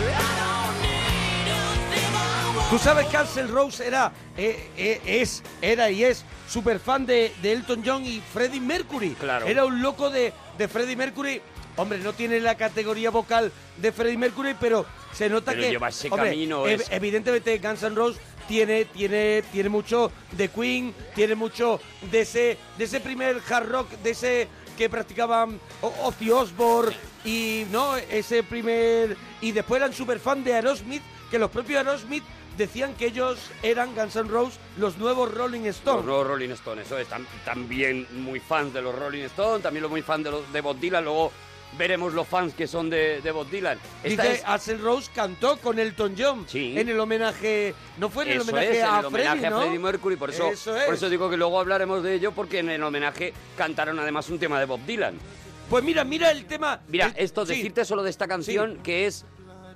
Speaker 15: and I don't need a
Speaker 2: Tú sabes que Axel Rose era, eh, eh, es, era y es súper fan de, de Elton John y Freddie Mercury. Claro. Era un loco de, de Freddie Mercury. Hombre, no tiene la categoría vocal de Freddie Mercury, pero se nota
Speaker 4: Pero
Speaker 2: que.
Speaker 4: lleva ese
Speaker 2: hombre,
Speaker 4: camino,
Speaker 2: ev-
Speaker 4: es-
Speaker 2: Evidentemente, Guns N' Roses tiene, tiene, tiene mucho de Queen, tiene mucho de ese, de ese primer hard rock, de ese que practicaban O- Ozzy Osbourne y no ese primer y después eran super fan de Aerosmith que los propios Aerosmith decían que ellos eran Guns N' Roses los nuevos Rolling
Speaker 4: Los
Speaker 2: Stones
Speaker 4: nuevos Rolling Stones, eso es. Tam- también muy fans de los Rolling Stones, también los muy fans de, los, de Bob Dylan. Luego veremos los fans que son de, de Bob Dylan. Esta
Speaker 2: Dice
Speaker 4: es-
Speaker 2: Axel Rose cantó con Elton John en el homenaje no fue en el
Speaker 4: Eso
Speaker 2: homenaje
Speaker 4: es, en
Speaker 2: a
Speaker 4: el homenaje
Speaker 2: Freddie,
Speaker 4: a
Speaker 2: ¿no?
Speaker 4: Freddie Mercury, por eso,
Speaker 2: Eso es.
Speaker 4: por eso digo que luego hablaremos de ello, porque en el homenaje cantaron además un tema de Bob Dylan.
Speaker 2: Pues mira, mira el tema.
Speaker 4: Mira, esto decirte solo de esta canción que es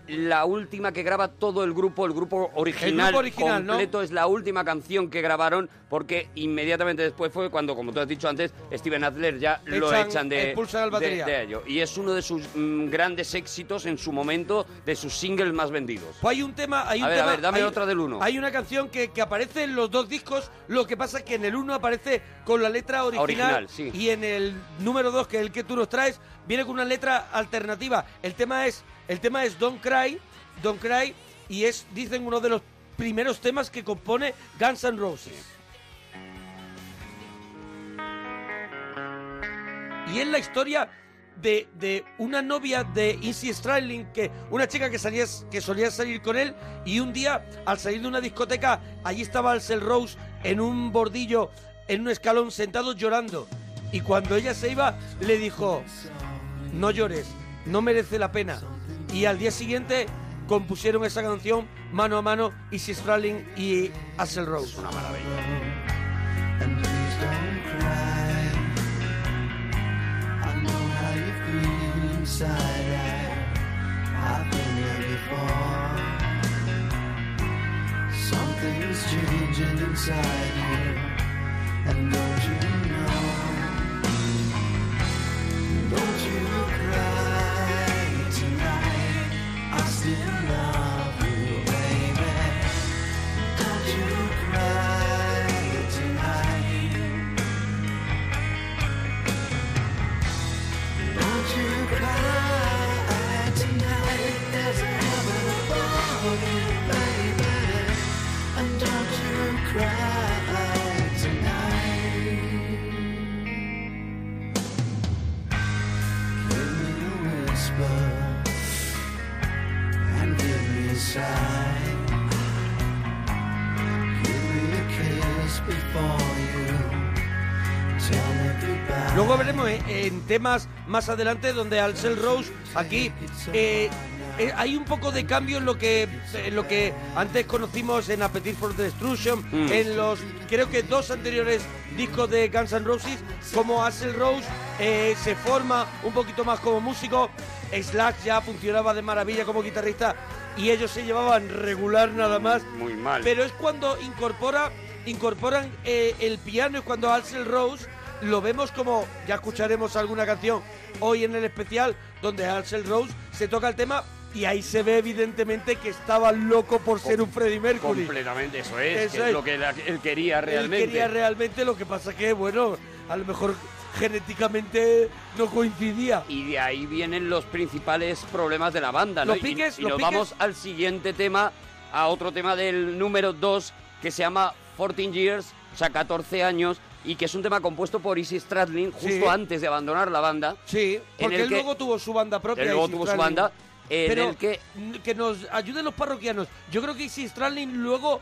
Speaker 4: la última que graba todo el grupo, el grupo original,
Speaker 2: original, ¿no?
Speaker 4: completo es la última canción que grabaron porque inmediatamente después fue cuando, como tú has dicho antes, Steven Adler ya lo
Speaker 2: Echan-
Speaker 4: echan de,
Speaker 2: expulsan al
Speaker 4: de-
Speaker 2: batería.
Speaker 4: de ello y es uno de sus mm, grandes éxitos en su momento, de sus singles más vendidos.
Speaker 2: Pues hay un tema, hay
Speaker 4: A
Speaker 2: un
Speaker 4: ver, a
Speaker 2: tema-
Speaker 4: ver, dame
Speaker 2: hay-
Speaker 4: otra del uno.
Speaker 2: Hay una canción que, que aparece en los dos discos, lo que pasa es que en el uno aparece con la letra original,
Speaker 4: Original, sí.
Speaker 2: y en el número dos, que es el que tú nos traes, viene con una letra alternativa. El tema es, el tema es Don't Cry, Don't Cry, y es, dicen, uno de los primeros temas que compone Guns N' Roses. Y es la historia de, de una novia de Izzy Stradlin, que una chica que, salía, que solía salir con él, y un día, al salir de una discoteca, allí estaba Axel Rose en un bordillo, en un escalón, sentado llorando. Y cuando ella se iba, le dijo, no llores, no merece la pena. Y al día siguiente compusieron esa canción mano a mano, Izzy Stradlin y Axel Rose. Una maravilla.
Speaker 15: I know how you feel inside out. I've been here before. Something's changing inside you, and don't you know? Don't you cry tonight. I still love you, baby. Don't you cry tonight. Don't you cry tonight. There's a heaven above you, baby. And don't you cry tonight. Give me a whisper and give me a sigh. Give me a kiss before you tell me goodbye.
Speaker 2: Luego veremos en, en temas más adelante donde Axel Rose aquí eh, eh, hay un poco de cambio en lo que en lo que antes conocimos en Appetite for Destruction,
Speaker 4: Mm.
Speaker 2: en los creo que dos anteriores discos de Guns N' Roses, como Axel Rose eh, se forma un poquito más como músico, Slash ya funcionaba de maravilla como guitarrista y ellos se llevaban regular nada más.
Speaker 4: Muy mal.
Speaker 2: Pero es cuando incorpora, incorporan eh, el piano, es cuando Axel Rose lo vemos como, ya escucharemos alguna canción hoy en el especial, donde Axel Rose se toca el tema y ahí se ve evidentemente que estaba loco por ser un Freddie Mercury.
Speaker 4: Completamente, eso es, que
Speaker 2: Eso
Speaker 4: es,
Speaker 2: es.
Speaker 4: lo que la- él quería realmente.
Speaker 2: Él quería realmente, lo que pasa que, bueno, a lo mejor genéticamente no coincidía.
Speaker 4: Y de ahí vienen los principales problemas de la banda, ¿no?
Speaker 2: Los
Speaker 4: Y-
Speaker 2: piques,
Speaker 4: y,
Speaker 2: los
Speaker 4: nos
Speaker 2: piques.
Speaker 4: vamos al siguiente tema, a otro tema del número 2 que se llama 14 Years, o sea, 14 años, y que es un tema compuesto por Izzy Stradlin justo
Speaker 2: Sí.
Speaker 4: antes de abandonar la banda.
Speaker 2: Sí, Porque
Speaker 4: en el
Speaker 2: él
Speaker 4: que-
Speaker 2: luego tuvo su banda propia.
Speaker 4: él luego
Speaker 2: Izzy
Speaker 4: tuvo su
Speaker 2: Stradlin.
Speaker 4: banda, en
Speaker 2: Pero
Speaker 4: el que-
Speaker 2: n- que nos ayuden los parroquianos. Yo creo que si Stradlin luego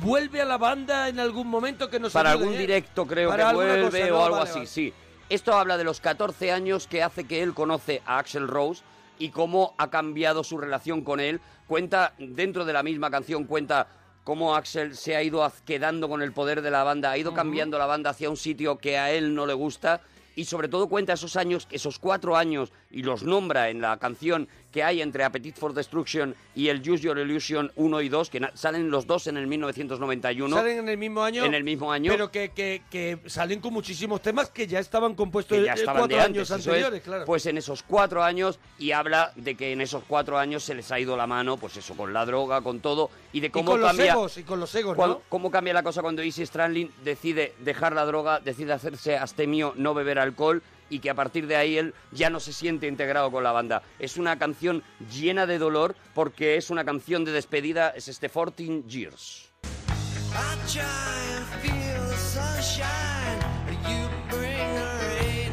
Speaker 2: vuelve a la banda en algún momento que nos
Speaker 4: para
Speaker 2: ayuden,
Speaker 4: algún
Speaker 2: ¿eh?
Speaker 4: directo creo
Speaker 2: Para
Speaker 4: que
Speaker 2: alguna
Speaker 4: vuelve
Speaker 2: cosa, ¿no?
Speaker 4: o algo
Speaker 2: Vale,
Speaker 4: así,
Speaker 2: vale.
Speaker 4: sí. Esto habla de los 14 años que hace que él conoce a Axel Rose y cómo ha cambiado su relación con él. Cuenta, dentro de la misma canción, cuenta cómo Axel se ha ido haz- quedando con el poder de la banda, ha ido
Speaker 2: Ujú.
Speaker 4: cambiando la banda hacia un sitio que a él no le gusta y sobre todo cuenta esos años, esos cuatro años, y los nombra en la canción que hay entre Appetite for Destruction y el Use Your Illusion 1 y 2, que na- salen los dos en el 1991.
Speaker 2: Salen en el mismo año.
Speaker 4: En el mismo año.
Speaker 2: Pero que, que- que salen con muchísimos temas que ya estaban compuestos
Speaker 4: que ya
Speaker 2: eh,
Speaker 4: estaban
Speaker 2: cuatro
Speaker 4: de antes,
Speaker 2: años
Speaker 4: eso es,
Speaker 2: anteriores, claro.
Speaker 4: Pues en esos cuatro años, y habla de que en esos cuatro años se les ha ido la mano, pues eso, con la droga, con todo, y de
Speaker 2: y
Speaker 4: cómo
Speaker 2: con los
Speaker 4: cambia...
Speaker 2: egos, y con los egos,
Speaker 4: Cuando-
Speaker 2: ¿no?
Speaker 4: ¿Cómo cambia la cosa cuando Izzy Stradlin decide dejar la droga, decide hacerse astemio, no beber alcohol y que a partir de ahí él ya no se siente integrado con la banda? Es una canción llena de dolor porque es una canción de despedida, es este 14 Years.
Speaker 1: I try and feel the sunshine, but you bring the rain.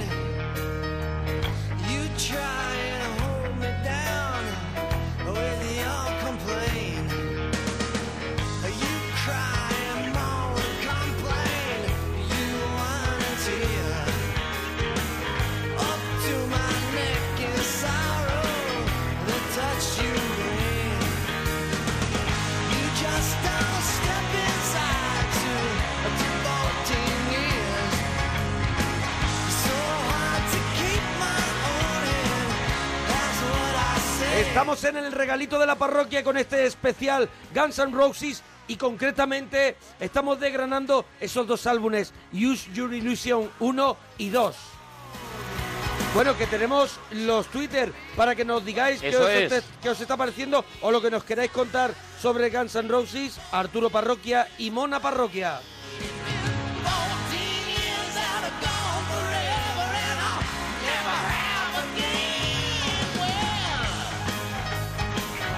Speaker 1: You try and hold me down with your complaint. You cry and moan and complain. You wanna tear. Up to my neck in sorrow, the touch you bring. You just don't step inside to to 14 years. So hard to keep my own hand. That's what I say.
Speaker 2: Estamos en el regalito de la parroquia con este especial Guns N' Roses y concretamente estamos desgranando esos dos álbumes, Use Your Illusion 1 y 2. Bueno, que tenemos los Twitter para que nos digáis qué
Speaker 4: Eso
Speaker 2: os,
Speaker 4: es.
Speaker 2: este- qué os está pareciendo o lo que nos queráis contar sobre Guns N' Roses, Arturo Parroquia y Mona Parroquia.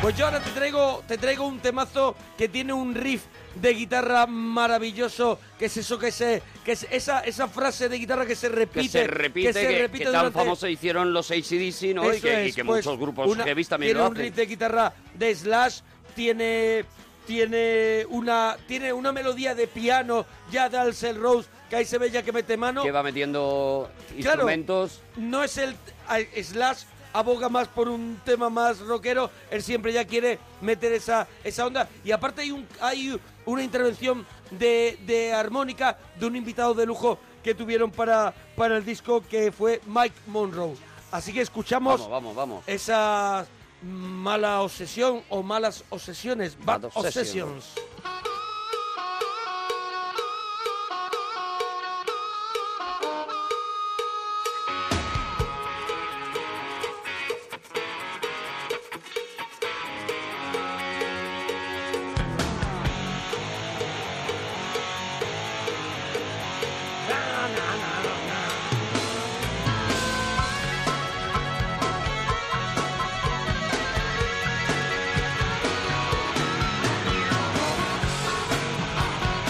Speaker 2: Pues yo ahora te traigo, te traigo un temazo que tiene un riff de guitarra maravilloso, que es eso que se, que es esa, esa frase de guitarra que se repite,
Speaker 4: Que se repite, que,
Speaker 2: se repite
Speaker 4: que tan
Speaker 2: durante-
Speaker 4: famoso hicieron los ACDC, ¿no? Y
Speaker 2: Eso
Speaker 4: que, y
Speaker 2: es,
Speaker 4: que
Speaker 2: pues,
Speaker 4: muchos grupos
Speaker 2: una-
Speaker 4: heavy también
Speaker 2: tiene
Speaker 4: lo
Speaker 2: un
Speaker 4: hacen.
Speaker 2: riff de guitarra de Slash, tiene tiene una tiene una melodía de piano ya de Axl Rose que ahí se ve ya que mete mano.
Speaker 4: Que va metiendo
Speaker 2: Claro,
Speaker 4: instrumentos.
Speaker 2: no es el a- Slash aboga más por un tema más rockero, él siempre ya quiere meter esa esa onda y aparte hay un hay una intervención de, de armónica de un invitado de lujo que tuvieron para para el disco que fue Mike Monroe. Así que escuchamos
Speaker 4: Vamos, vamos, vamos.
Speaker 2: esa mala obsesión o malas obsesiones, bad,
Speaker 4: Bad obsession.
Speaker 2: obsessions.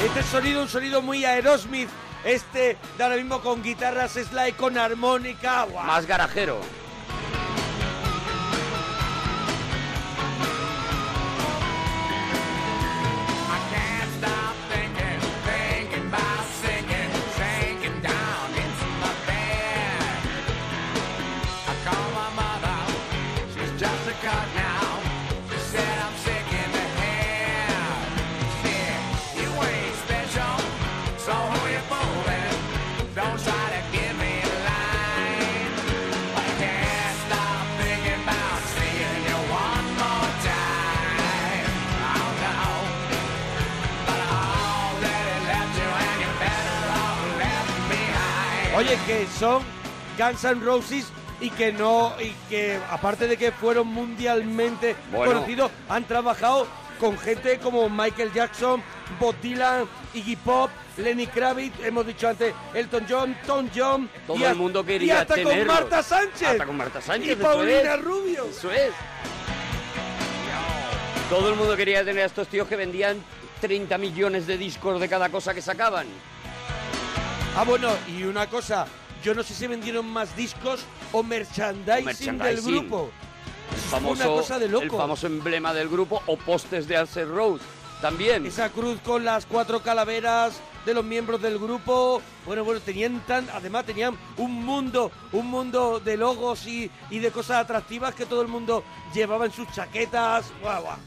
Speaker 2: Este sonido, un sonido muy Aerosmith, este de ahora mismo con guitarras slide, con armónica, ¡guau!
Speaker 4: Más garajero.
Speaker 1: Don't try to give me a line. I can't stop thinking about seeing you one more time. Oh no.
Speaker 2: Oye, que son Guns N' Roses y que no, y que aparte de que fueron mundialmente
Speaker 4: Bueno.
Speaker 2: conocidos, han trabajado con gente como Michael Jackson, Bob Dylan, Iggy Pop, Lenny Kravitz, hemos dicho antes, Elton John, Tom John,
Speaker 4: Todo
Speaker 2: y
Speaker 4: el
Speaker 2: ha-
Speaker 4: mundo
Speaker 2: y
Speaker 4: quería
Speaker 2: hasta con
Speaker 4: tenerlos.
Speaker 2: Marta Sánchez.
Speaker 4: Hasta con Marta Sánchez.
Speaker 2: Y
Speaker 4: eso
Speaker 2: Paulina
Speaker 4: es.
Speaker 2: Rubio.
Speaker 4: Eso es. Todo el mundo quería tener a estos tíos que vendían 30 millones de discos de cada cosa que sacaban.
Speaker 2: Ah, bueno, y una cosa, yo no sé si vendieron más discos o merchandising, del
Speaker 4: Merchandising.
Speaker 2: grupo.
Speaker 4: El famoso,
Speaker 2: Una cosa de loco.
Speaker 4: El famoso emblema del grupo o postes de Axel Rose. También.
Speaker 2: Esa cruz con las cuatro calaveras de los miembros del grupo. Bueno, bueno, tenían tan. Además, tenían un mundo, un mundo de logos y, y de cosas atractivas que todo el mundo llevaba en sus chaquetas. Guau, guau.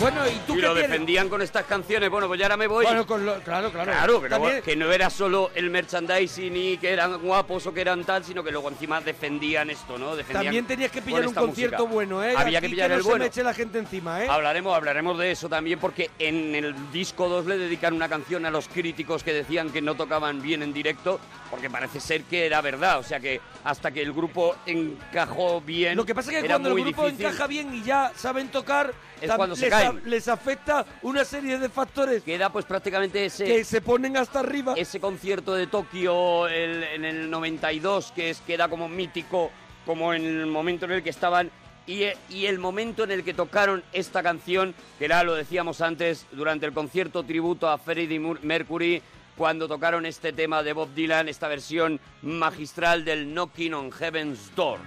Speaker 2: Bueno, ¿y tú qué
Speaker 4: lo
Speaker 2: tienes?
Speaker 4: defendían con estas canciones. Bueno, pues ya ahora me voy.
Speaker 2: Bueno, con lo- claro, claro.
Speaker 4: Claro, pero
Speaker 2: También-
Speaker 4: que no era solo el merchandising y que eran guapos o que eran tal, sino que luego encima defendían esto, ¿no? Defendían
Speaker 2: También tenías que pillar
Speaker 4: con
Speaker 2: un
Speaker 4: esta
Speaker 2: concierto
Speaker 4: música.
Speaker 2: bueno, ¿eh?
Speaker 4: Había
Speaker 2: Aquí
Speaker 4: que pillar
Speaker 2: no
Speaker 4: el
Speaker 2: se
Speaker 4: bueno.
Speaker 2: me eche la gente encima, ¿eh?
Speaker 4: Hablaremos, hablaremos de eso también porque en el disco 2 le dedican una canción a los críticos que decían que no tocaban bien en directo porque parece ser que era verdad, o sea que hasta que el grupo encajó bien.
Speaker 2: Lo que pasa es que
Speaker 4: era
Speaker 2: cuando el
Speaker 4: muy
Speaker 2: grupo
Speaker 4: difícil.
Speaker 2: encaja bien y ya saben tocar,
Speaker 4: Es
Speaker 2: tam-
Speaker 4: cuando se
Speaker 2: les,
Speaker 4: caen.
Speaker 2: a- les afecta una serie de factores.
Speaker 4: Queda pues prácticamente ese...
Speaker 2: Que se ponen hasta arriba.
Speaker 4: Ese concierto de Tokio el- en el 92, que es queda como mítico, como en el momento en el que estaban, y, e- y el momento en el que tocaron esta canción, que era, lo decíamos antes, durante el concierto tributo a Freddie Mur- Mercury, cuando tocaron este tema de Bob Dylan, esta versión magistral del Knocking on Heaven's Door.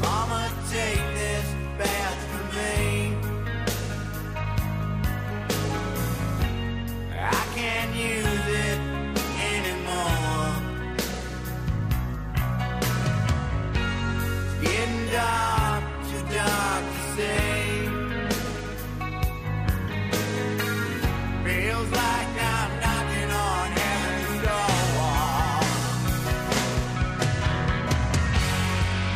Speaker 15: Mama, take this bath from me. I can't use it anymore. It's getting dark, too dark to see. Feels like I'm knocking on heaven's door.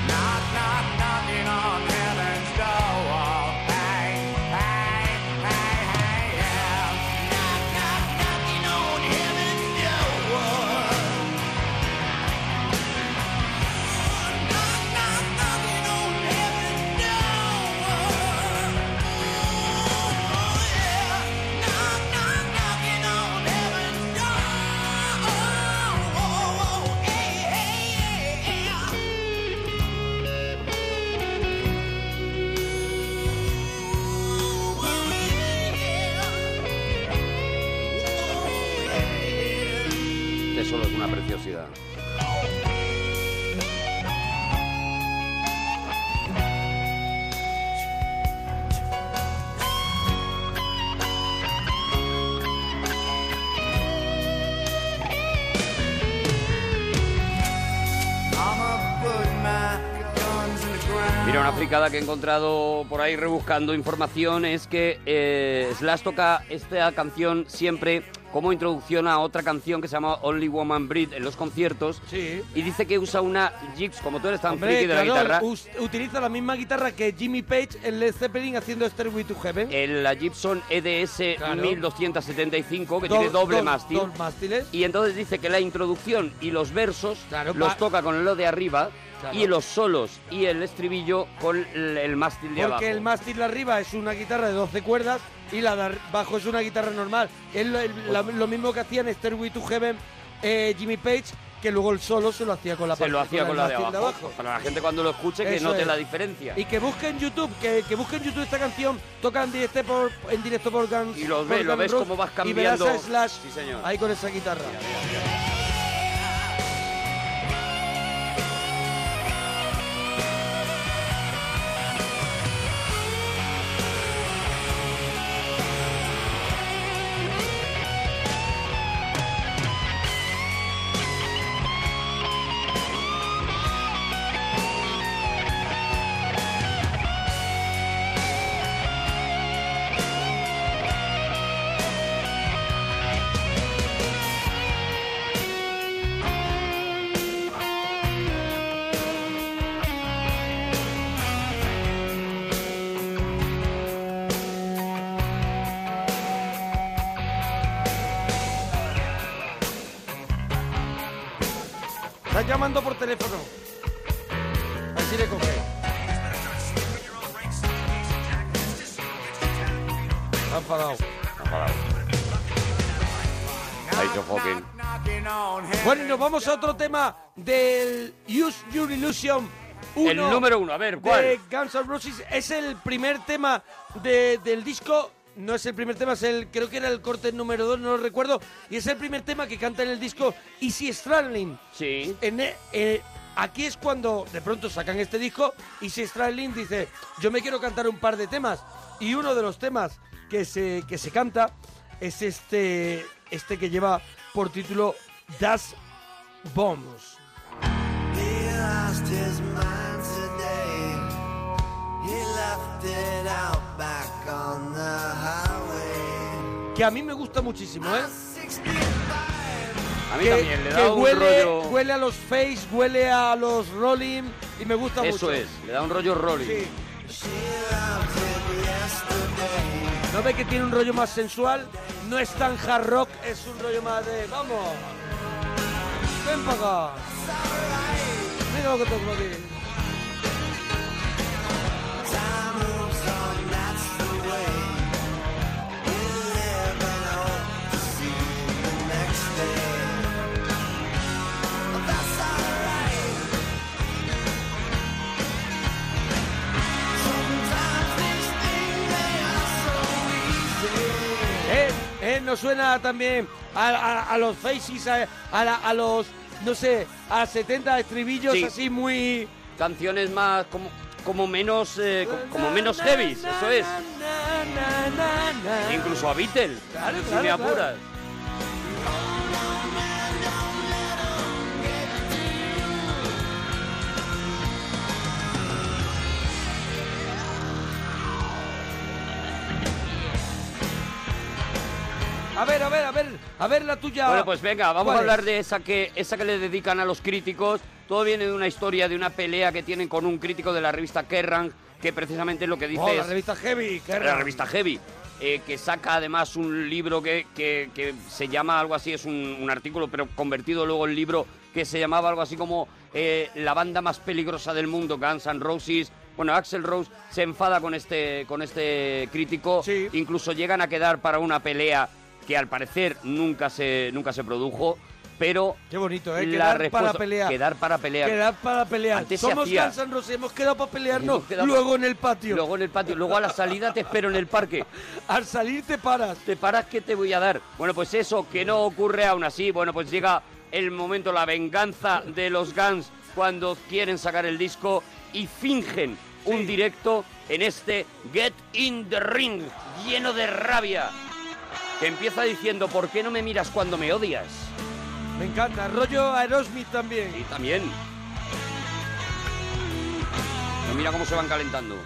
Speaker 15: Knock, knock, knocking on heaven's door. Hey, hey, hey, hey, yeah. Knock, knock, knocking on heaven's door. Knock, knock, knocking on heaven's door. Oh, yeah. Knock, knock, knocking on heaven's door. Oh, hey, hey, yeah, yeah.
Speaker 4: Este solo es una preciosidad. Mira, una fricada que he encontrado por ahí rebuscando información es que eh, Slash toca esta canción siempre como introducción a otra canción que se llama Only Woman Breed en los conciertos. Y dice que usa una Jigs, como tú eres tan
Speaker 2: Hombre,
Speaker 4: friki de la
Speaker 2: claro,
Speaker 4: guitarra.
Speaker 2: us- utiliza la misma guitarra que Jimmy Page en Led Zeppelin haciendo Stairway to Heaven.
Speaker 4: el, la Gibson E EDS 1275, que
Speaker 2: Do-
Speaker 4: tiene doble
Speaker 2: dos-
Speaker 4: mástil.
Speaker 2: dos mástiles.
Speaker 4: Y entonces dice que la introducción y los versos
Speaker 2: va-
Speaker 4: los toca con lo de arriba
Speaker 2: Claro.
Speaker 4: y los solos y el estribillo con el, el mástil de abajo.
Speaker 2: Porque el mástil de arriba es una guitarra de 12 cuerdas y la de abajo es una guitarra normal. Es lo,
Speaker 4: Pues
Speaker 2: el- la- lo mismo que hacía en Stairway to Heaven eh, Jimmy Page, que luego el solo se lo hacía con la
Speaker 4: se lo
Speaker 2: parte-
Speaker 4: hacía
Speaker 2: el
Speaker 4: con la de
Speaker 2: mástil
Speaker 4: abajo. Para la gente cuando lo escuche que
Speaker 2: Eso
Speaker 4: note
Speaker 2: es.
Speaker 4: la diferencia.
Speaker 2: Y que busquen YouTube, que, que busquen YouTube esta canción, toca en directo por, en directo por Guns.
Speaker 4: Y lo
Speaker 2: por
Speaker 4: ves, lo
Speaker 2: Guns
Speaker 4: ves
Speaker 2: Roses,
Speaker 4: cómo vas
Speaker 2: Y verás a
Speaker 4: cambiando.
Speaker 2: Slash
Speaker 4: Sí, señor.
Speaker 2: ahí con esa guitarra. Están llamando por teléfono. Así le coge. Está enfadado.
Speaker 4: Ha dicho Hawking.
Speaker 2: Bueno, y nos vamos a otro tema del Use Your Illusion. uno
Speaker 4: El número uno, a ver, ¿cuál?
Speaker 2: De Guns N' Roses es el primer tema de- del disco. No es el primer tema, es el, creo que era el corte número dos, no lo recuerdo. Y es el primer tema que canta en el disco Easy Stradlin.
Speaker 4: Sí.
Speaker 2: eh, aquí es cuando de pronto sacan este disco y si Stradlin dice, yo me quiero cantar un par de temas. Y uno de los temas que se, que se canta es este, este que lleva por título Das Bombs.
Speaker 15: He lost his mind today. He left it out back on the highway.
Speaker 2: Que a mí me gusta muchísimo, ¿eh?
Speaker 4: A mí
Speaker 2: Que-
Speaker 4: también le da
Speaker 2: que
Speaker 4: un
Speaker 2: huele,
Speaker 4: rollo-
Speaker 2: huele a los Face, huele a los Rolling y me gusta
Speaker 4: Eso
Speaker 2: mucho.
Speaker 4: es, le da un rollo rolling.
Speaker 2: Sí. ¿No ve que tiene un rollo más sensual? No es tan hard rock, es un rollo más de... ¡Vamos! ¡Ven para acá! Mira lo que tengo aquí.
Speaker 15: Time moves on, that's the way. We live and hope to see the next day. But that's alright. Sometimes these things they are so easy.
Speaker 2: Eh, eh, nos suena también a, a- a los faces, a, a la- a los, no sé, a 70 estribillos
Speaker 4: Sí.
Speaker 2: así muy...
Speaker 4: Canciones más como, como menos eh, co- como menos heavy, eso es. Incluso a Beatles,
Speaker 2: Claro,
Speaker 4: si
Speaker 2: claro,
Speaker 4: me apuras.
Speaker 2: claro. A ver, a ver, a ver, a ver la tuya.
Speaker 4: Bueno, pues venga, vamos
Speaker 2: ¿Cuál
Speaker 4: a
Speaker 2: es?
Speaker 4: hablar de esa que, esa que le dedican a los críticos. Todo viene de una historia, de una pelea que tienen con un crítico de la revista Kerrang, que precisamente lo que dice
Speaker 2: Oh, la
Speaker 4: es-
Speaker 2: revista Heavy, Kerrang.
Speaker 4: La revista Heavy, eh, que saca además un libro que, que- que se llama algo así, es un, un artículo, pero convertido luego en libro, que se llamaba algo así como eh, La banda más peligrosa del mundo, Guns N' Roses. Bueno, Axel Rose se enfada con este, con este crítico, incluso llegan a quedar para una pelea que al parecer nunca se, nunca se produjo, pero...
Speaker 2: Qué bonito, ¿eh?
Speaker 4: la
Speaker 2: Quedar para
Speaker 4: respuesta-
Speaker 2: pelear.
Speaker 4: Quedar para pelear.
Speaker 2: Quedar para pelear.
Speaker 4: Antes se
Speaker 2: Somos
Speaker 4: hacía.
Speaker 2: Guns N' Roses, hemos quedado para pelearnos.
Speaker 4: Hemos quedado-
Speaker 2: Luego en el patio.
Speaker 4: Luego en el patio, luego a la salida te espero en el parque.
Speaker 2: Al salir te paras.
Speaker 4: Te paras, ¿qué te voy a dar? Bueno, pues eso que no ocurre aún así. Bueno, pues llega el momento, la venganza de los Guns cuando quieren sacar el disco y fingen un directo en este Get in the Ring, lleno de rabia, que empieza diciendo, ¿por qué no me miras cuando me odias?
Speaker 2: Me encanta. Rollo Aerosmith también.
Speaker 4: Y también. Pero mira cómo se van calentando.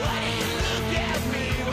Speaker 15: What do you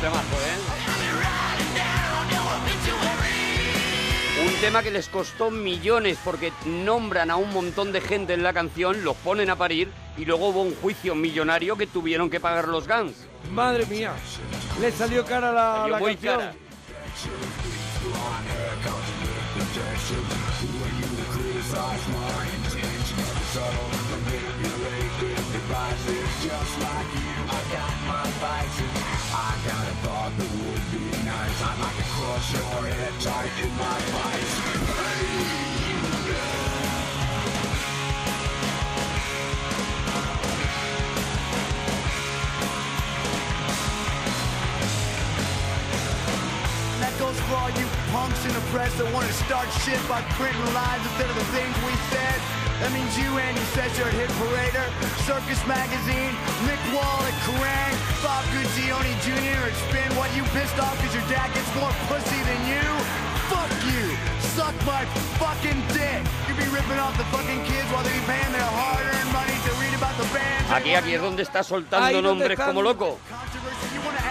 Speaker 4: temazo, ¿eh? Un tema que les costó millones porque nombran a un montón de gente en la canción, los ponen a parir y luego hubo un juicio millonario que tuvieron que pagar los Guns.
Speaker 2: Madre mía, le salió cara la,
Speaker 4: Salió
Speaker 2: la
Speaker 4: muy
Speaker 2: canción.
Speaker 4: cara.
Speaker 15: And that goes for all you punks in the press that want to start shit by printing lies instead of the things we said. That means you and your sensor at Hit Parader, Circus Magazine, Nick Wall at Kerrang, Bob Guccione Jr. at Spin. What you pissed off because your dad gets more pussy than you? Fuck you! Suck my fucking dick! You be ripping off the fucking kids while they be paying their hard-earned money to read about the bands. that
Speaker 4: Aquí, aquí es donde está soltando
Speaker 2: Ahí donde
Speaker 4: nombres
Speaker 2: están.
Speaker 4: como loco.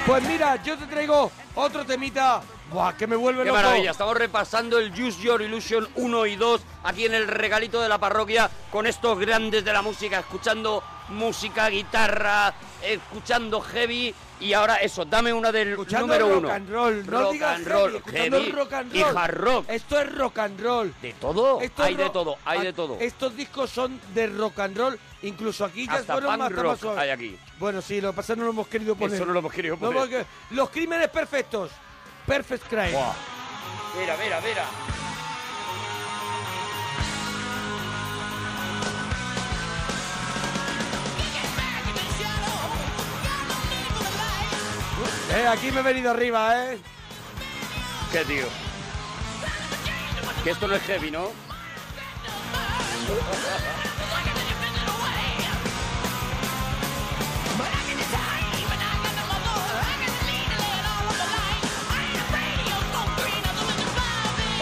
Speaker 2: Pues mira, yo te traigo otro temita. Buah, que me vuelve
Speaker 4: Qué
Speaker 2: loco.
Speaker 4: maravilla, estamos repasando el Use Your Illusion 1 y 2 aquí en el regalito de la parroquia con estos grandes de la música, escuchando música, guitarra, escuchando heavy y ahora eso, dame una del
Speaker 2: Escuchando
Speaker 4: número
Speaker 2: rock
Speaker 4: uno.
Speaker 2: and roll, no
Speaker 4: rock
Speaker 2: digas
Speaker 4: and
Speaker 2: heavy,
Speaker 4: roll,
Speaker 2: escuchando
Speaker 4: heavy
Speaker 2: rock and
Speaker 4: y
Speaker 2: roll.
Speaker 4: hard rock.
Speaker 2: Esto es rock and roll.
Speaker 4: ¿De todo?
Speaker 2: Esto
Speaker 4: hay
Speaker 2: es
Speaker 4: de
Speaker 2: ro-
Speaker 4: todo, hay
Speaker 2: a-
Speaker 4: de todo.
Speaker 2: Estos discos son de rock and roll. Incluso aquí ya
Speaker 4: Hasta
Speaker 2: fueron
Speaker 4: punk
Speaker 2: más,
Speaker 4: rock
Speaker 2: más suaves.
Speaker 4: hay aquí.
Speaker 2: Bueno, sí, lo que pasa es que no lo hemos querido poner.
Speaker 4: Eso no lo hemos querido
Speaker 2: No,
Speaker 4: poner.
Speaker 2: porque- los crímenes perfectos. Perfect crime.
Speaker 4: Buah. Mira, mira, mira.
Speaker 2: Eh, aquí me he venido arriba, ¿eh?
Speaker 4: ¿Qué tío? Que esto no es heavy, ¿no?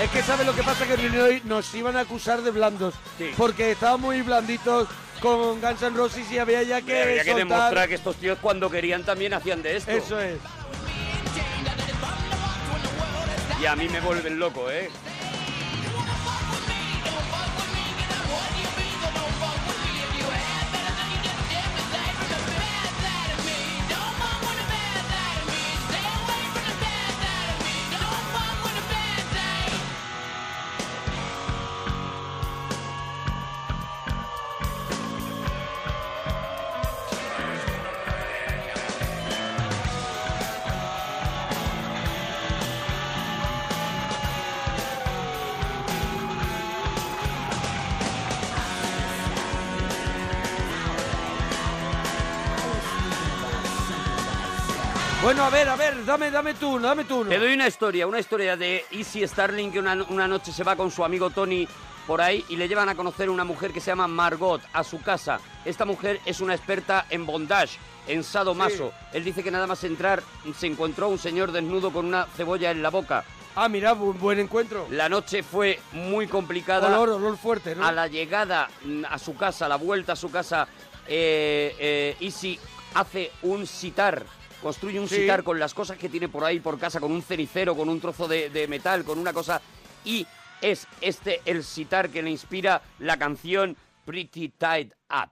Speaker 2: Es que ¿sabes lo que pasa? Que en Illinois nos iban a acusar de blandos. Porque estábamos muy blanditos con Guns N' Roses y había ya que
Speaker 4: Habría que
Speaker 2: soltar-
Speaker 4: demostrar que estos tíos cuando querían también hacían de esto.
Speaker 2: Eso es.
Speaker 4: Y a mí me vuelven loco, ¿eh?
Speaker 2: Bueno, a ver, a ver, dame, dame tú, uno, dame tú. uno.
Speaker 4: Te doy una historia, una historia de Easy Starling que una, una noche se va con su amigo Tony por ahí y le llevan a conocer una mujer que se llama Margot a su casa. Esta mujer es una experta en bondage, en sadomaso. Él dice que nada más entrar se encontró un señor desnudo con una cebolla en la boca.
Speaker 2: Ah, mira, bu- buen encuentro.
Speaker 4: La noche fue muy complicada.
Speaker 2: Olor, olor fuerte, ¿no?
Speaker 4: A la llegada mm, a su casa, a la vuelta a su casa, eh, eh, Easy hace un sitar. Construye un
Speaker 2: Sí.
Speaker 4: sitar con las cosas que tiene por ahí por casa, con un cenicero, con un trozo de, de metal, con una cosa. Y es este el sitar que le inspira la canción Pretty Tied Up.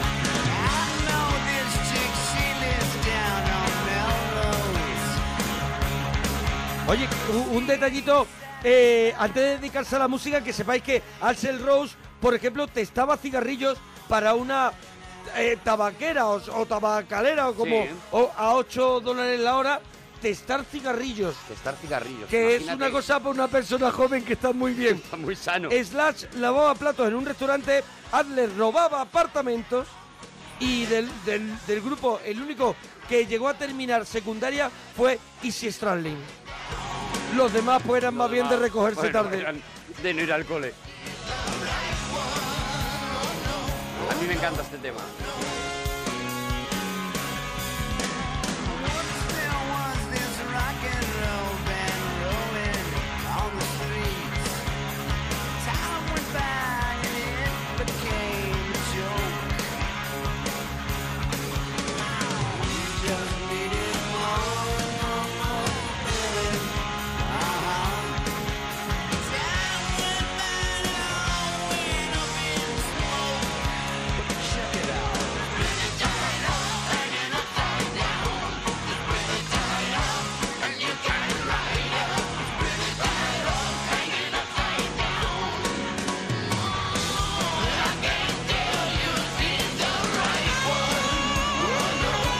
Speaker 16: know this chick, she lives down on Melrose.
Speaker 2: Oye, u- un detallito, eh, antes de dedicarse a la música, que sepáis que Axel Rose, por ejemplo, testaba cigarrillos para una eh, tabaquera o, o tabacalera o como
Speaker 4: Sí.
Speaker 2: o a 8 dólares la hora testar cigarrillos.
Speaker 17: Testar cigarrillos.
Speaker 2: Que es
Speaker 17: imagínate.
Speaker 2: una cosa para una persona joven que está muy bien. Está
Speaker 4: muy sano.
Speaker 2: Slash lavaba platos en un restaurante, Adler robaba apartamentos y del, del- del grupo el único que llegó a terminar secundaria fue Easy Stradlin. Los demás pues eran más bien de recogerse
Speaker 4: Bueno,
Speaker 2: tarde.
Speaker 4: eran De no ir al cole. A mí me encanta este tema.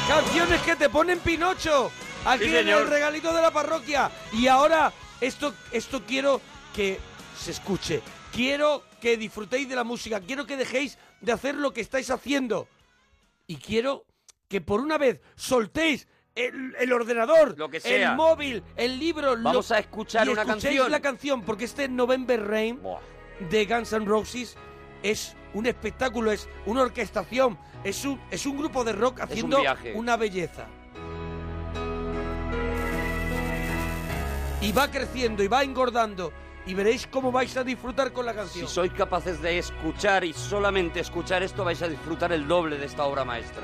Speaker 2: Canciones que te ponen Pinocho. Aquí
Speaker 4: Sí,
Speaker 2: en
Speaker 4: señor.
Speaker 2: el regalito de la parroquia. Y ahora, esto, esto quiero que se escuche. Quiero que disfrutéis de la música. Quiero que dejéis de hacer lo que estáis haciendo. Y quiero que por una vez soltéis el, el ordenador,
Speaker 4: que sea.
Speaker 2: el móvil, el libro. lo-
Speaker 4: Vamos a escuchar
Speaker 2: y
Speaker 4: una
Speaker 2: escuchéis
Speaker 4: canción.
Speaker 2: la canción, porque este November Rain de Guns N' Roses es un espectáculo, es una orquestación, es un, es un grupo de rock
Speaker 4: un
Speaker 2: haciendo
Speaker 4: viaje.
Speaker 2: una belleza. Y va creciendo y va engordando. Y veréis cómo vais a disfrutar con la
Speaker 4: Si
Speaker 2: canción.
Speaker 4: sois capaces de escuchar y solamente escuchar esto, vais a disfrutar el doble de esta obra maestra.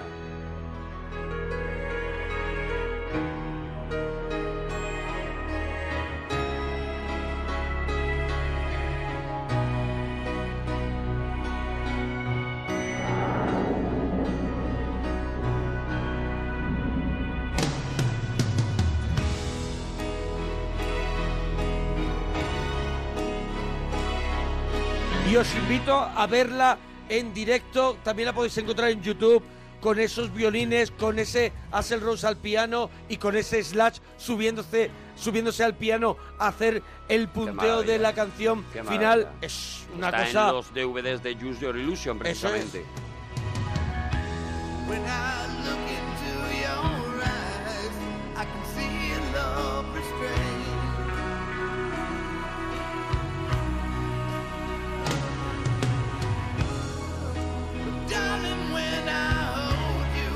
Speaker 2: Y os invito a verla en directo. También la podéis encontrar en YouTube con esos violines, con ese Axel Rose al piano y con ese Slash subiéndose, subiéndose al piano a hacer el punteo
Speaker 4: maravilla.
Speaker 2: de la canción
Speaker 4: Qué
Speaker 2: final.
Speaker 4: maravilla.
Speaker 2: Es una
Speaker 4: Está
Speaker 2: cosa.
Speaker 4: en los DVDs de Use Your Illusion,
Speaker 2: Eso es.
Speaker 4: precisamente.
Speaker 15: When I look into your eyes, I can see a love restrained. But darling, when I hold you,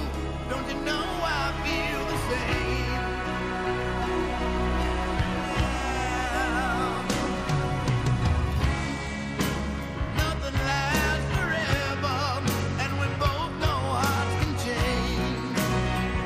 Speaker 15: don't you know I feel the same? Nothing lasts forever, and we both know hearts can change.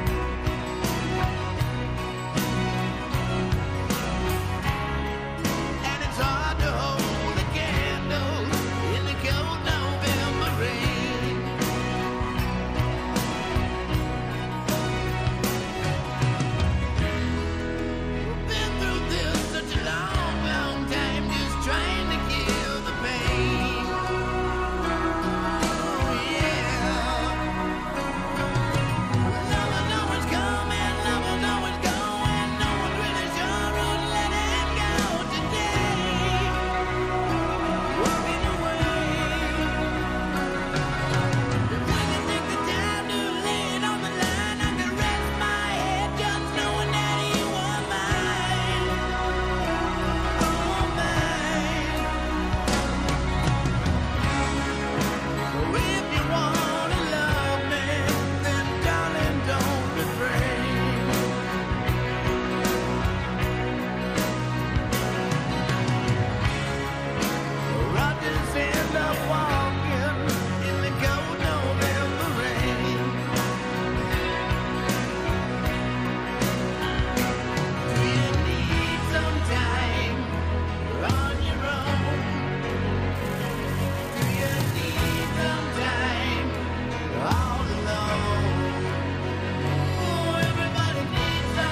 Speaker 15: Oh,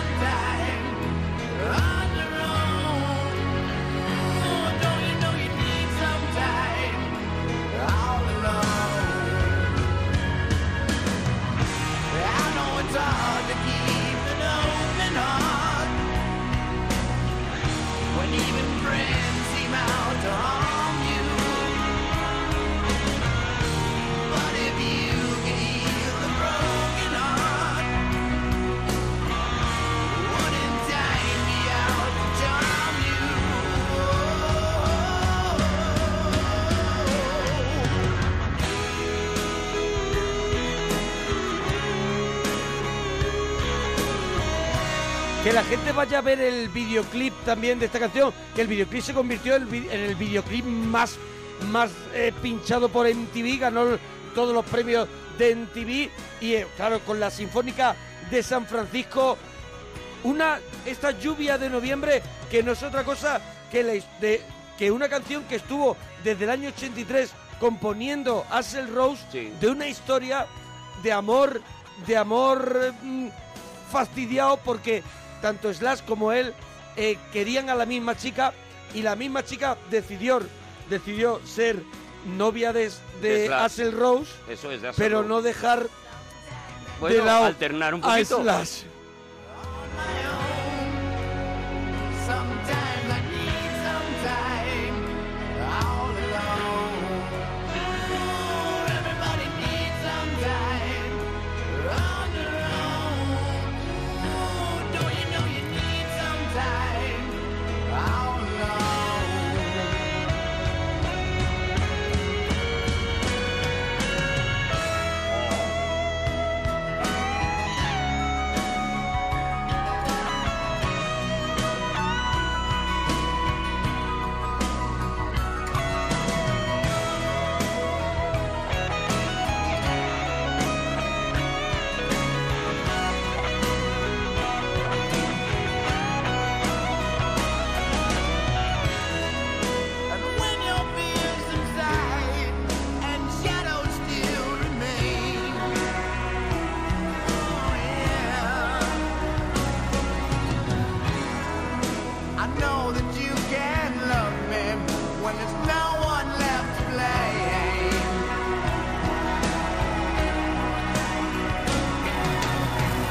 Speaker 2: Que la gente vaya a ver el videoclip también de esta canción, que el videoclip se convirtió en el vi- en el videoclip más, más eh, pinchado por MTV, ganó el- todos los premios de MTV y eh, claro, con la Sinfónica de San Francisco, una esta lluvia de noviembre que no es otra cosa que la his- de- que una canción que estuvo desde el año 83 componiendo Axel Rose de una historia de amor de amor mm, fastidiado porque tanto Slash como él eh, querían a la misma chica y la misma chica decidió decidió ser novia de,
Speaker 4: De
Speaker 2: de
Speaker 4: Slash.
Speaker 2: Axel Rose
Speaker 4: Eso es, de Axl
Speaker 2: pero
Speaker 4: Rose.
Speaker 2: no dejar de
Speaker 4: Bueno,
Speaker 2: lado
Speaker 4: alternar un
Speaker 2: a
Speaker 4: poquito.
Speaker 2: Slash.
Speaker 15: Sometimes I need some time all alone. Ooh, everybody needs some time on their own. Ooh, don't you know you need some time all alone? When your fears subside and shadows still remain, oh yeah. I know that you can love me when there's no one left to blame.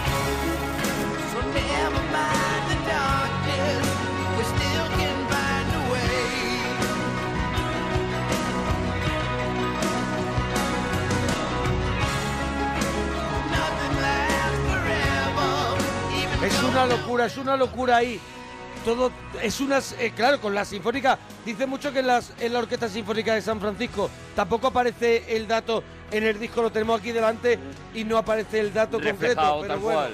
Speaker 15: So never mind the darkness, we still can find a way.
Speaker 2: Es una locura, es una locura ahí. Todo es unas eh, claro con la sinfónica dice mucho que en las en la orquesta sinfónica de San Francisco tampoco aparece el dato en el disco lo tenemos aquí delante y no aparece el dato concreto
Speaker 4: Reflejado
Speaker 2: pero
Speaker 4: tal
Speaker 2: bueno.
Speaker 4: cual.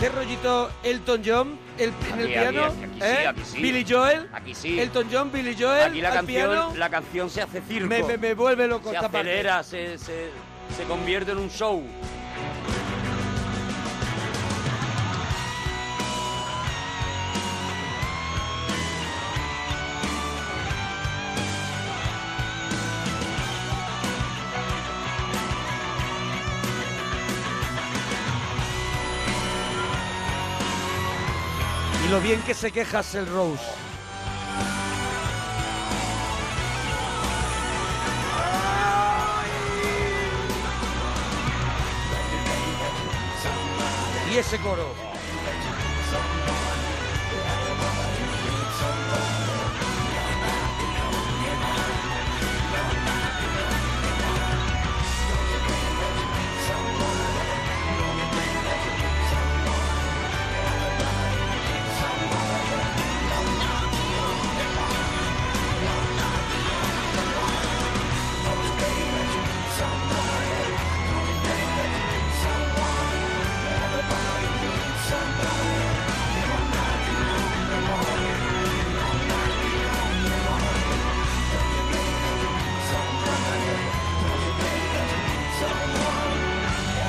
Speaker 2: ¿Qué rollito Elton John el- en el
Speaker 4: Aquí, aquí,
Speaker 2: piano?
Speaker 4: aquí sí,
Speaker 2: ¿eh?
Speaker 4: aquí sí.
Speaker 2: Billy Joel.
Speaker 4: Aquí sí.
Speaker 2: Elton John, Billy Joel.
Speaker 4: Aquí la
Speaker 2: al piano.
Speaker 4: canción, la canción se hace circo.
Speaker 2: Me- me- me vuelve loco
Speaker 4: Se
Speaker 2: esta parte.
Speaker 4: acelera, se, se, se convierte en un show.
Speaker 2: Y lo bien que se queja el Rose. Y ese coro.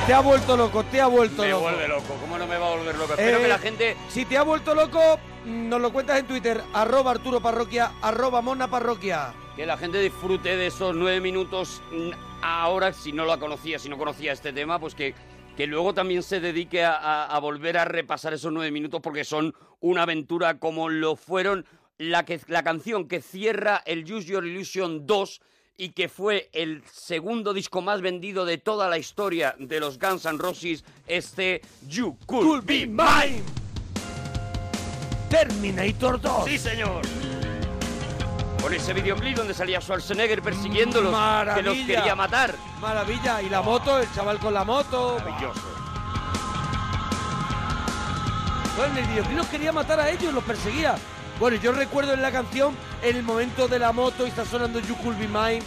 Speaker 2: Te ha vuelto loco, te ha vuelto
Speaker 4: Me
Speaker 2: loco.
Speaker 4: vuelve loco. ¿Cómo no me va a volver loco? Espero
Speaker 2: Eh,
Speaker 4: que la gente
Speaker 2: Si te ha vuelto loco, nos lo cuentas en Twitter, arroba Arturo Parroquia, arroba Mona Parroquia.
Speaker 4: Que la gente disfrute de esos nueve minutos mm, ahora, si no la conocía, si no conocía este tema, pues que, que luego también se dedique a, a- a volver a repasar esos nueve minutos porque son una aventura como lo fueron la, que, la canción que cierra el Use Your Illusion 2 y que fue el segundo disco más vendido de toda la historia de los Guns N' Roses, este You Could, Be Mine.
Speaker 2: Terminator 2.
Speaker 4: Sí, señor. Con ese videoclip donde salía Schwarzenegger persiguiéndolos, que los
Speaker 2: Maravilla.
Speaker 4: quería matar.
Speaker 2: Maravilla. Y la moto, el chaval con la moto.
Speaker 4: Maravilloso.
Speaker 2: Bueno, en el videoclip los quería matar a ellos, los perseguía. Bueno, yo recuerdo en la canción en el momento de la moto y está sonando You Could Be Mine.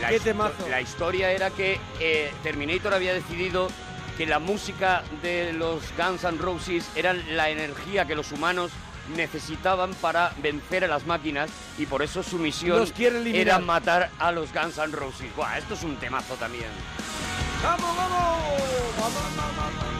Speaker 4: La,
Speaker 2: Qué
Speaker 4: histo-
Speaker 2: temazo.
Speaker 4: la historia era que eh, Terminator había decidido que la música de los Guns N' Roses era la energía que los humanos necesitaban para vencer a las máquinas y por eso su misión
Speaker 2: Los quiere eliminar.
Speaker 4: era matar a los Guns N' Roses. Buah, esto es un temazo también.
Speaker 2: ¡Vamos, vamos! ¡Vamos, vamos, vamos!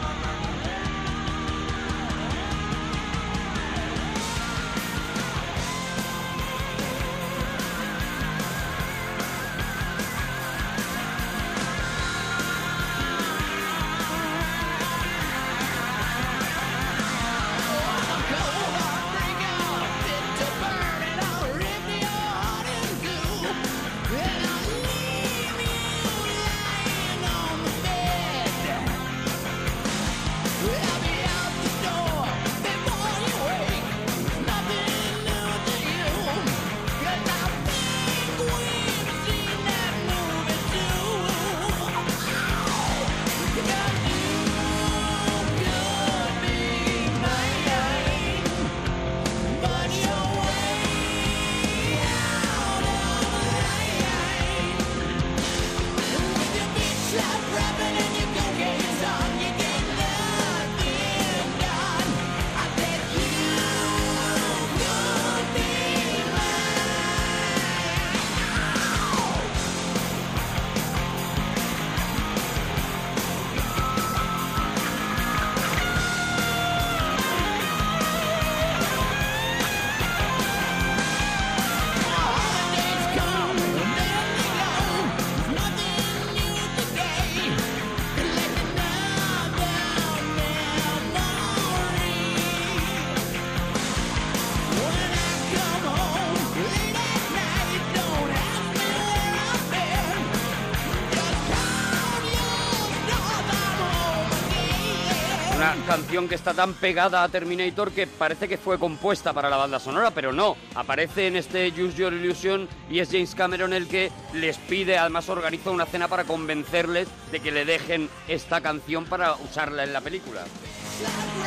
Speaker 4: Una canción que está tan pegada a Terminator que parece que fue compuesta para la banda sonora, pero no. Aparece en este Use Your Illusion y es James Cameron el que les pide, además organiza una cena para convencerles de que le dejen esta canción para usarla en la película.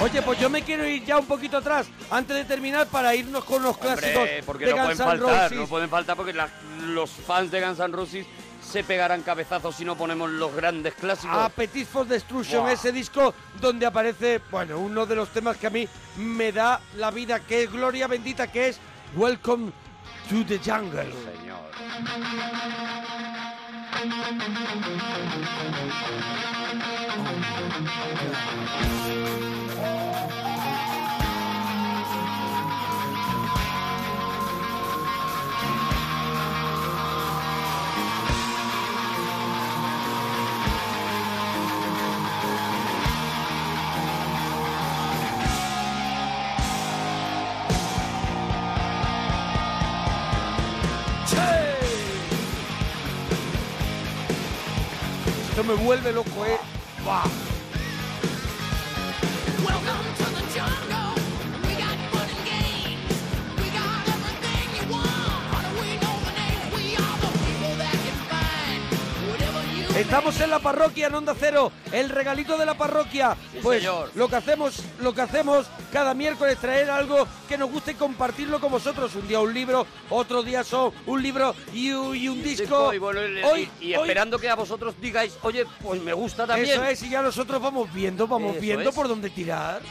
Speaker 2: Oye, pues yo me quiero ir ya un poquito atrás, antes de terminar, para irnos con los clásicos
Speaker 4: Hombre, porque
Speaker 2: de
Speaker 4: no pueden
Speaker 2: Guns N'
Speaker 4: faltar,
Speaker 2: Roses.
Speaker 4: no pueden faltar porque la- los fans de Guns N' Roses se pegarán cabezazos si no ponemos los grandes clásicos.
Speaker 2: Appetite for Destruction,
Speaker 4: Buah.
Speaker 2: ese disco donde aparece, bueno, uno de los temas que a mí me da la vida, que es gloria bendita, que es Welcome to the Jungle. Esto me vuelve loco, eh. Buah. Estamos en la parroquia en Onda Cero, el regalito de la parroquia. Pues
Speaker 4: señor.
Speaker 2: lo que hacemos, lo que hacemos cada miércoles traer algo que nos guste y compartirlo con vosotros. Un día un libro, otro día son un libro y, un- y un disco.
Speaker 4: Y, bueno, y-
Speaker 2: Hoy-
Speaker 4: y- y
Speaker 2: hoy-
Speaker 4: esperando que a vosotros digáis, oye, pues me gusta también.
Speaker 2: Eso es, y ya nosotros vamos viendo, vamos
Speaker 4: Eso
Speaker 2: viendo
Speaker 4: es.
Speaker 2: por dónde tirar.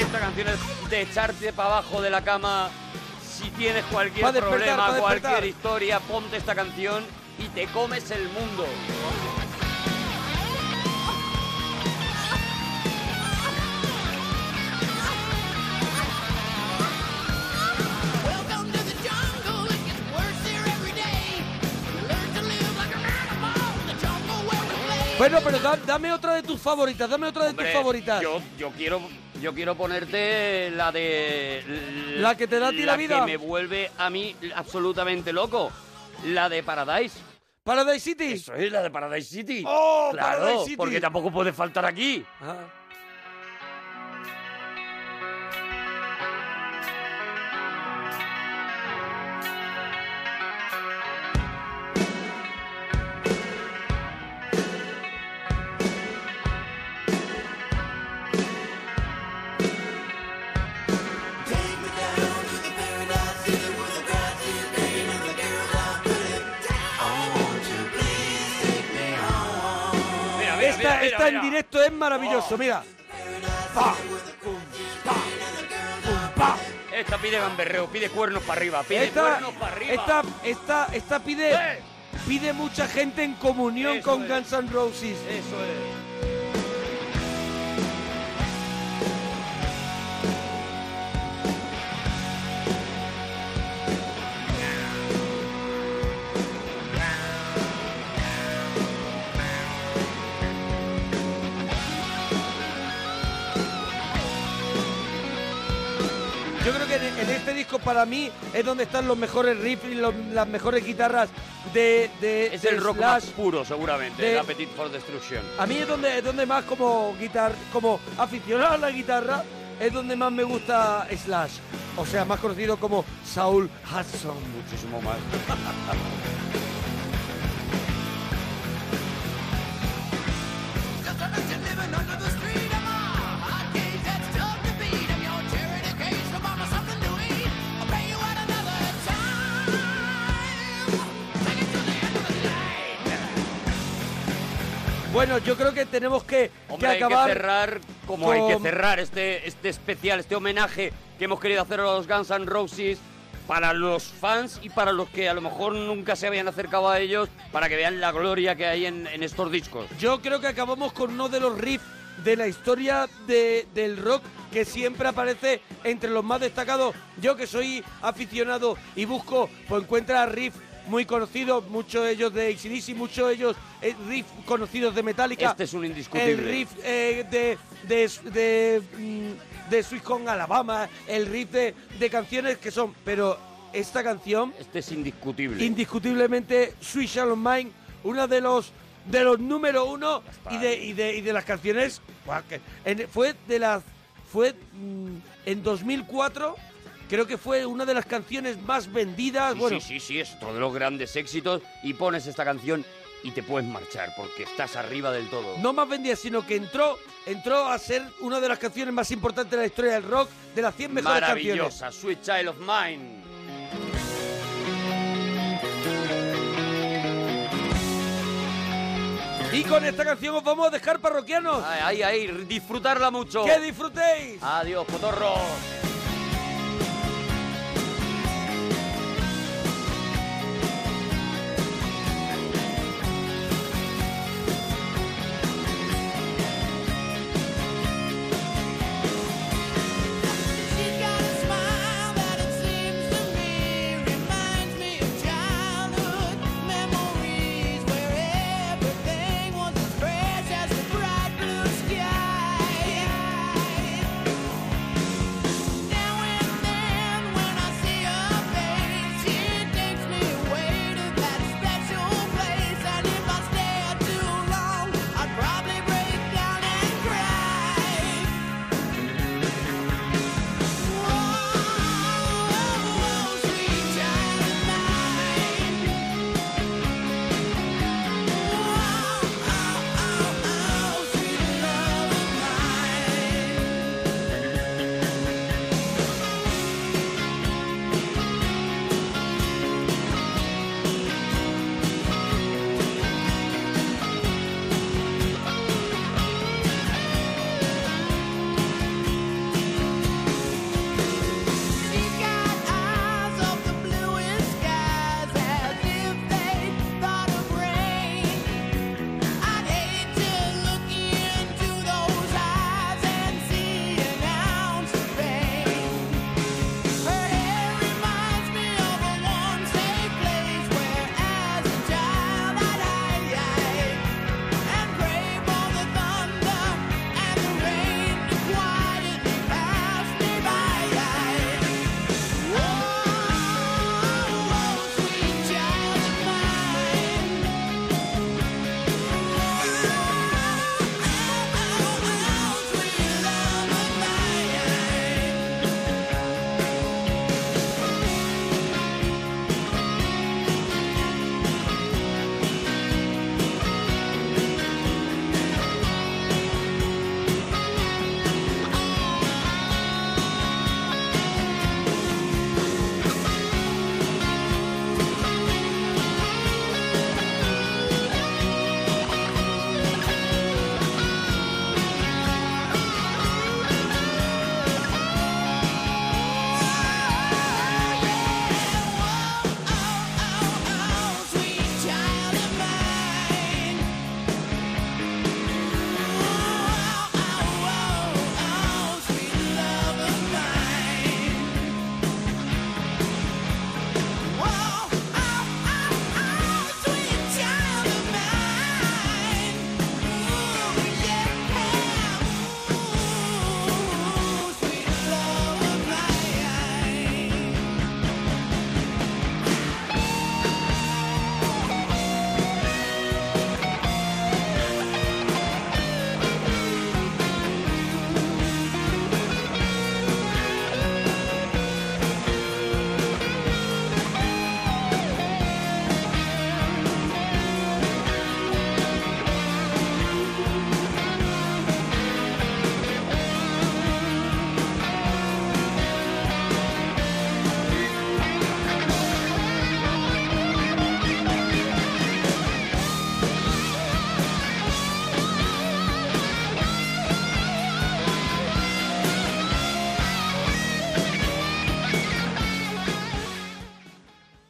Speaker 4: Esta canción es de echarte para abajo de la cama. Si tienes cualquier
Speaker 2: Pa' despertar,
Speaker 4: problema,
Speaker 2: pa' despertar.
Speaker 4: cualquier historia, ponte esta canción y te comes el mundo.
Speaker 2: Bueno, pero da- dame otra de tus favoritas, dame otra de
Speaker 4: Hombre,
Speaker 2: tus favoritas.
Speaker 4: Yo, yo quiero, yo quiero ponerte la de...
Speaker 2: La que te da a ti la vida.
Speaker 4: que me vuelve a mí absolutamente loco. La de Paradise.
Speaker 2: ¿Paradise City?
Speaker 4: Eso es, la de Paradise City.
Speaker 2: ¡Oh,
Speaker 4: claro,
Speaker 2: Paradise City!
Speaker 4: porque tampoco puede faltar aquí.
Speaker 2: Esta,
Speaker 1: mira, mira,
Speaker 2: esta
Speaker 1: mira.
Speaker 2: en directo es maravilloso, mira. Pa.
Speaker 4: Esta pide gamberreo, pide cuernos para arriba, pide
Speaker 2: Esta,
Speaker 4: cuernos para arriba.
Speaker 2: esta, esta, esta pide, pide mucha gente en comunión con Guns N' Roses.
Speaker 4: Eso es.
Speaker 2: Yo creo que en, en este disco para mí es donde están los mejores riffs y los- las mejores guitarras de, de
Speaker 4: Es
Speaker 2: de
Speaker 4: el rock
Speaker 2: Slash.
Speaker 4: más puro, seguramente.
Speaker 2: de-
Speaker 4: el Appetite for Destruction.
Speaker 2: A mí es donde, es donde más como guitar, como aficionado a la guitarra, es donde más me gusta Slash. O sea, más conocido como Saul Hudson.
Speaker 4: Muchísimo más.
Speaker 2: Bueno, yo creo que tenemos que, que
Speaker 4: Hombre,
Speaker 2: acabar.
Speaker 4: hay que cerrar como
Speaker 2: con-
Speaker 4: hay que cerrar este, este especial, este homenaje que hemos querido hacer a los Guns N' Roses para los fans y para los que a lo mejor nunca se habían acercado a ellos, para que vean la gloria que hay en, en estos discos.
Speaker 2: Yo creo que acabamos con uno de los riffs de la historia de- del rock que siempre aparece entre los más destacados. Yo que soy aficionado y busco, pues encuentra riffs muy conocidos, muchos de ellos de ACDC, muchos de ellos eh, riffs conocidos de Metallica.
Speaker 4: Este es un indiscutible.
Speaker 2: El riff eh, de, de, de, mm, de Swiss con Alabama, el riff de, de canciones que son, pero esta canción...
Speaker 4: Este es indiscutible.
Speaker 2: Indiscutiblemente Sweet Shallow Mind, una de los de los número uno y de, y de, y de las canciones. guau, que- en- fue de las. Fue mm, en 2004, creo que fue una de las canciones más vendidas.
Speaker 4: Sí,
Speaker 2: bueno,
Speaker 4: sí, sí, sí, es otro de los grandes éxitos y pones esta canción y te puedes marchar porque estás arriba del todo.
Speaker 2: no más vendida, sino que entró, entró a ser una de las canciones más importantes de la historia del rock, de las 100 mejores canciones.
Speaker 4: Maravillosa, Sweet Child of Mine.
Speaker 2: Y con esta canción os vamos a dejar parroquianos.
Speaker 4: Ay, ay, ay, disfrutarla mucho.
Speaker 2: Que disfrutéis.
Speaker 4: Adiós, cotorros.